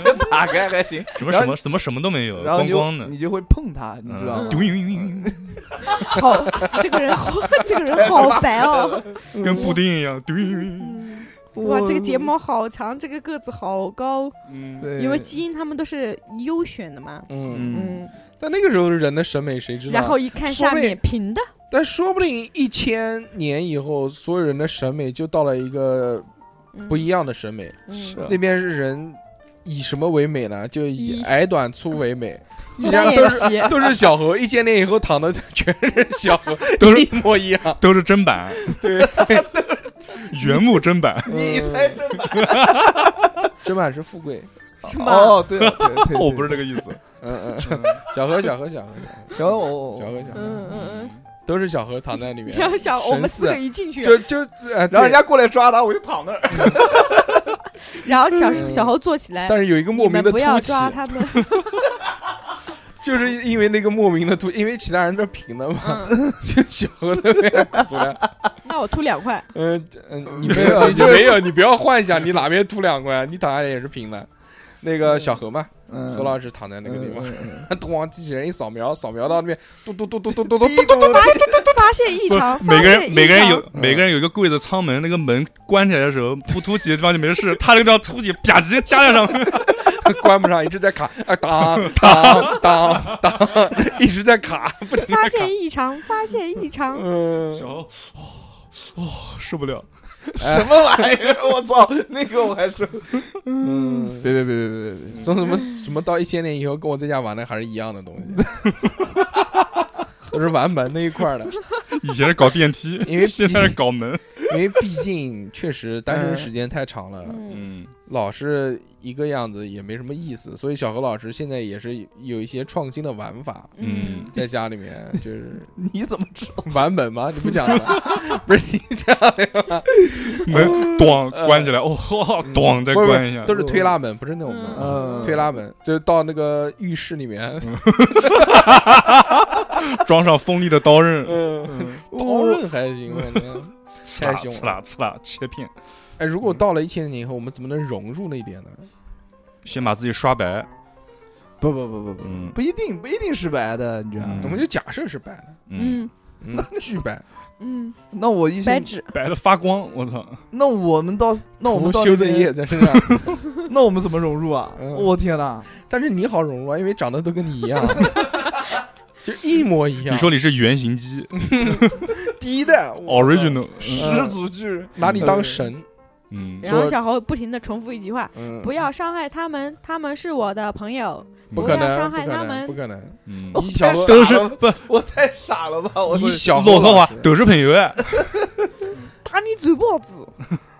Speaker 2: *laughs* 打开还行，
Speaker 4: 怎么
Speaker 2: 然
Speaker 4: 什
Speaker 2: 后
Speaker 4: 么怎么什么都没有，
Speaker 2: 然后
Speaker 4: 光
Speaker 2: 你就
Speaker 4: 呃光的，
Speaker 2: 你就会碰它，你知道吗
Speaker 4: 嗯？，
Speaker 5: 好，这个人
Speaker 1: *laughs*
Speaker 5: 好，这个人好白哦。
Speaker 4: 跟布丁一样，
Speaker 5: 嗯哇，这个睫毛好长，这个个子好高，
Speaker 4: 嗯，
Speaker 2: *laughs* 对，
Speaker 5: 因为基因他们都是优选的嘛。
Speaker 1: 嗯，
Speaker 2: 嗯，
Speaker 5: 嗯，
Speaker 1: 但那个时候人的审美谁知道？
Speaker 5: 然后一看
Speaker 1: 说
Speaker 5: 下
Speaker 1: 不定
Speaker 5: 面平的，
Speaker 1: 但说不定一千年以后，所有人的审美就到了一个
Speaker 5: 嗯
Speaker 1: 不一样的审美。
Speaker 5: 嗯
Speaker 2: 是啊
Speaker 1: 那边是人以什么为美呢？就以
Speaker 3: 以
Speaker 1: 矮短粗为美。
Speaker 3: 牡
Speaker 1: 一
Speaker 3: 丹
Speaker 1: 家
Speaker 3: 眼
Speaker 1: 都 *laughs*
Speaker 3: 皮
Speaker 1: 是都是小猴，一见面以后躺的全是小猴，
Speaker 4: 都是
Speaker 1: 一模一
Speaker 4: *laughs*
Speaker 1: 样。
Speaker 4: 都是真版，
Speaker 1: 对，
Speaker 4: *laughs* 原木真版，
Speaker 2: 你
Speaker 1: 嗯
Speaker 2: 才真
Speaker 1: 真版是富贵。
Speaker 3: 是吗？
Speaker 2: 哦，对了对对对，
Speaker 4: *laughs* 我不是这个意思。
Speaker 1: 嗯嗯，嗯，小何小何小何
Speaker 2: 小欧，
Speaker 1: 小何小何
Speaker 3: 嗯嗯
Speaker 1: 都是小何躺在里
Speaker 3: *laughs*
Speaker 1: 面，
Speaker 5: 然后想我们四个
Speaker 1: 神
Speaker 5: 一进去，
Speaker 1: 就就呃，
Speaker 2: 然后
Speaker 1: 对
Speaker 2: 人家过来抓他，我就躺那儿。
Speaker 4: 哎
Speaker 5: 然后小小猴坐起来，
Speaker 1: 嗯但是有一个莫
Speaker 5: 你
Speaker 1: 名
Speaker 5: 们
Speaker 1: 的
Speaker 5: 不要
Speaker 1: 凸起，
Speaker 5: 抓他
Speaker 1: *laughs*
Speaker 5: 们，
Speaker 1: 就是因为那个莫名的凸，因为其他人都平的嘛，
Speaker 5: 嗯，
Speaker 1: *laughs* 就小何那边鼓出 *laughs* 来，
Speaker 5: 那我吐两块，
Speaker 1: *laughs* 嗯嗯，你
Speaker 2: 没
Speaker 1: 没
Speaker 2: 有
Speaker 1: 有
Speaker 2: 你
Speaker 1: 你
Speaker 2: 就是
Speaker 1: 没有，你不要幻想你哪边凸两 *laughs* 块，你躺下来也是平的。那个小何嘛，
Speaker 2: 嗯
Speaker 1: 何老师躺在那个地方，
Speaker 2: 方，
Speaker 1: *laughs* 咚，往机器人一扫描，扫描到那边，嘟嘟嘟嘟嘟嘟嘟，
Speaker 2: 嘀咕
Speaker 5: 发现发现异
Speaker 4: 不是
Speaker 5: 常，
Speaker 4: 每个人每个人有
Speaker 2: 嗯
Speaker 4: 每个人有一个柜子舱门，那个门关起来的时候，不凸起的地方就没事，他那个地方凸起，啪直接夹在上面，
Speaker 1: 关 *laughs* 不上，一直在卡，啊，当当当当，一直在卡，不停地
Speaker 5: 发
Speaker 1: 卡
Speaker 5: 现异常，发现异常，
Speaker 1: 嗯，
Speaker 4: 小哦哦受不了，
Speaker 1: 哎
Speaker 2: *laughs* 什么玩意儿？我操，那个我还是
Speaker 1: 嗯，
Speaker 2: 别别别别别别，
Speaker 1: 从什么什么到一千年以后，跟我在家玩的还是一样的东西，都是玩门那一块儿的，
Speaker 4: 以前是搞电梯，
Speaker 1: 因为
Speaker 4: 现在是搞门，
Speaker 1: 因为毕竟确实单身时间太长了，
Speaker 3: 嗯，
Speaker 4: 嗯，
Speaker 1: 老是一个样子也没什么意思，所以小何老师现在也是有一些创新的玩法，
Speaker 4: 嗯
Speaker 1: 在家里面就是
Speaker 2: 你怎么知道？
Speaker 1: 玩门吗？你不讲了，不是你讲的吗？
Speaker 4: 门咣关起来，哦吼，咣再
Speaker 1: 不是
Speaker 4: 关一下，
Speaker 1: 都是推拉门，不是那种门。啊
Speaker 2: 嗯
Speaker 1: 推拉门就是到那个浴室里面， *laughs*
Speaker 4: 装上锋利的刀刃，
Speaker 1: 嗯，
Speaker 4: *laughs*
Speaker 1: 刀刃还行，我操！
Speaker 4: 刺啦
Speaker 1: 太凶了
Speaker 4: 刺啦刺啦切片，
Speaker 1: 哎，如果
Speaker 5: 嗯
Speaker 1: 到了一千年以后，我们怎么能融入那边呢？
Speaker 4: 先把自己刷白，
Speaker 2: 不不不不不，
Speaker 4: 嗯
Speaker 2: 不一定不一定是白的，你知道吗
Speaker 1: 我
Speaker 4: 嗯？
Speaker 1: 们就假设是白的，
Speaker 4: 嗯，
Speaker 1: 嗯，巨
Speaker 5: *laughs*
Speaker 1: 白，
Speaker 5: 嗯，
Speaker 2: 那我一
Speaker 5: 白
Speaker 2: 些，
Speaker 5: 纸，
Speaker 4: 白的发光，我操，
Speaker 2: 那我们到那我们到
Speaker 1: 涂修
Speaker 2: 那
Speaker 1: 正
Speaker 2: 边
Speaker 1: 液，在身上。
Speaker 2: *laughs* 那我们怎么融入啊？
Speaker 1: 嗯
Speaker 2: 我天哪！
Speaker 1: *laughs* 但是你好融入啊，因为长得都跟你
Speaker 5: *laughs*
Speaker 1: 一样，就一模一样。
Speaker 4: 你说你是原型机
Speaker 1: 第一代我
Speaker 4: ，original，
Speaker 2: 十足呃剧
Speaker 1: 拿你当神，
Speaker 4: 嗯，
Speaker 5: 然后
Speaker 1: 说
Speaker 5: 小猴不停的重复一句话。
Speaker 1: 嗯，
Speaker 5: 不要伤害他们，他们是我的朋友。
Speaker 1: 不
Speaker 5: 不
Speaker 1: 可
Speaker 5: 要
Speaker 1: 能，
Speaker 5: 伤
Speaker 1: 不
Speaker 5: 害
Speaker 1: 可
Speaker 5: 他
Speaker 1: 能，
Speaker 5: 们哦
Speaker 1: 不可能。
Speaker 4: 嗯，
Speaker 1: 你小何
Speaker 4: 都是不
Speaker 2: 我太傻了吧！我
Speaker 1: 以小何
Speaker 4: 骆驼
Speaker 1: 老
Speaker 4: 话
Speaker 1: 师，
Speaker 4: 都是朋友哎，
Speaker 5: 打啊你嘴巴子！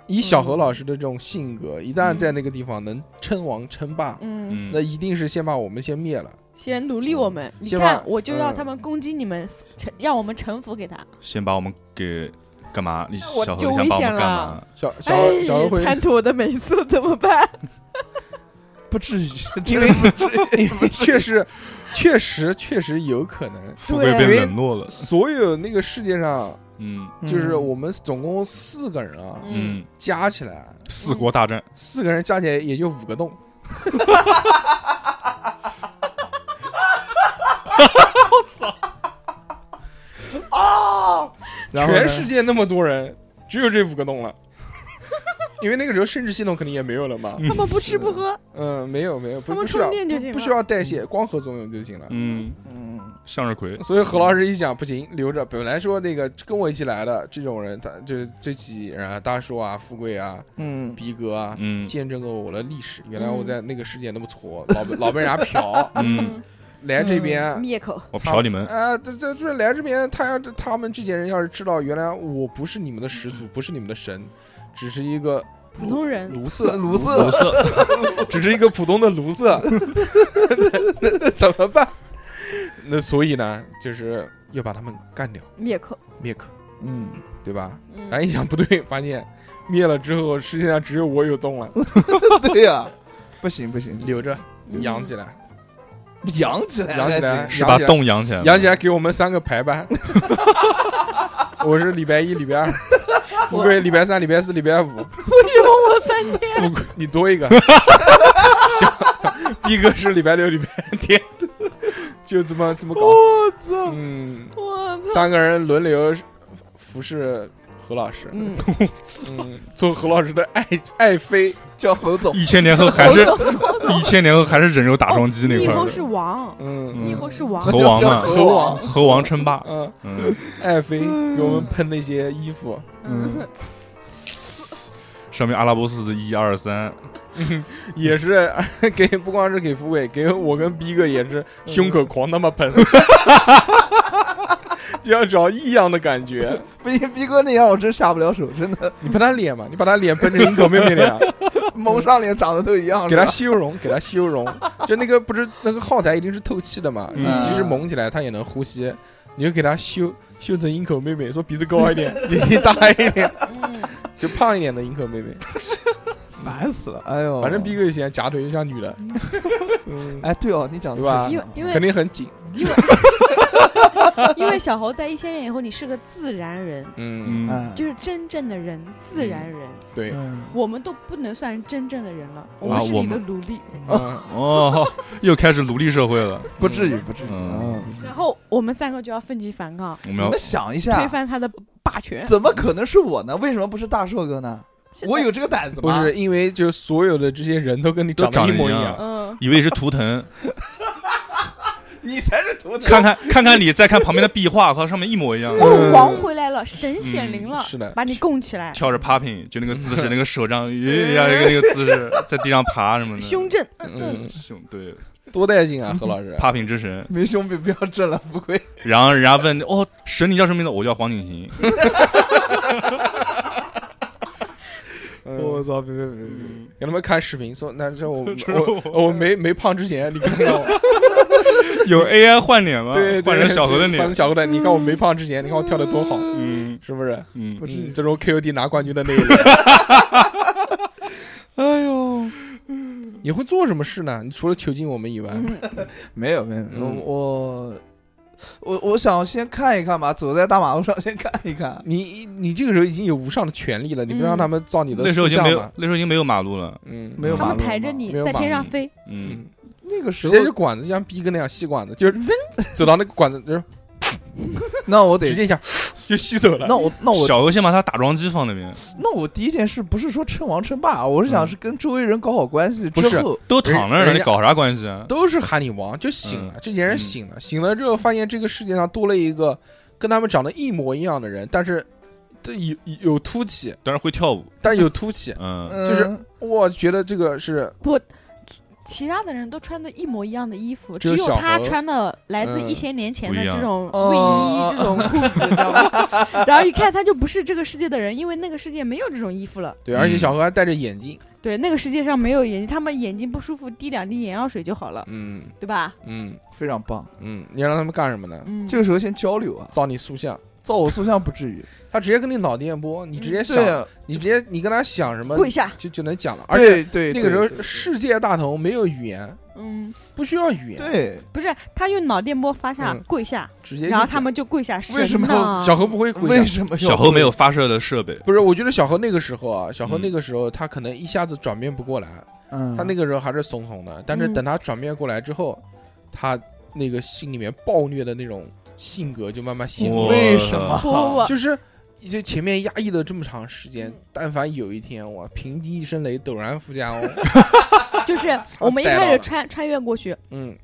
Speaker 1: 以小何老师的这种性格，一旦在那个地方能称王称霸，
Speaker 5: 嗯，
Speaker 4: 嗯
Speaker 1: 那一定是先把我们先灭了。
Speaker 5: 先努力我们。你
Speaker 1: 先把
Speaker 5: 看，我就让
Speaker 1: 嗯
Speaker 5: 他们攻击你们，臣让我们臣服给他。
Speaker 4: 先把我们给干嘛？你
Speaker 5: 那我
Speaker 4: 小何
Speaker 5: 就
Speaker 4: 想把
Speaker 5: 危
Speaker 4: 我
Speaker 5: 险
Speaker 4: 们干
Speaker 5: 了
Speaker 4: 嘛？
Speaker 1: 小小
Speaker 5: 哎
Speaker 1: 何，小何会
Speaker 5: 贪图我的美色怎么办？
Speaker 2: 不至 *laughs* 于，
Speaker 1: 因为因为 *laughs* 确实，确实，确实有可
Speaker 5: *laughs*
Speaker 1: 能。
Speaker 4: 富贵
Speaker 1: 因为
Speaker 4: 被冷落了，
Speaker 1: 所有那个世界上，
Speaker 4: 嗯
Speaker 1: 就是我们总共四个人啊，
Speaker 4: 嗯，
Speaker 1: 加起来
Speaker 4: 四国大战，
Speaker 1: 四个人加起来也就五个 *laughs* 洞，
Speaker 2: 啊，然
Speaker 1: 哦
Speaker 2: 后呢
Speaker 1: 全世界那么多人，只有这五个洞了。 *laughs* 因为那个时候生殖系统肯定也没有了嘛，
Speaker 4: 嗯
Speaker 5: 他们不吃不喝，
Speaker 1: 嗯，没有没有，不
Speaker 5: 他们
Speaker 1: 不需要
Speaker 5: 充电就行了
Speaker 1: 不需要代谢，光合作用就行了。
Speaker 4: 嗯，
Speaker 2: 嗯，
Speaker 4: 向日葵，
Speaker 1: 所以何老师一想不行，留着。本来说那个跟我一起来的这种人，他这这几人啊，大叔啊，富贵啊，
Speaker 2: 嗯，
Speaker 1: 逼哥啊，
Speaker 4: 嗯
Speaker 1: 见证过我的历史。原来我在那个世界那么挫，老被老 *laughs* 被人家嫖，
Speaker 4: 嗯，
Speaker 1: 来这边
Speaker 5: 嗯
Speaker 3: 嗯
Speaker 5: 灭口。
Speaker 4: 我嫖你们，
Speaker 1: 啊，这这这来这边，他要他们这些人要是知道，原来我不是你们的始祖，不是你们的神，只是一个
Speaker 5: 普通
Speaker 3: 嗯
Speaker 5: 人，
Speaker 1: 卢瑟，
Speaker 2: 卢瑟
Speaker 4: 不是，
Speaker 1: 只是一个普通的卢瑟， *laughs* 那那那怎么办？那所以呢，就是要把他们干掉，
Speaker 5: 灭口。
Speaker 1: 灭口，
Speaker 2: 嗯，
Speaker 1: 对吧？
Speaker 5: 嗯
Speaker 1: 反正一想不对，发现灭了之后，世界上只有我有洞了，
Speaker 2: *laughs* 对呀，不行不行，
Speaker 1: 留着
Speaker 5: 嗯
Speaker 1: 养起来，
Speaker 2: 养起来，
Speaker 1: 养起来
Speaker 2: 还行
Speaker 4: 是把洞养起来，
Speaker 1: 养起来给我们三个排班。我是礼拜一、礼拜二，富贵礼拜三、礼拜四、礼拜五。
Speaker 5: 我三天，
Speaker 1: 富贵，你多一个。逼哥是礼拜六、礼拜天，就这么这么搞。我操！嗯， *laughs*
Speaker 5: 我操！
Speaker 1: 三个人轮流服侍何老师，
Speaker 5: 嗯，
Speaker 1: 嗯，做何老师的爱爱妃。
Speaker 2: 叫侯总，
Speaker 4: 一千年后还是一千年后还是人肉打桩机那
Speaker 5: 猕
Speaker 4: 块
Speaker 5: 猴
Speaker 4: 儿
Speaker 5: 是
Speaker 4: 的，
Speaker 5: 王，
Speaker 1: 嗯
Speaker 4: 嗯
Speaker 5: 猕猴是王
Speaker 2: 那。
Speaker 4: 猴
Speaker 2: 就
Speaker 4: 王
Speaker 2: 叫
Speaker 4: 嘛
Speaker 2: 猴王，
Speaker 4: 猴王称霸，
Speaker 1: 嗯，
Speaker 4: 嗯，
Speaker 1: 嗯爱妃给我们喷那些衣服，
Speaker 5: 嗯，
Speaker 4: 上面阿拉伯数字一二三，
Speaker 1: 也是给不光是给富贵，给我跟逼哥也是胸口狂他妈喷， *laughs* 就要找异样的感觉。
Speaker 2: 不行，逼哥那样我真下不了手，真 *laughs* 的
Speaker 1: 你喷他脸嘛，你把他脸喷成鹰口妹妹 *laughs* 脸，
Speaker 2: 蒙上脸长得都一样，
Speaker 1: 给他
Speaker 2: 是吧
Speaker 1: 修容，给他修容。就那个不是那个耗材一定是透气的嘛，你
Speaker 4: 嗯
Speaker 1: 即使蒙起来，它也能呼吸。你就给他修修成鹰口妹妹，说鼻子高一点，眼睛大一点，
Speaker 6: 嗯，
Speaker 1: *laughs* 就胖一点的鹰口妹妹。
Speaker 2: 烦死了，哎呦，
Speaker 1: 反正逼哥以前夹腿就像女的，哦嗯
Speaker 2: 哎，对哦，你讲的
Speaker 1: 对吧
Speaker 2: 是
Speaker 3: 因为因为
Speaker 1: 肯定很紧。
Speaker 3: 因为小猴在一千年以后，你是个自然人，
Speaker 1: 嗯，
Speaker 4: 嗯，
Speaker 2: 嗯，
Speaker 3: 就是真正的人，自然人，
Speaker 1: 对，
Speaker 2: 嗯
Speaker 3: 我们都不能算是真正的人了，我
Speaker 4: 啊
Speaker 3: 们是
Speaker 4: 我
Speaker 3: 你的
Speaker 4: 们
Speaker 3: 奴隶。
Speaker 1: *laughs* 嗯
Speaker 4: 哦， *laughs* 又开始奴隶社会了。
Speaker 2: 不至于，不至于，
Speaker 4: 嗯
Speaker 2: 嗯
Speaker 3: 然后我们三个就要奋起反抗，
Speaker 4: 我
Speaker 2: 你
Speaker 4: 们要
Speaker 2: 们想一
Speaker 3: 推
Speaker 1: 啊
Speaker 2: 下，
Speaker 3: 翻他的霸 *laughs* 权。
Speaker 2: 怎么可能是我呢？为什么不是大硕哥呢？我有这个胆子
Speaker 1: 不
Speaker 2: 吗？
Speaker 1: 是，因为就是所有的这些人都跟你
Speaker 4: 都
Speaker 1: 得
Speaker 4: 长
Speaker 1: 一
Speaker 4: 得
Speaker 1: 模
Speaker 4: 一
Speaker 1: 一
Speaker 4: 样
Speaker 1: 样，
Speaker 3: 嗯，
Speaker 4: 以为你是图腾，
Speaker 2: 你才是头
Speaker 4: 看看看看你，再看旁边的壁画，靠，上面一模一样，
Speaker 3: 我王回来了，神显灵了，
Speaker 1: 嗯是的
Speaker 3: 把你供起来，
Speaker 4: 跳着 popping，就那个姿势，那个手杖，一样一个那个姿势，在地上爬什么的。
Speaker 3: 胸正。
Speaker 1: 嗯，
Speaker 4: 胸对
Speaker 1: 多带劲啊，何老师。
Speaker 4: ，popping 之神。
Speaker 2: 没胸比不要正了，富 *laughs* 贵。
Speaker 4: 然后人家问哦，神你叫什么名字？我叫黄
Speaker 1: *laughs*
Speaker 4: 景行。
Speaker 1: 嗯，
Speaker 2: 操，别别别别！
Speaker 1: 给他们看视频，说那这
Speaker 4: *laughs*
Speaker 1: 我
Speaker 4: 这
Speaker 1: 我我没没胖之前，你看
Speaker 4: *laughs*
Speaker 1: 看我，
Speaker 4: 有 AI 换脸吗？
Speaker 1: 对，对
Speaker 4: 换成小何的
Speaker 1: 换成
Speaker 4: 脸。
Speaker 1: 小何的，你看我没胖之前，你看我跳的多好，
Speaker 4: 嗯
Speaker 1: 是不是？
Speaker 4: 嗯
Speaker 2: 不，至于
Speaker 1: 这是我 KOD 拿冠军的那一
Speaker 4: *laughs*
Speaker 1: 年。
Speaker 2: 哎呦，
Speaker 1: 你会做什么事呢？你除了囚禁我们以外，
Speaker 3: 嗯
Speaker 2: 没有没有，没有
Speaker 1: 嗯
Speaker 2: 我我我想先看一看吧，走在大马路上先看一看。
Speaker 1: 你你这个时候已经有无上的权利
Speaker 3: 嗯
Speaker 1: 了，你不让他们造你的
Speaker 4: 嗯那时候已
Speaker 1: 塑像
Speaker 4: 经没
Speaker 1: 吗
Speaker 4: 有，那时候已经没有马路了。
Speaker 1: 嗯，
Speaker 2: 没有
Speaker 3: 他
Speaker 2: 马
Speaker 3: 们
Speaker 2: 路
Speaker 3: 抬着你
Speaker 1: 没有
Speaker 3: 在
Speaker 1: 马
Speaker 3: 天上
Speaker 1: 路
Speaker 3: 飞，
Speaker 4: 嗯，
Speaker 1: 嗯，
Speaker 2: 那个时
Speaker 1: 直
Speaker 2: 候
Speaker 1: 接，就管子就像逼哥那样吸管子，
Speaker 3: *laughs*
Speaker 1: 就是走到那个管子，就是
Speaker 2: *laughs* 那我
Speaker 1: 直
Speaker 2: 得，
Speaker 1: 接一下 *sniffs* 就吸走了。
Speaker 2: 那我那我
Speaker 4: 小何先把他打桩机放那边，
Speaker 2: 那我第一件事不是说称王称霸，我是
Speaker 1: 嗯
Speaker 2: 想是跟周围人搞好关系
Speaker 1: 不是
Speaker 2: 之后，
Speaker 4: 都躺那儿了，
Speaker 1: 人
Speaker 4: 你搞啥关系啊？
Speaker 1: 都是喊你王，就醒了，这些人
Speaker 4: 嗯
Speaker 1: 醒了，醒了之后发现这个世界上多了一个跟他们长得一模一样的人，但是这有有凸起，
Speaker 4: 当然会跳舞，
Speaker 1: 但是有凸起， *laughs*
Speaker 4: 嗯，
Speaker 2: 嗯
Speaker 1: 就是我觉得这个是
Speaker 3: 其他的人都穿的一模一样的衣服，
Speaker 1: 只
Speaker 3: 只
Speaker 1: 有
Speaker 3: 有
Speaker 1: 小
Speaker 3: 他
Speaker 1: 猴
Speaker 3: 穿的来自
Speaker 1: 嗯
Speaker 3: 一千年前
Speaker 4: 不
Speaker 3: 的
Speaker 4: 一样
Speaker 3: 这种
Speaker 2: 哦
Speaker 3: 卫
Speaker 2: 哦
Speaker 3: 衣、
Speaker 1: *laughs*
Speaker 3: 这种裤子，知道吗？ *laughs* 然后一看他就不是这个世界的人，因为那个世界没有这种衣服了。
Speaker 1: 对，而且
Speaker 4: 嗯
Speaker 1: 小何还戴着眼镜，
Speaker 3: 对，那个世界上没有眼睛，他们眼睛不舒服滴两滴眼药水就好了，
Speaker 1: 嗯
Speaker 3: 对吧？
Speaker 1: 嗯
Speaker 2: 非常棒。
Speaker 1: 嗯，你让他们干什么呢？
Speaker 3: 嗯，
Speaker 2: 这个时候先交流啊，
Speaker 1: 造你塑像，
Speaker 2: 造我塑像不
Speaker 1: *laughs*
Speaker 2: 至于。
Speaker 1: 他直接跟你脑电波，你直接
Speaker 2: 对
Speaker 1: 想，
Speaker 2: 啊
Speaker 1: 你直接你跟他想什么
Speaker 3: 跪下，
Speaker 1: 就就能讲了，而且
Speaker 2: 对对，
Speaker 1: 那个时
Speaker 2: 对
Speaker 1: 候世界大同没有语言，
Speaker 3: 嗯，
Speaker 1: 不需要语言，
Speaker 2: 对，
Speaker 3: 不是，他用脑电波发下、
Speaker 1: 嗯
Speaker 3: 跪下，
Speaker 1: 直接就
Speaker 3: 然后他
Speaker 1: 讲
Speaker 3: 们就跪下。
Speaker 2: 为什么
Speaker 3: 神呐
Speaker 1: 小何不会跪
Speaker 2: 为
Speaker 1: 下。
Speaker 2: 什么要
Speaker 4: 小何没有发射的设备，
Speaker 1: 不是，我觉得小何那个时候啊，小何
Speaker 4: 嗯
Speaker 1: 那个时候他可能一下子转变不过来，
Speaker 2: 嗯
Speaker 1: 他那个时候还是怂怂的，但是等他转变过来之后，他那个心里面暴虐的那种性格就慢慢显露了，
Speaker 4: 哇
Speaker 2: 为什么
Speaker 3: 不不不，
Speaker 1: 就是就前面压抑了这么长时间
Speaker 3: 嗯，
Speaker 1: 但凡有一天我平地一声雷，陡然富家哦翁， *laughs*
Speaker 3: 就是我们一
Speaker 1: 带到
Speaker 3: 开
Speaker 1: 了
Speaker 3: 始穿穿越过去，
Speaker 1: 嗯，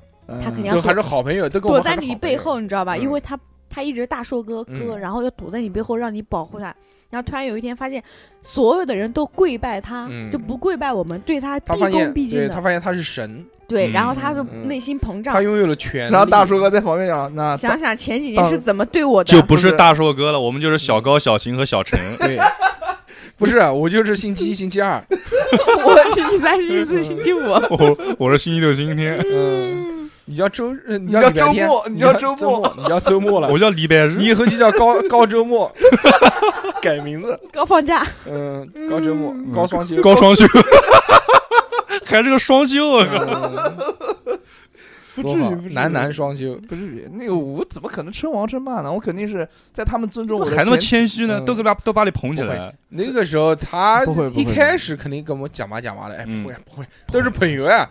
Speaker 2: 他
Speaker 3: 肯定要
Speaker 1: 都还是好朋友，都跟我们
Speaker 3: 躲
Speaker 1: 还
Speaker 3: 在
Speaker 1: 是
Speaker 3: 你
Speaker 1: 好朋
Speaker 3: 背
Speaker 1: 友，
Speaker 3: 后，你知道吧？
Speaker 1: 嗯
Speaker 3: 因为他他一直大硕哥哥，
Speaker 1: 嗯
Speaker 3: 然后要躲在你背后让你保护他。然后突然有一天发现，所有的人都跪拜他，
Speaker 1: 嗯
Speaker 3: 就不跪拜我们，对他
Speaker 1: 他
Speaker 3: 毕
Speaker 1: 发
Speaker 3: 恭
Speaker 1: 现，
Speaker 3: 毕敬
Speaker 1: 对他
Speaker 3: 的。
Speaker 1: 发现他是神，
Speaker 3: 对，
Speaker 4: 嗯
Speaker 3: 然后他的
Speaker 1: 嗯
Speaker 3: 内心膨胀
Speaker 1: 他，拥有了权利。
Speaker 2: 然后大叔哥在旁边讲，那
Speaker 3: 想想前几年
Speaker 2: 当
Speaker 3: 是怎么对我的，
Speaker 4: 就不是大硕哥了，我们就是小高、小秦和小陈。
Speaker 1: *laughs* 对，不是我就是星期一、星期二，
Speaker 3: 我星期三、星期
Speaker 1: *laughs*
Speaker 3: 四、星期五，
Speaker 4: 我我是星期六、星期天，
Speaker 1: 嗯。你叫周日，你叫
Speaker 2: 你叫
Speaker 1: 礼拜
Speaker 2: 周
Speaker 1: 天
Speaker 2: 末
Speaker 1: 你
Speaker 2: 你
Speaker 1: 叫
Speaker 2: 叫周末
Speaker 1: 末，你叫周末了
Speaker 4: 我。叫礼拜日。
Speaker 1: 你以后就叫高高周
Speaker 2: *laughs*
Speaker 1: 末，改名字，
Speaker 3: 高放假，
Speaker 1: 嗯，高周末，
Speaker 3: 嗯
Speaker 1: 高双休，
Speaker 4: 高双休， *laughs* 还是个双休啊！
Speaker 1: 嗯
Speaker 2: 不
Speaker 1: 多
Speaker 2: 至
Speaker 1: 好
Speaker 2: 于，不至，于
Speaker 1: 男男双休，
Speaker 2: 不至于。那个我怎么可能称王称霸呢？我肯定是在他们尊重我的
Speaker 4: 还那么
Speaker 2: 前
Speaker 4: 谦虚呢，
Speaker 1: 嗯
Speaker 4: 都给把都把你捧起来。
Speaker 1: 那个时候他
Speaker 2: 不会不会
Speaker 1: 一开始肯定跟我讲嘛讲嘛的，哎，
Speaker 4: 嗯
Speaker 1: 不会不会，都是朋友呀，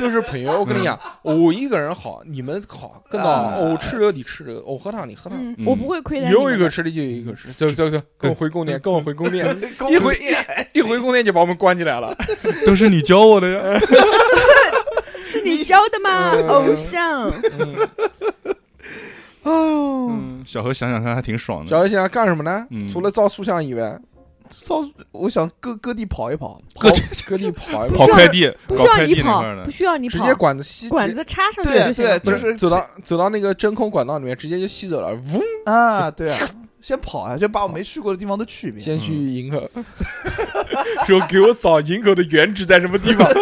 Speaker 1: 都是朋友。我跟你讲，我一个人好，你们好，更好。
Speaker 2: 嗯啊
Speaker 1: 我吃肉你吃肉，我喝汤你喝汤，
Speaker 3: 嗯
Speaker 4: 嗯
Speaker 3: 我不会亏待你
Speaker 1: 有一
Speaker 3: 们
Speaker 1: 个
Speaker 3: 的。
Speaker 1: 吃的就有一个吃。走走走，跟我回宫
Speaker 2: 嗯
Speaker 1: 殿，跟我回宫殿。
Speaker 2: *laughs* 提，
Speaker 1: 一回啊一回宫殿就把我们关起来了。
Speaker 4: 都是你教我的呀。
Speaker 3: 是你教的吗
Speaker 1: 嗯？
Speaker 3: 偶像，
Speaker 1: 嗯
Speaker 2: 哎呦，嗯
Speaker 4: 小何想想看，还挺爽的。
Speaker 1: 小何想要干什么呢
Speaker 4: 嗯？
Speaker 1: 除了造塑像以外，
Speaker 2: 到，我想各各地跑一跑，
Speaker 4: 各
Speaker 2: 跑
Speaker 4: 地
Speaker 1: *laughs* 各地跑一 *laughs*
Speaker 4: 跑
Speaker 1: 跑，
Speaker 4: 快递，
Speaker 3: 不
Speaker 4: 搞
Speaker 3: 需要
Speaker 4: 快
Speaker 3: 你
Speaker 4: 递那块儿
Speaker 3: 跑，
Speaker 4: 的
Speaker 3: 不，需要你
Speaker 1: 直
Speaker 3: 跑，
Speaker 1: 接管子吸
Speaker 3: 管
Speaker 1: 直
Speaker 3: 子插上去
Speaker 2: 对
Speaker 3: 就行了。
Speaker 2: 对
Speaker 1: 不
Speaker 2: 就是
Speaker 1: 走到走到那个真空管道里面，直接就吸走了，嗡，
Speaker 2: 啊，对啊，先跑呀，就把我没去过的地方都去一遍。
Speaker 1: 先去营口，嗯 *laughs* 说给我找营口的原址在什么地方， *laughs*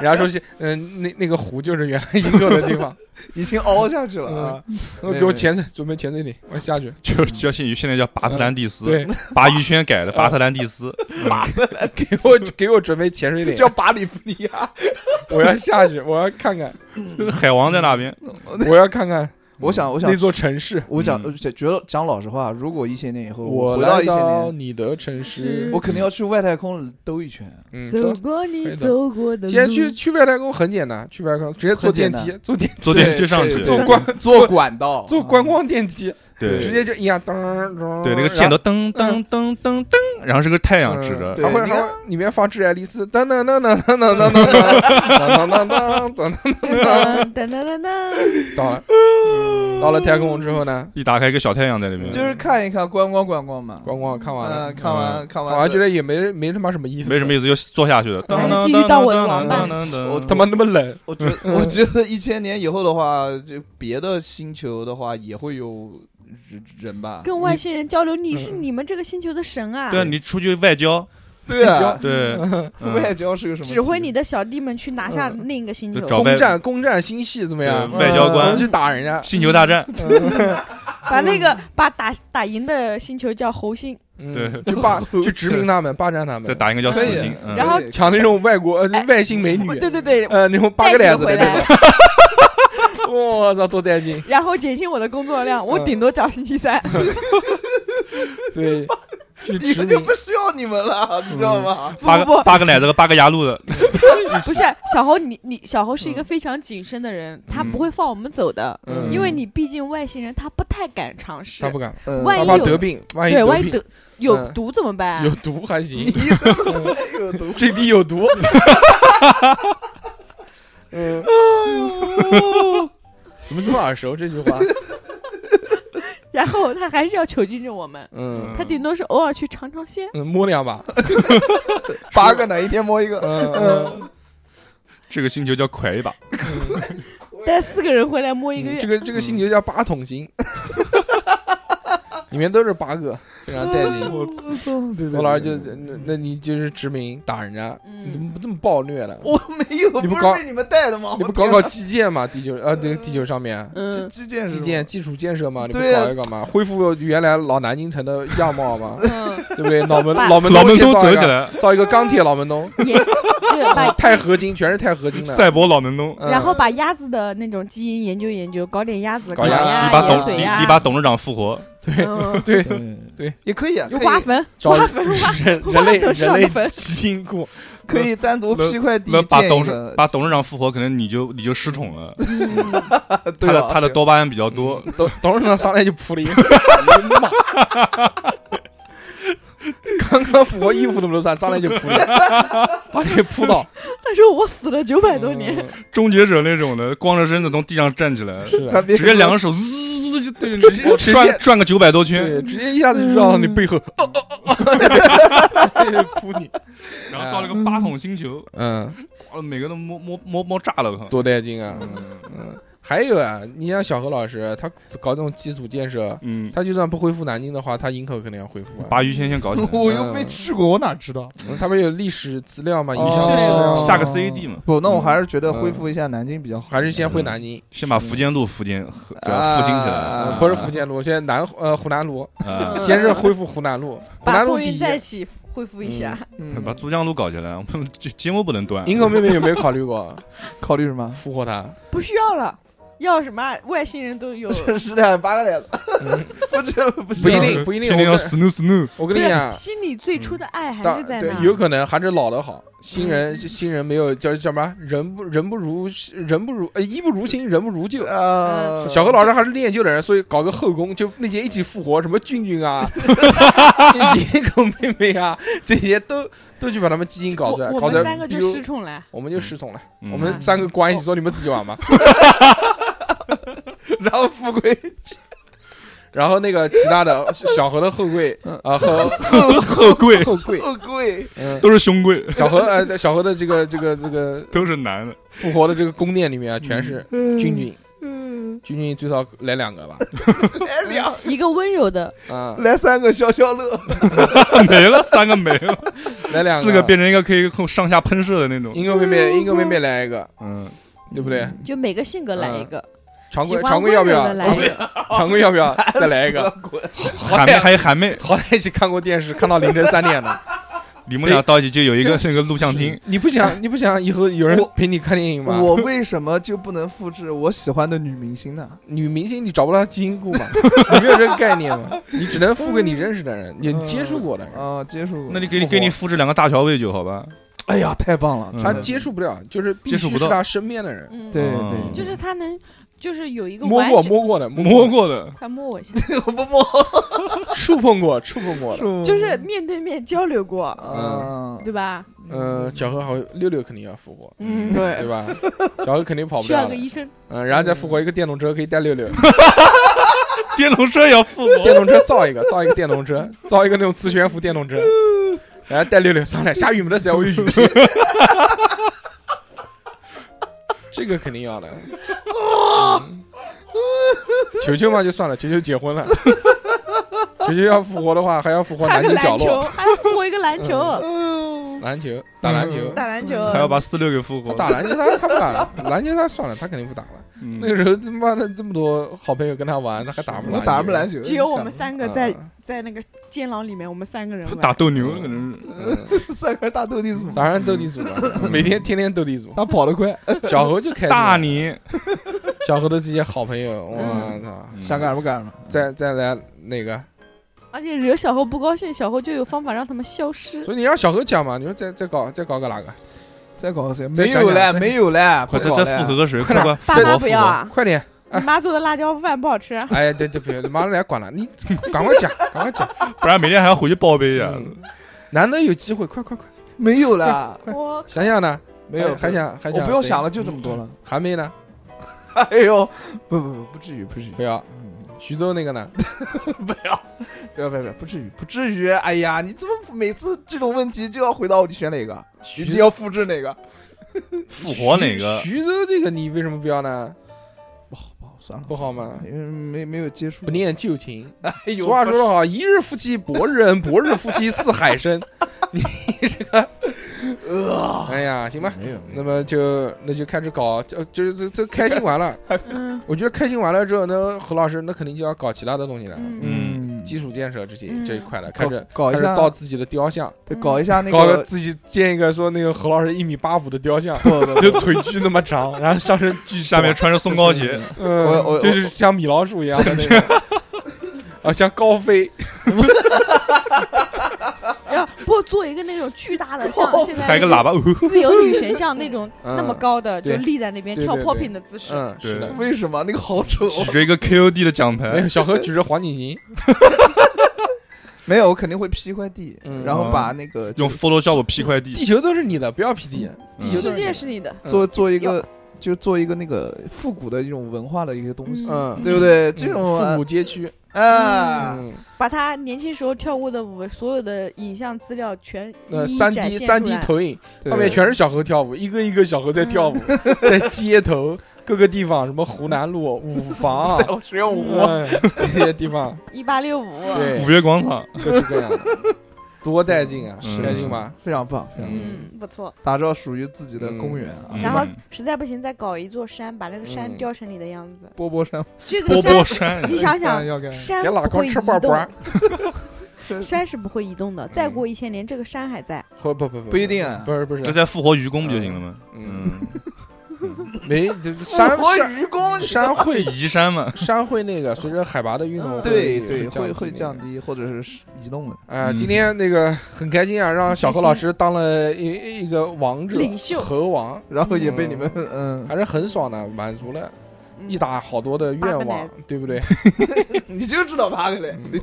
Speaker 1: 人家说是嗯那那个湖就是原来营口的地 *laughs* 方，
Speaker 2: 已经凹下去了啊！ *laughs*
Speaker 1: 我给我潜水，准备潜水艇，我下去，
Speaker 4: 就是就像现在叫巴特兰蒂斯，
Speaker 1: 对，
Speaker 4: 鲅鱼圈改的巴特兰蒂斯，
Speaker 2: 马的来
Speaker 1: 给我 *laughs* 给我准备潜水艇
Speaker 2: 叫，巴里弗尼亚，
Speaker 1: *laughs* 我要下去，我要看 *laughs* 看，
Speaker 4: 海王在那边，
Speaker 1: 我要看看
Speaker 2: 我想，我想
Speaker 1: 那，座城市。
Speaker 2: 我讲，
Speaker 4: 嗯
Speaker 2: 觉得讲老实话，如果一千年以后
Speaker 1: 我
Speaker 2: 回到
Speaker 1: 来
Speaker 2: 一千
Speaker 1: 到
Speaker 2: 年，
Speaker 1: 你的城市
Speaker 3: 是，
Speaker 2: 我肯定要去外太空兜一
Speaker 1: *laughs*
Speaker 2: 圈。
Speaker 1: 嗯，
Speaker 3: 走
Speaker 1: 走
Speaker 3: 过
Speaker 1: 可以
Speaker 3: 你
Speaker 1: 的
Speaker 3: 走过的路，
Speaker 1: 先
Speaker 3: *laughs*
Speaker 1: 去去外太空很简单，去外太空直接坐
Speaker 2: 很
Speaker 1: 电
Speaker 2: 简
Speaker 1: 梯，坐电
Speaker 4: 坐电梯上去
Speaker 2: 对对
Speaker 1: 坐
Speaker 2: 对
Speaker 1: 观
Speaker 2: 坐管道，
Speaker 1: 坐观光电梯，
Speaker 4: 对
Speaker 1: 直接
Speaker 4: 对，
Speaker 1: 就一样噔噔，
Speaker 4: 那个箭头噔噔噔噔噔，然后是个太阳指着，
Speaker 1: 还
Speaker 2: 对
Speaker 1: 会
Speaker 2: 你
Speaker 1: 还
Speaker 2: 看
Speaker 1: 会里面放致爱丽丝，噔噔噔噔噔噔噔噔噔噔噔噔噔
Speaker 3: 噔噔噔噔噔，
Speaker 1: 到了，嗯到了太空之后呢，
Speaker 4: 一打开一个小太阳在里面，
Speaker 2: 就是看一看观光观光嘛。
Speaker 1: 光啊光看完了，
Speaker 2: 嗯，看完看
Speaker 1: 看
Speaker 2: 完
Speaker 1: 完啊觉
Speaker 2: 这
Speaker 1: 得也没没他妈什么意思，
Speaker 4: 没什么意思，就坐下去了。
Speaker 1: 嗯
Speaker 4: 当
Speaker 3: 继续当我的王
Speaker 1: 八
Speaker 2: 我
Speaker 1: 他妈那么冷，
Speaker 2: 我
Speaker 1: *laughs*
Speaker 2: 觉得我觉得一千年以后的话，就别的星球的话也会有人人吧？
Speaker 3: 跟外星人交流，你是
Speaker 1: 嗯
Speaker 3: 你们这个星球的神啊
Speaker 4: 对！啊，你出去外交，
Speaker 2: 对啊，
Speaker 4: 对，嗯
Speaker 2: 外交是个什么？
Speaker 3: 指挥你的小弟们去拿下另一个星
Speaker 4: 就
Speaker 3: 球，
Speaker 4: 找
Speaker 1: 攻
Speaker 4: 外
Speaker 1: 占攻占星系怎么样？
Speaker 4: 对外交官
Speaker 1: 我们去打人家，
Speaker 4: 星球大战，
Speaker 3: 把那个把打打赢的星球叫猴星，
Speaker 1: 嗯
Speaker 4: 对
Speaker 1: 去
Speaker 4: *laughs*
Speaker 1: 霸去殖民他们，霸占他们，
Speaker 4: 再打一个叫
Speaker 2: 可
Speaker 4: 四
Speaker 2: 以
Speaker 4: 星，嗯
Speaker 3: 啊然后
Speaker 1: 抢那种外国呃
Speaker 3: 哎
Speaker 1: 外星美女，
Speaker 3: 对对对，
Speaker 1: 呃，那种八个
Speaker 3: 带
Speaker 1: 链
Speaker 3: 几
Speaker 1: 子
Speaker 3: 个回
Speaker 1: 的
Speaker 3: 来
Speaker 1: 那，种，我操，多带
Speaker 3: *laughs*
Speaker 1: 劲！
Speaker 3: 然后减轻我的工作量，我顶多讲星期三。
Speaker 1: 对，去
Speaker 2: 你
Speaker 1: 殖
Speaker 2: 们就 *laughs*
Speaker 1: 民
Speaker 2: 不需要你们了，
Speaker 1: 嗯
Speaker 2: 你知道吗？
Speaker 4: 八
Speaker 3: 不不
Speaker 4: 个
Speaker 3: 不
Speaker 4: 八个奶子和八个牙路的，
Speaker 3: 不是小猴，你你小猴是一个非常谨慎的人，他不会放我们走的，
Speaker 1: 嗯
Speaker 3: 因为你毕竟外星人，他不太敢尝试
Speaker 1: 他。不敢，
Speaker 2: 嗯
Speaker 3: 万
Speaker 1: 他
Speaker 3: 一
Speaker 1: 怕
Speaker 3: 有
Speaker 1: 得病，万一
Speaker 3: 对，万
Speaker 1: 得
Speaker 3: 一
Speaker 1: 病
Speaker 3: 得有
Speaker 1: 嗯
Speaker 3: 毒怎么办
Speaker 1: 有？毒还行
Speaker 2: 你，怎么会有
Speaker 1: *laughs*
Speaker 2: 毒？
Speaker 1: 这逼有
Speaker 3: *laughs*
Speaker 1: 毒。嗯，怎么这么耳熟这句
Speaker 3: *laughs*
Speaker 1: 话？
Speaker 3: 然后他还是要囚禁着我们，
Speaker 1: 嗯
Speaker 3: 他顶多是偶尔去尝尝鲜。
Speaker 1: 嗯，摸两把。
Speaker 3: *laughs*
Speaker 2: 八个哪一天摸一个？
Speaker 1: 嗯嗯，
Speaker 4: 这个星球叫快一把，
Speaker 3: 带四个人回来摸一个
Speaker 1: 嗯
Speaker 3: 月
Speaker 1: 这，个这个星球叫八桶
Speaker 3: *laughs*
Speaker 1: 星，里面都是八个，非常带劲。
Speaker 3: 嗯
Speaker 2: 我
Speaker 1: 我老师就那那你就是殖民打人家，
Speaker 3: 嗯
Speaker 1: 你怎么这么暴虐了？
Speaker 2: 我没有，
Speaker 1: 你不
Speaker 2: 不
Speaker 1: 搞
Speaker 2: 是被你们带的吗？
Speaker 1: 你不
Speaker 2: 我
Speaker 1: 搞
Speaker 2: 天
Speaker 1: 搞
Speaker 2: 哪
Speaker 1: 基建嘛？地球啊，对，地球上面 *laughs*
Speaker 3: 嗯，，
Speaker 2: 基建是
Speaker 1: 基
Speaker 2: 什
Speaker 1: 建
Speaker 2: 么
Speaker 1: 基础建设嘛，你不
Speaker 2: 对呀
Speaker 1: 搞一搞嘛？恢复原来老南京城的样貌嘛
Speaker 2: *laughs*
Speaker 3: 嗯，
Speaker 1: 对不对？脑门
Speaker 3: 把
Speaker 1: 老门
Speaker 4: 老门
Speaker 1: 东先
Speaker 4: 东
Speaker 1: 造
Speaker 4: 走
Speaker 1: 一
Speaker 4: 起
Speaker 1: 个，
Speaker 4: 来，
Speaker 1: 造一个钢铁老门东，
Speaker 3: 也对把。
Speaker 1: 钛合金全是钛合金的。
Speaker 4: 赛博老门东，
Speaker 1: *laughs* 嗯
Speaker 3: 然后把鸭子的那种基因研究研究，搞点鸭子，
Speaker 1: 搞
Speaker 3: 烤
Speaker 1: 鸭
Speaker 3: 鸭、
Speaker 4: 你把
Speaker 3: 盐
Speaker 4: 董
Speaker 3: 哎水
Speaker 4: 你
Speaker 3: 鸭，
Speaker 4: 你把董事长复活，
Speaker 3: 嗯，
Speaker 1: 对，
Speaker 2: 嗯
Speaker 1: 对，
Speaker 2: 也可以啊，
Speaker 3: 有
Speaker 2: 可
Speaker 3: 挖
Speaker 2: 以
Speaker 3: 坟，
Speaker 1: *laughs* 找
Speaker 3: 挖坟，挖
Speaker 1: 人人类
Speaker 3: 董事长
Speaker 1: 人类
Speaker 3: 的坟
Speaker 1: 基因库，
Speaker 2: 可以单独批块地
Speaker 4: 那把
Speaker 2: 建一
Speaker 4: 董
Speaker 2: 个
Speaker 4: 事把董事长复活，可能你就你就失宠了，
Speaker 2: 对
Speaker 4: 他
Speaker 2: 啊
Speaker 4: 的他的
Speaker 2: 对
Speaker 4: 多巴胺比较多，
Speaker 1: 董董事长上来就扑了
Speaker 4: *laughs*
Speaker 1: 一个，妈！刚刚复活衣服都不穿，上来就扑你，把你扑倒。
Speaker 3: 他说我死了九百
Speaker 1: 嗯
Speaker 3: 多年，
Speaker 4: 终结者那种的，光着身子从地上站起来，
Speaker 1: 是
Speaker 2: 他
Speaker 1: 啊，
Speaker 2: 别
Speaker 4: 直接
Speaker 2: 说
Speaker 4: 两个手滋就对，直接
Speaker 1: 直接
Speaker 4: 转转个九百多圈，
Speaker 1: 对，直接一下子就绕到
Speaker 4: 嗯
Speaker 1: 你
Speaker 4: *laughs*
Speaker 1: 背后，哦哦哦哦，扑你。
Speaker 4: 然后到了个八桶星球，
Speaker 1: 嗯，
Speaker 4: 哇每个都摸摸摸摸炸了，我靠！
Speaker 1: 多带劲啊！
Speaker 4: 嗯
Speaker 1: 嗯，还有啊，你像小何老师，他搞这种基础建设，
Speaker 4: 嗯，
Speaker 1: 他就算不恢复南京的话，他营口肯定要恢复啊。
Speaker 4: 把鱼先先搞起来，
Speaker 2: *laughs* 我又没去过，我哪知道？
Speaker 1: 嗯他们有历史资料嘛，影
Speaker 2: 哦
Speaker 1: 像资料
Speaker 2: 哦
Speaker 1: 嘛
Speaker 4: 下个 CAD 嘛，嗯
Speaker 2: 不，那我还是觉得恢复一下南京比较好，
Speaker 1: 还是先回南京，
Speaker 4: 先把福建路福建和给它
Speaker 2: 啊
Speaker 4: 复兴起
Speaker 1: 呃
Speaker 4: 来，
Speaker 2: 啊
Speaker 1: 不是福建路，现在南呃湖南路，
Speaker 4: 啊，
Speaker 1: 先是恢复湖南路，湖
Speaker 3: 嗯把
Speaker 1: 南路
Speaker 3: 风
Speaker 1: 第
Speaker 3: 云
Speaker 1: 一。
Speaker 3: 再起恢复一下。
Speaker 2: 嗯
Speaker 4: 把珠江路搞起来，我们这节目不能断。啊
Speaker 1: 营口妹妹有没有考虑过
Speaker 2: 考虑什么？。
Speaker 1: 复活它？
Speaker 3: 不需要了，要什么啊外星人都有啊
Speaker 2: 这是的，八个脸子， *laughs*
Speaker 1: 嗯
Speaker 2: 不这不
Speaker 1: 不一
Speaker 2: 知道
Speaker 1: 定，不一定。
Speaker 4: 天
Speaker 1: 我
Speaker 4: 天
Speaker 1: 跟
Speaker 4: 要 snow snow，
Speaker 1: 我
Speaker 3: 不
Speaker 1: 跟你讲，
Speaker 3: 心里最初的爱啊还
Speaker 1: 当
Speaker 3: 是在
Speaker 1: 对
Speaker 3: 那。，嗯
Speaker 1: 有可能还是老的好。新人新人没有叫叫什么？人不人不如人不如呃衣不如新，人不如旧。
Speaker 2: 呃，
Speaker 1: 小何老师还是练就的人，所以搞个后宫，就那些一起复活什么俊俊
Speaker 3: *laughs*
Speaker 1: 啊，以及狗妹妹啊，这些都都去把他们基因搞出来，
Speaker 3: 我
Speaker 1: 搞
Speaker 3: 我
Speaker 1: 得
Speaker 3: 们三个就
Speaker 1: 比如
Speaker 3: 失宠哦了，
Speaker 1: 我们就失宠了，
Speaker 4: 嗯
Speaker 1: 我们三个关系说你们自己玩吧，
Speaker 2: 然后富贵
Speaker 1: 然后那个其他的小何的后柜
Speaker 3: 嗯
Speaker 1: 啊
Speaker 3: *laughs*
Speaker 1: 和
Speaker 4: 后贵
Speaker 1: 后柜，
Speaker 2: 特
Speaker 4: *laughs*
Speaker 2: 贵，
Speaker 1: 嗯，
Speaker 4: 都是兄贵，
Speaker 1: *laughs* 小何呃小何的这个这个这个
Speaker 4: 都是男的。 *laughs*
Speaker 1: 复活的这个宫殿里面啊，全是
Speaker 3: 嗯
Speaker 1: 君君，
Speaker 2: 嗯，
Speaker 1: 君君最少来两
Speaker 3: *laughs*
Speaker 1: 个吧，
Speaker 2: 来两
Speaker 3: 一个温柔的，
Speaker 1: 啊，
Speaker 2: 来三个消消乐，
Speaker 4: 没了，三个没了，
Speaker 1: 来两
Speaker 4: 四个变成一个可以上下喷射的那种。
Speaker 1: 一个妹妹一个妹妹来一个，
Speaker 4: 嗯，
Speaker 1: 对不对？
Speaker 3: 就每个性格来一个，
Speaker 1: 嗯常
Speaker 3: 喜
Speaker 1: 规
Speaker 3: 欢
Speaker 1: 常规要不要
Speaker 3: 温柔？的来一个，
Speaker 1: *laughs* 常规要不要再来一个？
Speaker 2: 滚！
Speaker 4: 韩妹还有韩妹，
Speaker 1: 好歹一起看过电视，看到凌晨三点的。
Speaker 4: 你们俩到一起就有一个那个录像厅，
Speaker 1: 你不想你不想以后有人
Speaker 2: 我
Speaker 1: 陪你看电影吗？
Speaker 2: 我为什么就不能复制我喜欢的女明星呢？
Speaker 1: 女明星你找不到基因库嘛？你没有这个概念嘛？你只能付给你认识的人，你接触过的人。
Speaker 2: 啊，接触过
Speaker 4: 那你给你给你复制两个大乔喂酒，好吧？
Speaker 2: 哎呀，太棒了！
Speaker 4: 嗯
Speaker 1: 他
Speaker 2: 真的
Speaker 1: 接触不了，就是必
Speaker 4: 接触
Speaker 1: 须
Speaker 4: 不
Speaker 1: 是
Speaker 4: 到
Speaker 1: 他身边的人， *laughs*
Speaker 3: 嗯，
Speaker 2: 对
Speaker 4: 嗯
Speaker 2: 对，
Speaker 3: 就是他能，就是有一个
Speaker 1: 摸
Speaker 3: 完
Speaker 1: 过
Speaker 3: 整，
Speaker 1: 摸嗯过的，
Speaker 4: 摸
Speaker 1: 摸 *laughs*
Speaker 4: 过的，
Speaker 3: 快摸我一下，
Speaker 2: 我不摸，
Speaker 1: 触碰过 *laughs* 触碰
Speaker 2: *laughs*
Speaker 1: 过的。
Speaker 3: 就是嗯面对面交流过，
Speaker 2: 啊，
Speaker 3: 对吧？
Speaker 1: 嗯，小何好像六六肯定要复活，
Speaker 3: 嗯，
Speaker 1: 对吧？小何肯定跑不
Speaker 3: 需要
Speaker 1: 掉
Speaker 3: 个
Speaker 1: 的。
Speaker 3: 医生，
Speaker 1: 嗯，然后再复活一个电动车，可以带六六。
Speaker 4: 电动车也要复活。
Speaker 1: *laughs* 电动车造一个，造一个电动车，造一个那种磁悬浮电动车，然后带六六上来。下雨没得时候我有雨披。 *laughs* 这个肯定要的。嗯球球嘛就算了，球球结婚了。球球要复活的话，还要复活
Speaker 3: 还
Speaker 1: 南
Speaker 3: 有
Speaker 1: 京角
Speaker 3: 篮球，
Speaker 1: 落嗯
Speaker 3: 还要复活一个篮球，嗯
Speaker 1: 篮球，打篮球，
Speaker 3: 打篮球，
Speaker 1: 嗯
Speaker 4: 还要把四六给复活
Speaker 1: 他，打篮球他他不打了，篮球他算了，他肯定不打了。
Speaker 4: 嗯
Speaker 1: 那个时候他妈的这么多好朋友跟他玩，他还打不啊
Speaker 2: 我打不篮球，
Speaker 3: 只有我们三个在
Speaker 1: 嗯
Speaker 3: 在那个监牢里面，我们三个人
Speaker 4: 他
Speaker 3: 玩
Speaker 4: 打斗牛可能是
Speaker 1: 嗯
Speaker 2: *laughs* 三个人打斗地主，
Speaker 1: 早上斗地主嘛，每天天天斗地主。
Speaker 2: 他跑得快，
Speaker 1: 小何就开心了
Speaker 4: 大你，
Speaker 1: 小何的这些好朋友，我
Speaker 3: 嗯
Speaker 1: 操！
Speaker 2: 想干什么干什么。
Speaker 1: 再再来那个，
Speaker 3: 而且惹小猴不高兴，小猴就有方法让他们消失。
Speaker 1: 所以你让小何讲嘛，你说再再搞再搞个哪个？
Speaker 2: 再搞谁？
Speaker 1: 再
Speaker 2: 没
Speaker 1: 想
Speaker 2: 有
Speaker 1: 想
Speaker 2: 了，
Speaker 1: 再
Speaker 2: 没有了，
Speaker 4: 快
Speaker 2: 不
Speaker 4: 再
Speaker 2: 搞
Speaker 4: 再
Speaker 2: 了
Speaker 4: 复合。个水，
Speaker 1: 快
Speaker 4: 快
Speaker 1: 点
Speaker 4: 快
Speaker 3: 爸
Speaker 4: 复
Speaker 3: 妈不
Speaker 4: 活复
Speaker 3: 要
Speaker 4: 活。
Speaker 3: 啊！
Speaker 1: 快点！
Speaker 3: 你妈做的辣椒饭不好吃，啊
Speaker 1: 哎，对对，别，妈来管了，你赶快讲，赶快讲。
Speaker 4: 不然每天还要回去报备呀。
Speaker 1: 嗯难得有机会，快快快！
Speaker 2: 没有了，
Speaker 1: 快
Speaker 3: 我
Speaker 1: 想想呢，
Speaker 2: 没有，
Speaker 1: 还还想还
Speaker 2: 我
Speaker 1: 想，嗯
Speaker 2: 不用想了，就这么多了。
Speaker 1: 谁。韩梅呢？
Speaker 2: *laughs* 哎呦，不不不，不至于，不至于，
Speaker 1: 不要。徐州那个呢？
Speaker 2: 不要不要不要，不至于，不至于。哎呀，你怎么每次这种问题就要回到我你选哪个？一定要复制哪个？
Speaker 4: 复活哪个？
Speaker 1: 徐徐州这个你为什么不要呢？
Speaker 2: 不好不好，算了，
Speaker 1: 不好吗
Speaker 2: 因为没没有接触，
Speaker 1: 不念旧情。
Speaker 2: 哎呦。
Speaker 1: 俗话说得好，一日夫妻百日恩，百日夫妻似海深。你这个，哎呀，行吧，
Speaker 4: 没有
Speaker 2: 嗯
Speaker 1: 那么就那就开始搞，就就是这这开心完了，
Speaker 3: 嗯
Speaker 1: 我觉得开心完了之后，那何老师那肯定就要搞其他的东西了，
Speaker 3: 嗯
Speaker 4: 嗯
Speaker 2: 嗯，
Speaker 1: 基础建设这些
Speaker 3: 嗯
Speaker 1: 这一块了，开始
Speaker 2: 搞
Speaker 1: 开
Speaker 2: 一
Speaker 1: 始
Speaker 2: 下
Speaker 1: 造自己的雕像，
Speaker 2: 对搞一下那
Speaker 1: 搞个
Speaker 2: 个，，
Speaker 1: 自己建一个说那个何老师一米八五的雕像
Speaker 2: *laughs* 不不
Speaker 1: 就
Speaker 2: 不，
Speaker 1: 腿巨那么长，然后上身巨
Speaker 4: 下面穿着松糕鞋，
Speaker 1: 嗯，
Speaker 2: 我我
Speaker 1: 就是像米老鼠一
Speaker 2: *laughs*
Speaker 1: 样的那个，啊，像高飞，
Speaker 3: 要不做一个那种巨大的，像现在
Speaker 4: 还有个喇叭。哦
Speaker 3: 自由女神像那种
Speaker 1: *laughs* 嗯
Speaker 3: 那么高的，就
Speaker 1: 对
Speaker 3: 立在那边
Speaker 1: 对对
Speaker 3: 跳
Speaker 1: 对
Speaker 3: popping 的姿势。
Speaker 1: 嗯，是的
Speaker 4: 对，
Speaker 2: 为什么那个好丑？
Speaker 4: 举着一个 KOD 的奖
Speaker 1: 没有
Speaker 4: 牌，
Speaker 1: 小何举着黄景行，
Speaker 2: 没有，我肯定会批一块地
Speaker 1: 嗯，
Speaker 2: 然后把那个
Speaker 4: 用 Photoshop P 块地，
Speaker 1: 地球都是你的，不要 P D，
Speaker 4: 嗯
Speaker 1: 地球都
Speaker 3: 世界
Speaker 1: 是
Speaker 3: 是你的，
Speaker 2: 做做一个
Speaker 3: Yes
Speaker 1: 嗯
Speaker 2: 就做一个那个复古的一种文化的一个东西，
Speaker 1: 嗯
Speaker 2: 对不对？
Speaker 1: 嗯
Speaker 2: 这种
Speaker 1: 复
Speaker 2: 啊
Speaker 1: 古街区，
Speaker 2: 啊，
Speaker 1: 嗯，
Speaker 3: 把他年轻时候跳过的舞，所有的影像资料全
Speaker 1: 那呃
Speaker 3: 一一
Speaker 1: 三
Speaker 3: 展
Speaker 1: D
Speaker 3: 现
Speaker 1: 三
Speaker 3: 出
Speaker 1: D
Speaker 3: 来嗯
Speaker 1: 投影
Speaker 2: 对
Speaker 1: 上面全是小河跳舞，一个一个小河在跳舞，
Speaker 2: *laughs*
Speaker 1: 在街头各个地方，什么湖南路、五房
Speaker 2: *laughs* 在、我使用我
Speaker 1: 嗯这些地方，
Speaker 3: 一八六五，
Speaker 1: 对
Speaker 4: 五月广场，
Speaker 1: 各式各样的，多带劲啊！
Speaker 4: 嗯
Speaker 1: 开心吧？
Speaker 2: 非常棒，非常
Speaker 1: 嗯
Speaker 2: 棒，
Speaker 3: 嗯，不错。
Speaker 2: 打造属于自己的公园啊
Speaker 4: 嗯，
Speaker 7: 然后实在不行再搞一座山，把那个山
Speaker 1: 嗯
Speaker 7: 雕成你的样子。
Speaker 2: 波波山，
Speaker 3: 这个
Speaker 4: 波
Speaker 3: 山
Speaker 4: 波，山，
Speaker 3: 你想
Speaker 2: 山
Speaker 3: 想，
Speaker 2: 要干
Speaker 3: 山
Speaker 1: 别哎老
Speaker 3: 不
Speaker 1: 光
Speaker 3: 会
Speaker 1: 吃饱
Speaker 3: 移
Speaker 1: 饱 *laughs*
Speaker 3: 动，， *laughs* 山是不会移动的。
Speaker 1: 嗯
Speaker 3: 再过一千年，这个山还在。
Speaker 1: 不不不
Speaker 2: 不一定啊
Speaker 1: 不是不是
Speaker 4: 那，再复活愚公不就行了吗？
Speaker 1: 嗯
Speaker 4: 嗯，，
Speaker 1: 没这山
Speaker 2: *laughs* 我
Speaker 1: 山
Speaker 2: 愚公，
Speaker 1: 山会
Speaker 4: 会移山嘛？
Speaker 1: 山会那个随着海拔的运动
Speaker 3: 嗯，
Speaker 2: 对对，
Speaker 1: 会
Speaker 2: 会会降
Speaker 1: 低。
Speaker 2: 低或者是移动的，
Speaker 1: 啊、
Speaker 4: 嗯
Speaker 1: 今天那个很开心啊，让小何老师当了一一个王者
Speaker 3: 领袖
Speaker 1: 猴王，
Speaker 2: 然后也被你们嗯，
Speaker 1: 还是很爽的，满足了
Speaker 3: 嗯
Speaker 1: 一打好多的愿望
Speaker 3: Barbanize，
Speaker 1: 对不对？
Speaker 2: 你就知道八个嘞
Speaker 1: 嗯，
Speaker 2: 你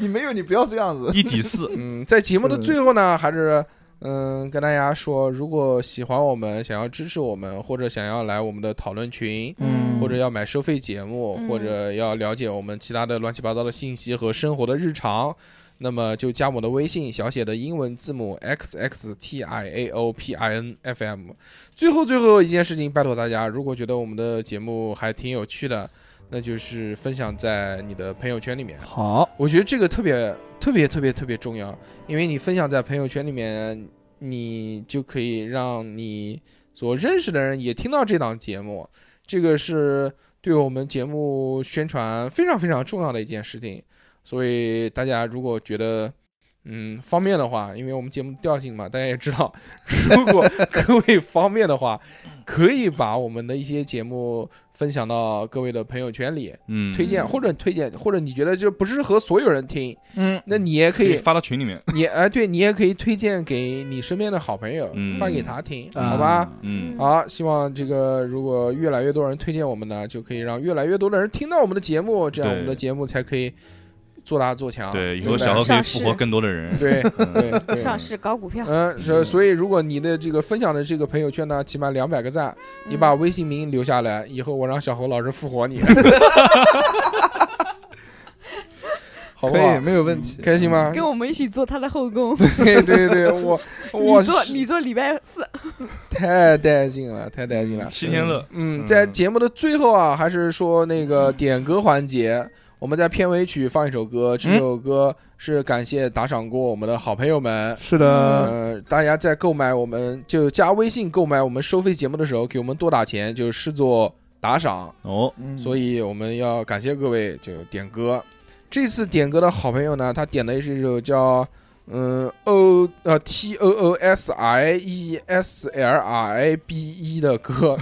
Speaker 2: 你没有你不要这样子，
Speaker 4: 一抵四，
Speaker 1: 嗯，在节目的最后呢，还是嗯，跟大家说，如果喜欢我们，想要支持我们，或者想要来我们的讨论群，
Speaker 2: 嗯
Speaker 1: 或者要买收费节目，
Speaker 7: 嗯
Speaker 1: 或者要了解我们其他的乱七八糟的信息和生活的日常，那么就加我的微信，小写的英文字母 x x t i a o p i n f m。最后最后一件事情，拜托大家，如果觉得我们的节目还挺有趣的，那就是分享在你的朋友圈里面。
Speaker 2: 好，
Speaker 1: 我觉得这个特别特别特别特别重要，因为你分享在朋友圈里面，你就可以让你所认识的人也听到这档节目，这个是对我们节目宣传非常非常重要的一件事情。所以大家如果觉得嗯方便的话，因为我们节目调性嘛，大家也知道， *laughs* 如果各位方便的话，可以把我们的一些节目分享到各位的朋友圈里。
Speaker 4: 嗯，
Speaker 1: 推荐，或者推荐，或者你觉得就不适合所有人听，
Speaker 2: 嗯，
Speaker 1: 那你也可
Speaker 4: 可以
Speaker 1: 以，
Speaker 4: 发到群里面，
Speaker 1: *laughs* 你哎，对你也可以推荐给你身边的好朋友，
Speaker 4: 嗯
Speaker 1: 发给他听，
Speaker 2: 啊
Speaker 1: 好吧？？
Speaker 4: 嗯，
Speaker 1: 好，希望这个如果越来越多人推荐我们呢，就可以让越来越多的人听到我们的节目，这样
Speaker 4: 对
Speaker 1: 我们的节目才可以做大做强。
Speaker 4: 对，以
Speaker 1: 不
Speaker 4: 后小何可
Speaker 5: 嗯
Speaker 4: 以
Speaker 5: 上
Speaker 4: 复
Speaker 5: 市
Speaker 4: 活更多的人。
Speaker 1: 啊对
Speaker 4: 嗯
Speaker 1: 对对
Speaker 4: *laughs*
Speaker 5: 上市搞股票，
Speaker 1: 嗯，是，
Speaker 4: 嗯
Speaker 1: 所以如果你的这个分享的这个朋友圈呢，起码两百个赞，
Speaker 5: 嗯
Speaker 1: 你把微信名留下来，以后我让小侯老师复活
Speaker 2: *laughs*
Speaker 1: 你，好不
Speaker 2: 可
Speaker 1: 好嗯
Speaker 2: 以，？没有问题。嗯
Speaker 1: 开心吗？
Speaker 5: 跟我们一起做他的后宫。
Speaker 1: *laughs*
Speaker 3: *laughs*
Speaker 1: 对对对，我
Speaker 5: *laughs*
Speaker 1: 我
Speaker 5: 你做
Speaker 1: 是
Speaker 5: 你做礼拜四，
Speaker 1: 太带劲了，太带劲了。
Speaker 4: 七天乐，
Speaker 1: 嗯，
Speaker 4: 嗯
Speaker 1: 在节目的最后啊，还是说那
Speaker 5: 嗯
Speaker 1: 个点歌环节，我们在片尾曲放一首歌，
Speaker 2: 嗯
Speaker 1: 这首歌是感谢打赏过我们的好朋友们。
Speaker 2: 是的，
Speaker 1: 呃，大家在购买我们就加微信购买我们收费节目的时候，给我们多打钱，就视作打赏。
Speaker 4: 哦，
Speaker 2: 嗯
Speaker 1: 所以我们要感谢各位就点歌。这次点歌的好朋友呢，他点的是一首叫嗯 O 呃 T O O S I E S L R I B E 的歌，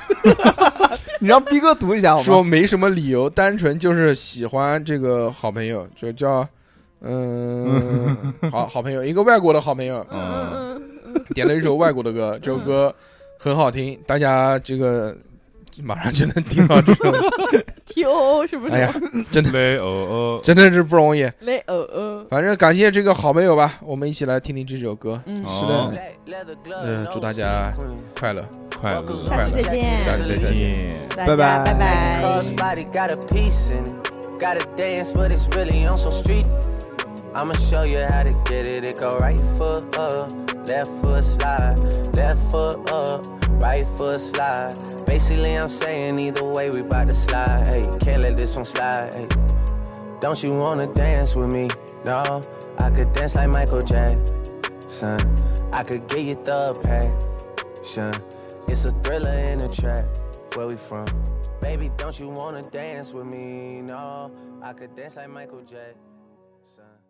Speaker 2: 你让逼哥读一下好
Speaker 1: 说
Speaker 2: 吗？
Speaker 1: 没什么理由，单纯就是喜欢这个好朋友，就叫。
Speaker 2: *laughs*
Speaker 1: 嗯，好好朋友，一个外国的好朋友
Speaker 4: 嗯，
Speaker 3: *laughs*
Speaker 1: *laughs* 点了一首外国的歌，这首歌很好听，大家这个马上就能听到这首，
Speaker 5: T O O 是不
Speaker 1: 哎呀
Speaker 5: 是？，
Speaker 4: 雷哦哦，
Speaker 1: 真的是不容易。
Speaker 5: 雷欧欧，
Speaker 1: 反正感谢这个好朋友吧，我们一起来听听这首歌，
Speaker 5: 嗯
Speaker 4: 好
Speaker 2: 是的，
Speaker 1: 嗯、祝大家快乐。
Speaker 4: 快乐，
Speaker 5: 下期再
Speaker 1: 下
Speaker 5: 见，
Speaker 1: 期再
Speaker 4: 再
Speaker 1: 见。
Speaker 4: 见。
Speaker 5: 大家
Speaker 2: 拜拜
Speaker 5: 拜拜
Speaker 8: Crossbody got a piece in it. Got a dance, but it's really on some street. I'ma show you how to get it. It go right foot up, left foot slide, left foot up, right foot slide. Basically, I'm saying either way, we bout to slide. Hey, can't let this one slide. Hey. Don't you wanna dance with me? No, I could dance like Michael Jackson. I could get you the passion. It's a thriller in a trap. Where we from? Baby, don't you wanna dance with me? No, I could dance like Michael Jackson.